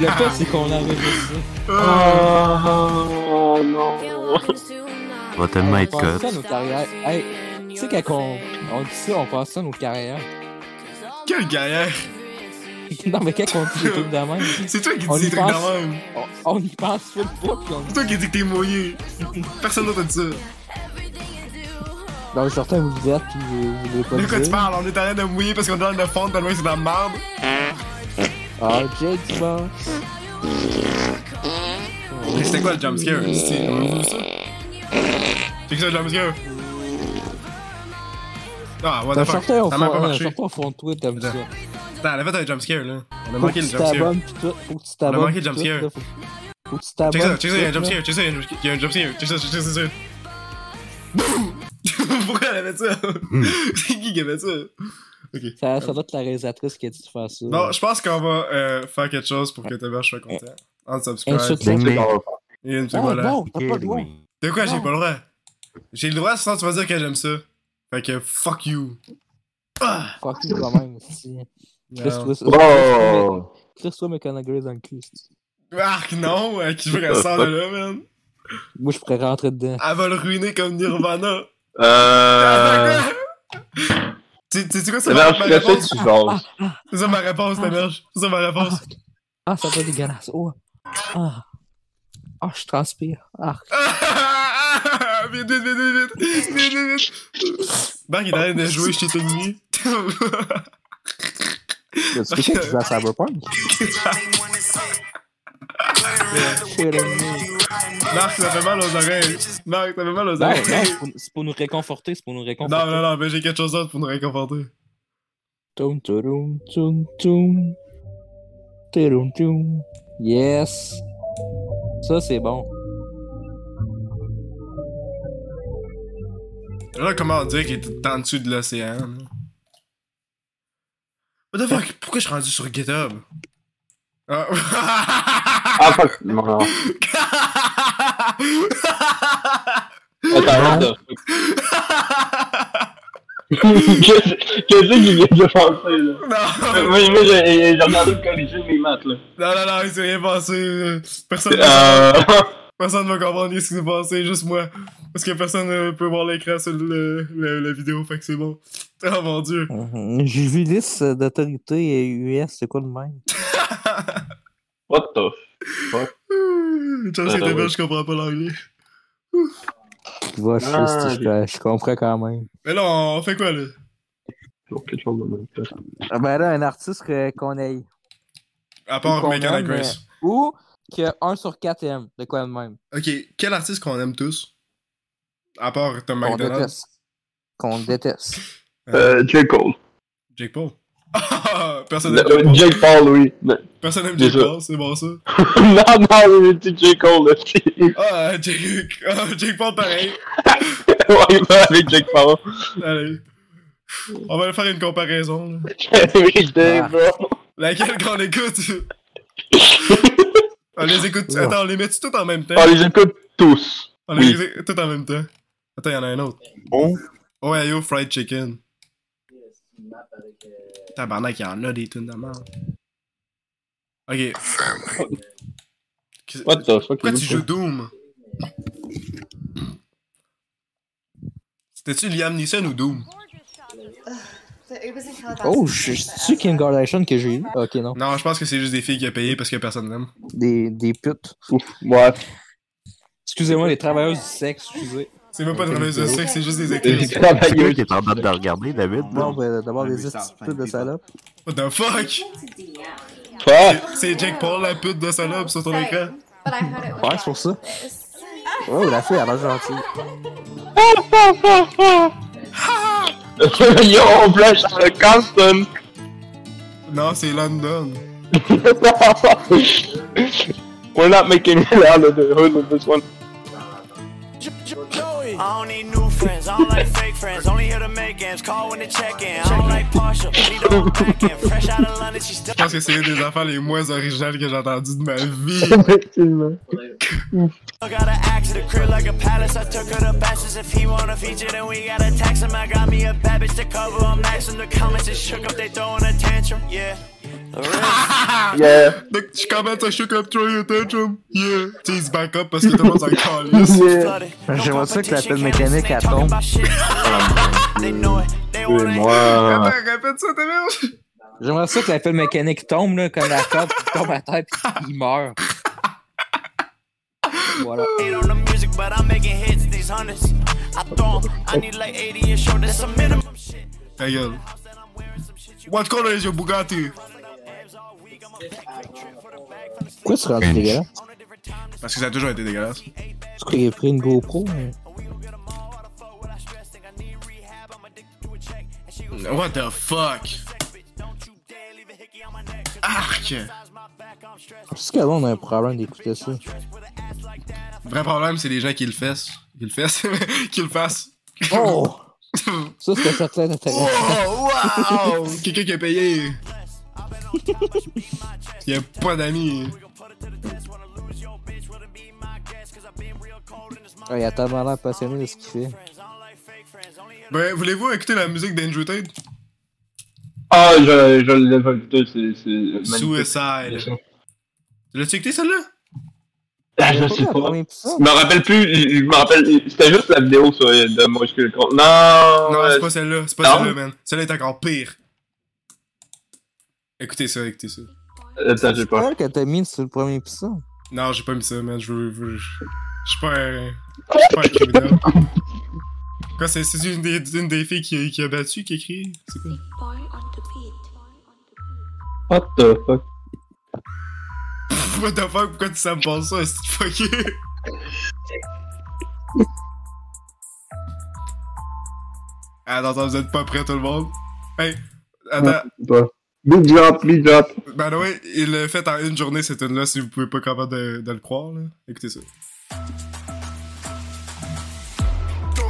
[SPEAKER 2] Le pire, c'est qu'on a enregistré.
[SPEAKER 9] Oh, non.
[SPEAKER 6] Va tellement être
[SPEAKER 2] On pense ça,
[SPEAKER 6] cut.
[SPEAKER 2] nos carrières. Hey, tu sais, quand on, on dit ça, on pense ça, nos carrières.
[SPEAKER 1] Quelle carrière!
[SPEAKER 2] non, mais quand on dit des trucs de même,
[SPEAKER 1] C'est toi qui
[SPEAKER 2] On
[SPEAKER 1] dis des
[SPEAKER 2] y
[SPEAKER 1] trucs de
[SPEAKER 2] pense.
[SPEAKER 1] même.
[SPEAKER 2] on, on y pense full pas, pis on
[SPEAKER 1] C'est toi qui dis que t'es mouillé. Personne d'autre a dit ça. De
[SPEAKER 2] Dans le sortant, vous le dites, pis vous vous voulez pas
[SPEAKER 1] quoi
[SPEAKER 2] le
[SPEAKER 1] tu
[SPEAKER 2] dire.
[SPEAKER 1] parles? On est en train de mouiller parce qu'on est dans le fond, tellement que c'est de la merde.
[SPEAKER 2] Ah, Jake, tu vois.
[SPEAKER 1] Mais c'était quoi le jumpscare? C'est on a vu ça? C'est que ça le jumpscare? Ah, what
[SPEAKER 2] Dans
[SPEAKER 1] the
[SPEAKER 2] le
[SPEAKER 1] fuck?
[SPEAKER 2] sortant, on
[SPEAKER 1] Ça m'a pas
[SPEAKER 2] fond- ouais,
[SPEAKER 1] marché.
[SPEAKER 2] sortant, au fond de toi, t'aimes ça.
[SPEAKER 1] Attends, Attends, elle a fait un jumpscare là. On a
[SPEAKER 2] Faut que
[SPEAKER 1] manqué le
[SPEAKER 2] tu
[SPEAKER 1] jumpscare.
[SPEAKER 2] t'abonnes, pis tout. Faut que tu
[SPEAKER 1] On a
[SPEAKER 2] t'abonnes.
[SPEAKER 1] manqué
[SPEAKER 2] pis
[SPEAKER 1] le
[SPEAKER 2] tout,
[SPEAKER 1] jumpscare.
[SPEAKER 2] là, faut- Faut que tu
[SPEAKER 1] Check
[SPEAKER 2] t'abonnes.
[SPEAKER 1] ça, check ça, il y a un
[SPEAKER 2] pis tout, là.
[SPEAKER 1] jumpscare, check ça, il y a un jumpscare, il y a un jumpscare, check ça, check ça, check ça. Boum! Pourquoi elle a fait ça?
[SPEAKER 2] Hmm.
[SPEAKER 1] C'est qui qui a fait ça?
[SPEAKER 2] Ça, ça doit être la réalisatrice qui a dit de faire ça.
[SPEAKER 1] Non, je pense qu'on va euh, faire quelque chose pour que Thomas soit content. Unsubscribe.
[SPEAKER 2] Insulte-la.
[SPEAKER 6] Mais-
[SPEAKER 9] Oh.
[SPEAKER 1] Et une
[SPEAKER 2] Ah,
[SPEAKER 1] seconde là.
[SPEAKER 2] non, t'as pas le droit.
[SPEAKER 1] De quoi j'ai
[SPEAKER 2] Non.
[SPEAKER 1] pas le droit? J'ai le droit sinon tu vas dire que j'aime ça. Fait que fuck you. Ah!
[SPEAKER 2] Fuck you, quand même, aussi. Chris,
[SPEAKER 1] Non.
[SPEAKER 2] toi,
[SPEAKER 3] Oh!
[SPEAKER 2] Chris, toi, McConaughey dans le cul. c'est-
[SPEAKER 1] Ah, Marc, non! euh, Qui veut qu'elle sorte de là, man?
[SPEAKER 2] Moi, je pourrais rentrer dedans.
[SPEAKER 1] Elle va le ruiner comme Nirvana.
[SPEAKER 9] Euh.
[SPEAKER 1] Tu sais quoi,
[SPEAKER 9] Ça
[SPEAKER 1] c'est ma,
[SPEAKER 9] marche,
[SPEAKER 1] ma
[SPEAKER 9] la chaîne,
[SPEAKER 1] réponse?
[SPEAKER 9] tu jases.
[SPEAKER 1] C'est ça ma réponse, ta mère. C'est ça ma réponse.
[SPEAKER 2] Ah, ça va dégueulasse. Oh. Ah. Ah, je transpire. Ah.
[SPEAKER 1] vite, vite, vite, vite, vite, vite, vite, vite. Marc, il est en train de jouer chez Tony.
[SPEAKER 2] Tu sais que tu joues à Cyberpunk? Shit on me.
[SPEAKER 1] Marc, ça fait mal aux oreilles. Marc, ça fait mal
[SPEAKER 12] Non,
[SPEAKER 1] aux
[SPEAKER 12] non,
[SPEAKER 1] oreilles.
[SPEAKER 12] c'est pour- c'est pour nous réconforter, c'est pour nous réconforter.
[SPEAKER 1] Non, non, non, mais j'ai quelque chose d'autre pour nous réconforter.
[SPEAKER 2] Tum, turum, tum, tum. Turum, tum. Yes. Ça, c'est bon.
[SPEAKER 1] Là, comment on dirait qu'il est tout en dessous de l'océan? là? What the fuck? Pourquoi je suis rendu sur GitHub? Ah.
[SPEAKER 9] Ah, fuck. Non, non. Attends, attends. Qu'est-ce qu'est-ce qu'il vient de penser, là?
[SPEAKER 1] non,
[SPEAKER 9] Moi, moi j'ai j'ai regardé me corriger mes maths, là.
[SPEAKER 1] non, non, non, il s'est rien passé. Personne
[SPEAKER 9] Euh.
[SPEAKER 1] personne ne va comprendre ce qui s'est passé, juste moi. Parce que personne ne peut voir l'écran sur le, le- la vidéo, fait que c'est bon. Oh mon dieu.
[SPEAKER 2] J'ai vu liste Mm-hmm. d'autorité US, c'est quoi le même?
[SPEAKER 9] What the
[SPEAKER 1] Hum, Chance
[SPEAKER 9] Ah,
[SPEAKER 1] que t'es
[SPEAKER 9] oui.
[SPEAKER 1] belge, je comprends pas l'anglais.
[SPEAKER 2] Va, je,
[SPEAKER 9] Ah,
[SPEAKER 2] sais, je, je comprends quand même.
[SPEAKER 1] Mais là, on fait quoi là?
[SPEAKER 9] fuck? Quelque chose de même.
[SPEAKER 2] Ah ben là, un artiste que- qu'on aille.
[SPEAKER 1] À part
[SPEAKER 2] Qu'on
[SPEAKER 1] Megan
[SPEAKER 2] aime,
[SPEAKER 1] Grace.
[SPEAKER 2] Ou que 1 sur 4 aime, de quoi de même.
[SPEAKER 1] euh, Ok, quel artiste qu'on aime tous? À part Tom
[SPEAKER 2] Qu'on
[SPEAKER 1] McDonald.
[SPEAKER 2] déteste. Qu'on déteste.
[SPEAKER 9] Euh, J. Cole.
[SPEAKER 1] Jake Paul. personne n'aime Jake
[SPEAKER 9] Euh,
[SPEAKER 1] Paul.
[SPEAKER 9] Jake Paul, oui. Non,
[SPEAKER 1] Personne n'aime Jake
[SPEAKER 9] Déjà.
[SPEAKER 1] Paul, c'est bon ça.
[SPEAKER 9] non, oui, c'est J. Cole, là. c'est-
[SPEAKER 1] Ah, Jake, ah, Jake Paul pareil.
[SPEAKER 9] Ouais, va avec Jake Paul.
[SPEAKER 1] Allez. On va faire une comparaison. là.
[SPEAKER 9] Everyday,
[SPEAKER 2] Ah.
[SPEAKER 9] bro.
[SPEAKER 1] Laquelle qu'on écoute? on les écoute. Attends, on les met tout en même temps?
[SPEAKER 9] On Ah, les écoute tous.
[SPEAKER 1] On les écoute tout en même temps. Attends, y'en a un autre.
[SPEAKER 12] Bon.
[SPEAKER 1] Ouais, yo, fried chicken.
[SPEAKER 4] map avec. euh,
[SPEAKER 1] Tabarnak, il y en a des tunes de merde. Ok. Qu'est-
[SPEAKER 9] What the fuck?
[SPEAKER 1] Pourquoi tu
[SPEAKER 9] les
[SPEAKER 1] joues Doom? C'était-tu Liam Neeson ou Doom?
[SPEAKER 2] Oh, je- c'est-tu Kim Kardashian que j'ai eu? Ok, non.
[SPEAKER 1] Non, je pense que c'est juste des filles qui a payé parce que personne n'aime.
[SPEAKER 2] Des, des putes.
[SPEAKER 9] Ouais.
[SPEAKER 2] Excusez-moi, les travailleuses du sexe, excusez.
[SPEAKER 1] C'est même pas de remise de sexe, c'est juste des
[SPEAKER 9] Des
[SPEAKER 1] actrices.
[SPEAKER 6] C'est toi
[SPEAKER 9] travailleuses.
[SPEAKER 6] qui est en train de regarder, David. Non,
[SPEAKER 2] Non, ben, d'abord, les petites putes de salope.
[SPEAKER 1] What the fuck?
[SPEAKER 9] Fuck.
[SPEAKER 1] C'est Jake Paul, la pute de salope, sur ton écran.
[SPEAKER 2] Ouais, c'est pour ça. Oh, la fille, elle a l'air gentille.
[SPEAKER 9] Yo, on flash à le Carlson.
[SPEAKER 1] Non, c'est London.
[SPEAKER 9] We're not making it out of the hood with this one.
[SPEAKER 10] I don't need new friends, I don't like fake friends. Only here to make ends, call when to check in. I don't like partial, need the whole back end. Fresh out of London, she still.
[SPEAKER 1] Je pense que c'est une des affaires les moins originales que j'ai entendues de ma vie.
[SPEAKER 9] Effectivement.
[SPEAKER 10] I got an axe to the crib like a palace. I took her to bastards. If he wanna feature, then we gotta tax him. I got me a bad bitch to cover. I'm maxing the comments and shook up. They throwing a tantrum. Yeah.
[SPEAKER 9] Yeah.
[SPEAKER 1] Donc, je commence à shook up throw your tantrum. Yeah. Tu sais, il se back up parce que tout le monde s'en calisse.
[SPEAKER 9] Yeah.
[SPEAKER 2] J'aimerais ça que la pelle mécanique, elle tombe.
[SPEAKER 10] They know it. They
[SPEAKER 9] Et
[SPEAKER 10] wanna
[SPEAKER 9] moi.
[SPEAKER 1] Attends, répète ça, ta merde.
[SPEAKER 2] J'aimerais ça que la pelle mécanique tombe, là, comme la corde, puis tombe à terre, puis il meurt. Voilà.
[SPEAKER 10] hate on the music, but I'm making hits. These hundreds. I throw 'em. I need like 80 and short. That's a minimum shit.
[SPEAKER 1] Ta gueule. What color is your Bugatti?
[SPEAKER 2] Pourquoi tu rendu dégueulasse?
[SPEAKER 1] Parce que ça a toujours été dégueulasse.
[SPEAKER 2] Tu crois qu'il a pris une GoPro? hein?
[SPEAKER 1] What the fuck? Arc!
[SPEAKER 2] Est-ce que là, on a un problème d'écouter ça?
[SPEAKER 1] Vrai problème, c'est les gens qui le fessent. Qui le fessent. qui le fassent.
[SPEAKER 2] Oh! Ça, c'était certain d'intérêt.
[SPEAKER 1] Oh, wow! Quelqu'un qui a payé. Il y a pas d'amis.
[SPEAKER 2] Ah, il a tellement l'air passionné de ce qu'il fait.
[SPEAKER 1] Ben, voulez-vous écouter la musique d'Andrew Tate?
[SPEAKER 9] Ah, je, je l'ai pas écouté, c'est. c'est magnifique.
[SPEAKER 1] Suicide. Tu L'as-tu écouté celle-là?
[SPEAKER 9] Ah, je sais pas. Je m'en rappelle plus. Je je m'en rappelle. C'était juste la vidéo sur, euh, de moi. Je... Non.
[SPEAKER 1] Non,
[SPEAKER 9] euh,
[SPEAKER 1] c'est pas celle-là, c'est pas
[SPEAKER 9] non.
[SPEAKER 1] celle-là, man. Celle-là est encore pire. Écoutez ça, écoutez ça.
[SPEAKER 9] Attends, j'ai pas.
[SPEAKER 2] C'est que t'as mis sur le premier épisode.
[SPEAKER 1] Non, j'ai pas mis ça, man. Je veux. je veux- Je je suis pas un. Je suis pas un criminel. Quoi, c'est c'est une des, une des filles qui, qui a battu qui écrit C'est quoi
[SPEAKER 7] Boy on the beat.
[SPEAKER 9] What the fuck?
[SPEAKER 1] What the fuck, pourquoi tu samples ça, est-ce que fucké Attends, attends, vous êtes pas prêts, tout le monde Hey, attends,
[SPEAKER 9] Bah. Big drop, big drop.
[SPEAKER 1] by the way, il l'a fait en une journée cette tune là si vous pouvez pas capable de, de le croire, là. Écoutez ça.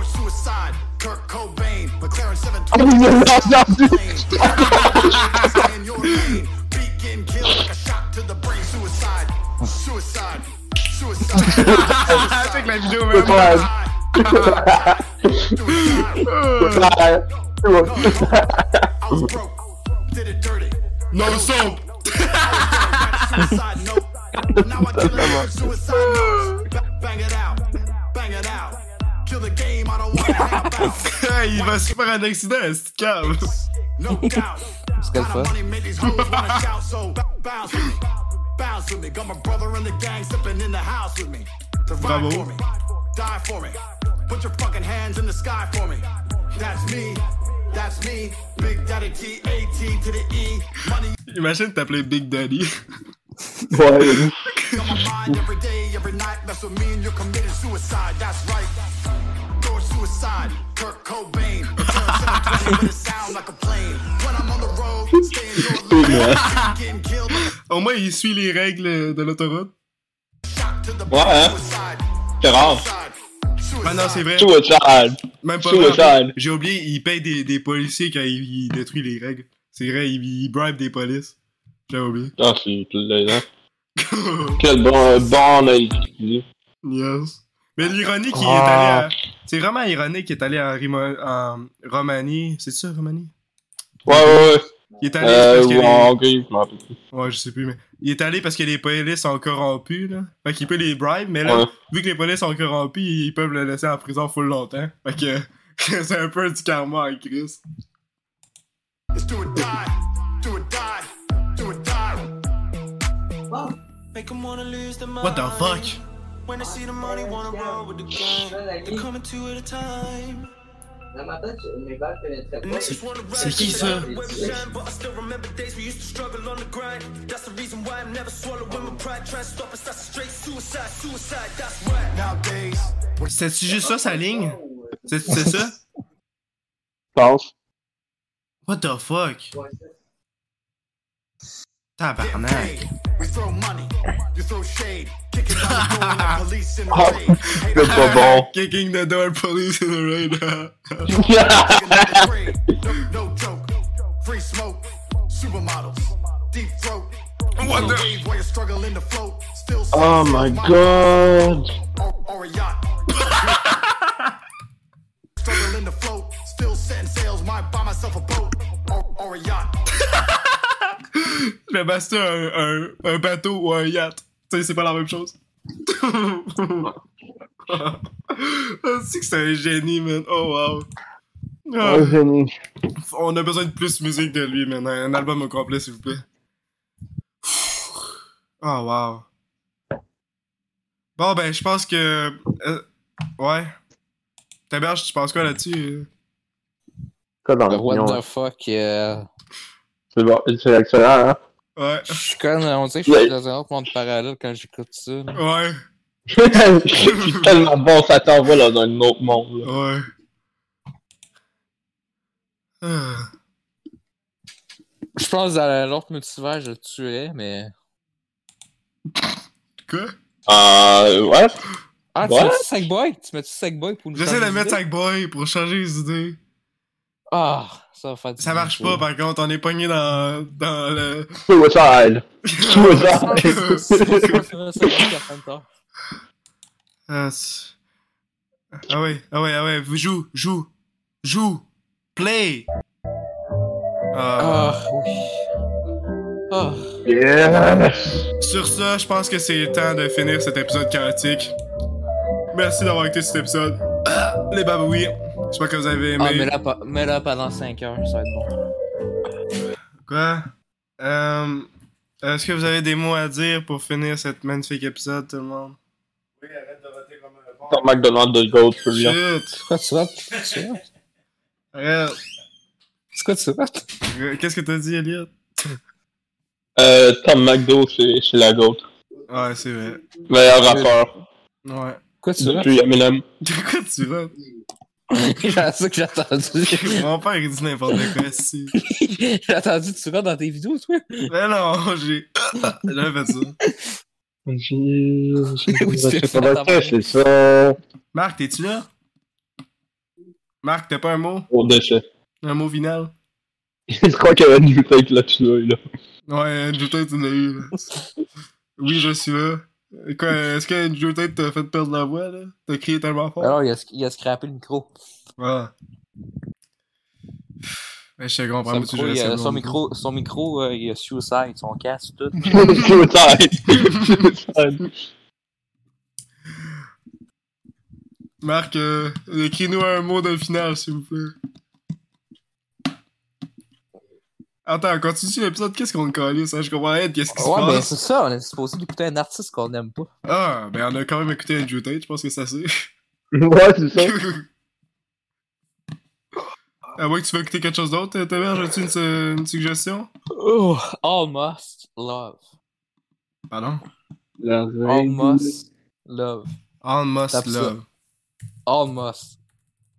[SPEAKER 10] suicide, Kirk Cobain, McLaren 720.
[SPEAKER 9] Oh, mais non, j'ai entendu.
[SPEAKER 10] in your lane. Beat getting killed like a shot to the brain. Suicide, suicide, suicide.
[SPEAKER 1] Check la vidéo,
[SPEAKER 9] C'est
[SPEAKER 1] man
[SPEAKER 9] pas grave.
[SPEAKER 10] I was broke, did it dirty.
[SPEAKER 1] No soap
[SPEAKER 10] Suicide note. Now I deal with suicide notes. Ba- Bang it out, bang it out. Kill the game, I don't wanna hang about.
[SPEAKER 1] Hey, il va se faire un accident, c'est calme
[SPEAKER 10] No doubt.
[SPEAKER 2] qu'elle
[SPEAKER 10] Got
[SPEAKER 2] fait.
[SPEAKER 10] a money, make these hoes wanna shout, so bounce with me. Bounce with me. Got my brother in the gang sipping in the house with me. To ride
[SPEAKER 1] Bravo.
[SPEAKER 10] for me. Die for me. Put your fucking hands in the sky for me. That's me. That's me. Big Daddy T A T to the E. Money
[SPEAKER 1] Imagine t'appeler Big Daddy.
[SPEAKER 9] Ouais.
[SPEAKER 10] on my mind every day, every night. That's what mean you're committing suicide. That's right. Door suicide, Kurt Cobain. Return 720 with a sound like a plane. When I'm on the road, stay in your lane. Getting killed like
[SPEAKER 1] Au moins, il suit les règles de l'autoroute.
[SPEAKER 10] a shot to the
[SPEAKER 9] Ouais, hein?
[SPEAKER 10] Suicide,
[SPEAKER 9] C'est rare.
[SPEAKER 10] suicide,
[SPEAKER 1] Ah non, c'est
[SPEAKER 10] suicide.
[SPEAKER 1] vrai.
[SPEAKER 9] Suicide.
[SPEAKER 1] Même pas
[SPEAKER 9] Suicide.
[SPEAKER 1] vrai, en fait. J'ai oublié, il paye des, des policiers quand il, il détruit les règles. C'est vrai, il, il bribe des polices. J'avais oublié.
[SPEAKER 9] Ah, c'est plaisant. Quel bon, euh, bon analyse.
[SPEAKER 1] yes. Mais l'ironie qu'il est
[SPEAKER 9] Ah.
[SPEAKER 1] allé à... C'est vraiment ironique qu'il est allé en, Rimo- en Romanie. C'est ça, Romanie?
[SPEAKER 9] Ouais, ouais, ouais.
[SPEAKER 1] Il est allé
[SPEAKER 9] Euh,
[SPEAKER 1] parce que...
[SPEAKER 9] ou
[SPEAKER 1] les-
[SPEAKER 9] en Hongrie, je m'en rappelle plus.
[SPEAKER 1] Ouais, je sais plus, mais... Il est allé parce que les polices sont corrompus, là. Fait qu'il peut les bribe, mais là,
[SPEAKER 9] Ouais.
[SPEAKER 1] vu que les polices sont corrompus, ils peuvent le laisser en prison full longtemps. Fait que... C'est un peu du karma en Chris.
[SPEAKER 10] It's do or die, do or die, do or die. Make 'em wanna lose their
[SPEAKER 1] What the
[SPEAKER 10] mind.
[SPEAKER 1] fuck?
[SPEAKER 10] When they see the money, wanna roll with the gang. They're coming two at a time.
[SPEAKER 4] Dans ma tête, je- mes balles pénétraient pas.
[SPEAKER 1] C'est qui ça? C'est-tu juste ça, sa ligne? C'est c'est ça?
[SPEAKER 9] Pense.
[SPEAKER 1] What the fuck?
[SPEAKER 4] Ouais, c'est-
[SPEAKER 1] Tabarnak.
[SPEAKER 10] We throw money, you throw shade, kick it down the door and the police in the
[SPEAKER 9] Oh,
[SPEAKER 10] raid. Hate
[SPEAKER 9] C'est
[SPEAKER 1] Ah.
[SPEAKER 9] pas bon.
[SPEAKER 1] Kicking the door, police in the rain.
[SPEAKER 10] on the grade, no, no joke, free smoke, supermodels, deep throat. What the? Wave while you're struggling to float, still
[SPEAKER 9] oh my god.
[SPEAKER 10] Or, or a yacht. struggling to float, still setting sails, might buy myself a boat, or, or a yacht.
[SPEAKER 1] Le master, un, un, un bateau ou un yacht. Tu sais, c'est pas la même chose. Ah, c'est que c'est un génie, man. Oh, wow. Ah,
[SPEAKER 9] Oh, génie.
[SPEAKER 1] on a besoin de plus de musique de lui, man. Un album au complet, s'il vous plaît. Oh, wow. Bon, ben, je pense que... euh, ouais. Taberge, tu penses quoi là-dessus? euh?
[SPEAKER 9] Quoi dans
[SPEAKER 2] What
[SPEAKER 9] l'opinion,
[SPEAKER 2] the fuck? euh,
[SPEAKER 9] C'est bon, c'est excellent, hein?
[SPEAKER 1] Ouais.
[SPEAKER 2] Je suis comme, on dirait que je suis dans un autre monde parallèle quand j'écoute ça. là.
[SPEAKER 1] Ouais.
[SPEAKER 9] c'est tellement bon, ça t'envoie là, dans un autre monde. Là.
[SPEAKER 1] Ouais. Ah.
[SPEAKER 2] Je pense que dans l'autre multivers, je le tuais, mais.
[SPEAKER 1] Quoi?
[SPEAKER 9] Euh, ouais.
[SPEAKER 2] Ah, tu
[SPEAKER 9] Ouais.
[SPEAKER 2] mets-tu Sackboy? Tu mets-tu Sackboy pour nous
[SPEAKER 1] J'essaie de
[SPEAKER 2] changer
[SPEAKER 1] mettre
[SPEAKER 2] d'idée?
[SPEAKER 1] Sackboy pour changer les idées.
[SPEAKER 2] Ah, ça va faire du
[SPEAKER 1] Ça
[SPEAKER 2] bien,
[SPEAKER 1] marche pas, par contre, on est pogné dans, dans le.
[SPEAKER 9] Suicide.
[SPEAKER 2] C'est vrai, c'est
[SPEAKER 9] Suicide.
[SPEAKER 2] vrai, c'est vrai, c'est vrai, c'est vrai, c'est vrai.
[SPEAKER 1] ah, c'est- ah ouais, ah ouais, ah ouais, joue, joue, joue, play! Ah,
[SPEAKER 2] Ah, oui.
[SPEAKER 9] Yes!
[SPEAKER 1] Sur ça, je pense que c'est le temps de finir cet épisode chaotique. Merci d'avoir écouté cet épisode. Ah, Les babouilles. J'espère que vous avez aimé.
[SPEAKER 2] Ah, mais là, pas- mais là, pendant 5 heures, ça va être bon.
[SPEAKER 1] Quoi? Euh, Est-ce que vous avez des mots à dire pour finir cette magnifique épisode, tout le monde? Oui, arrête de voter comme un
[SPEAKER 9] Ton McDonald's de Gold, celui-là.
[SPEAKER 1] Shit!
[SPEAKER 2] Pourquoi tu rates? C'est
[SPEAKER 1] Arrête!
[SPEAKER 2] quoi tu rates?
[SPEAKER 1] Qu'est-ce que t'as dit, Elliot?
[SPEAKER 9] Euh, Tom McDo, c'est c'est la Gold.
[SPEAKER 1] Ouais, c'est vrai.
[SPEAKER 9] Meilleur rappeur.
[SPEAKER 1] Ouais.
[SPEAKER 2] Quoi tu rates?
[SPEAKER 9] Depuis Eminem.
[SPEAKER 1] De quoi tu votes?
[SPEAKER 2] J'ai ça que j'ai entendu.
[SPEAKER 1] Mon père, il dit n'importe quoi, si.
[SPEAKER 2] j'ai entendu tu rates dans tes vidéos, toi?
[SPEAKER 1] Mais non, j'ai. J'avais fait ça.
[SPEAKER 2] Oui, tu fais
[SPEAKER 3] Comment
[SPEAKER 2] ta
[SPEAKER 3] ça,
[SPEAKER 2] mère.
[SPEAKER 3] c'est ça?
[SPEAKER 1] Marc, t'es-tu là? Marc, t'as pas un mot?
[SPEAKER 9] Au déchet.
[SPEAKER 1] Un mot final?
[SPEAKER 9] Je crois qu'il y avait une tête là-dessus, là.
[SPEAKER 1] Ouais, Andrew Tate, tu l'as eu, là. Oui, je suis là. Quoi, est-ce que Andrew Tate t'a fait perdre la voix, là? T'as crié tellement fort?
[SPEAKER 2] Alors, il a, il a scrappé le micro.
[SPEAKER 1] Ah. Mais je sais qu'on prend
[SPEAKER 2] Son
[SPEAKER 1] pas
[SPEAKER 2] micro, il a- son micro, son micro, euh, il a suicide, son casque, tout.
[SPEAKER 9] Suicide.
[SPEAKER 1] Marc, euh, écris-nous un mot de final, s'il vous plaît. Attends, continue l'épisode, qu'est-ce qu'on calisse, ça? Je comprends rien, de qu'est-ce qui se
[SPEAKER 2] Ouais, mais
[SPEAKER 1] passe?
[SPEAKER 2] c'est ça, on est supposé d'écouter un artiste qu'on n'aime pas.
[SPEAKER 1] Ah, ben on a quand même écouté Andrew Tate, je pense que ça c'est.
[SPEAKER 9] ouais, c'est ça.
[SPEAKER 1] à moins que tu veux écouter quelque chose d'autre, euh, Tamer, as-tu une, su- une suggestion?
[SPEAKER 2] Oh, almost love.
[SPEAKER 1] Pardon?
[SPEAKER 2] Oh, Almost love.
[SPEAKER 1] Almost
[SPEAKER 2] Tape ça.
[SPEAKER 1] love.
[SPEAKER 2] Almost.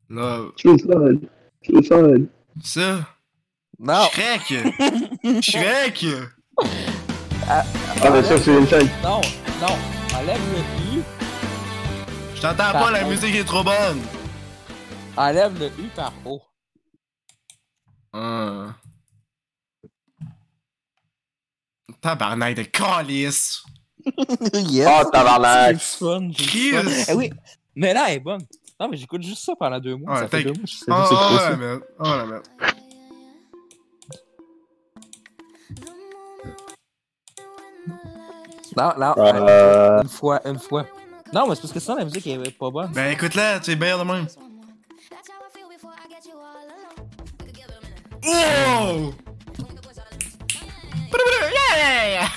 [SPEAKER 1] Love.
[SPEAKER 9] Suicide. Suicide.
[SPEAKER 1] Ça?
[SPEAKER 2] Non,
[SPEAKER 1] Shrek! Shrek!
[SPEAKER 9] Ah, mais ça, c'est une tête.
[SPEAKER 2] non, non. Enlève le U.
[SPEAKER 1] Je t'entends pas, la
[SPEAKER 2] Pardon.
[SPEAKER 1] musique est trop bonne!
[SPEAKER 2] Enlève le U par O.
[SPEAKER 1] Ah. Tabarnak de calice!
[SPEAKER 2] yes.
[SPEAKER 9] Oh, tabarnak.
[SPEAKER 2] C'est fun. j'ai du fun.
[SPEAKER 1] Kiss!
[SPEAKER 2] Eh oui, mais là, elle est bonne. Non, mais j'écoute juste ça pendant deux mois.
[SPEAKER 1] Ouais,
[SPEAKER 2] ça fait
[SPEAKER 1] t'inqui-
[SPEAKER 2] deux mois. que je sais
[SPEAKER 1] Oh,
[SPEAKER 2] juste
[SPEAKER 1] oh,
[SPEAKER 2] écouter ça.
[SPEAKER 1] la merde. Oh la merde.
[SPEAKER 2] Non, non.
[SPEAKER 3] Euh,
[SPEAKER 2] Une fois, une fois. Non, mais c'est parce que sinon, la musique, elle est pas bonne.
[SPEAKER 1] Ben écoute-la, tu es meilleur de même. Oh! Yeah! yeah, yeah!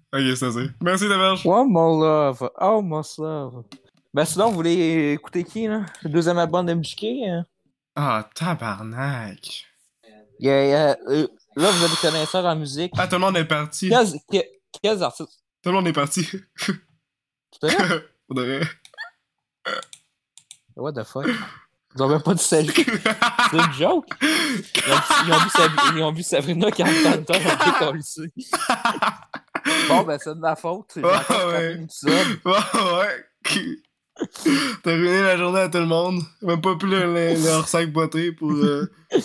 [SPEAKER 1] ok, c'est assez. Merci, Taverge.
[SPEAKER 2] One more love, almost love. Ben sinon, vous voulez écouter qui, là? Le deuxième album de MJK? hein?
[SPEAKER 1] Ah, tabarnak.
[SPEAKER 2] Il y a- il y a, euh, là, vous avez des connaisseurs en musique.
[SPEAKER 1] Ah, tout le monde est parti.
[SPEAKER 2] Quels, que- quels artistes?
[SPEAKER 1] Tout le monde est parti.
[SPEAKER 2] Tout à l'heure?
[SPEAKER 1] On devrait.
[SPEAKER 2] What the fuck? Ils ont même pas dit salut. C'est une joke? Ils ont, ils ont vu, Sab- ils ont vu Sabrina qui a entendu temps, ils ont qu'on le sait. Bon, ben c'est de ma faute. J'ai
[SPEAKER 1] Ouais,
[SPEAKER 2] encore scrappé
[SPEAKER 1] ouais.
[SPEAKER 2] l'épisode.
[SPEAKER 1] ouais. T'as ruiné la journée à tout le monde. Même pas plus le, le, le hors-sac boité pour. euh,
[SPEAKER 2] Je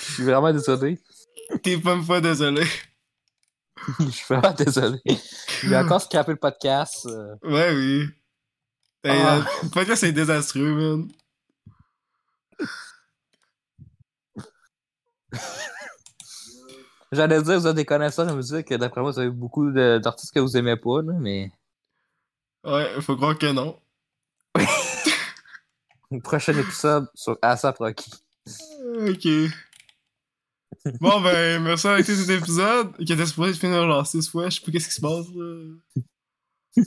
[SPEAKER 2] suis vraiment désolé.
[SPEAKER 1] T'es pas me fois désolé.
[SPEAKER 2] Je suis vraiment désolé. J'ai encore scrappé le podcast. euh,
[SPEAKER 1] Ouais, oui. Hey,
[SPEAKER 2] Ah.
[SPEAKER 1] euh, le podcast c'est désastreux, man.
[SPEAKER 2] J'allais dire, vous êtes des connaisseurs de musique. D'après moi, vous avez beaucoup de- d'artistes que vous aimez pas, là, mais.
[SPEAKER 1] Ouais, faut croire que non.
[SPEAKER 2] Prochain épisode sur ASAP Rocky.
[SPEAKER 1] Ok. Bon, ben, merci d'avoir écouté cet épisode qui était supposé se finir genre 6 fois. Je sais pas qu'est-ce qui se passe. Là.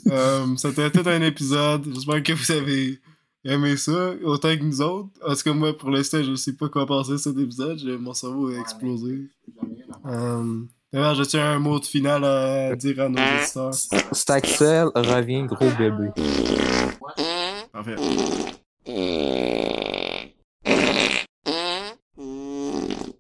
[SPEAKER 1] Euh, C'était tout un épisode. J'espère que vous avez aimé ça autant que nous autres. En tout cas, moi, pour l'instant, je sais pas quoi penser de cet épisode. J'ai- Mon cerveau a explosé. Euh, D'ailleurs, je tiens un mot de final à dire à nos auditeurs.
[SPEAKER 2] C'est Axel, reviens, gros bébé.
[SPEAKER 1] Parfait.
[SPEAKER 11] Mm.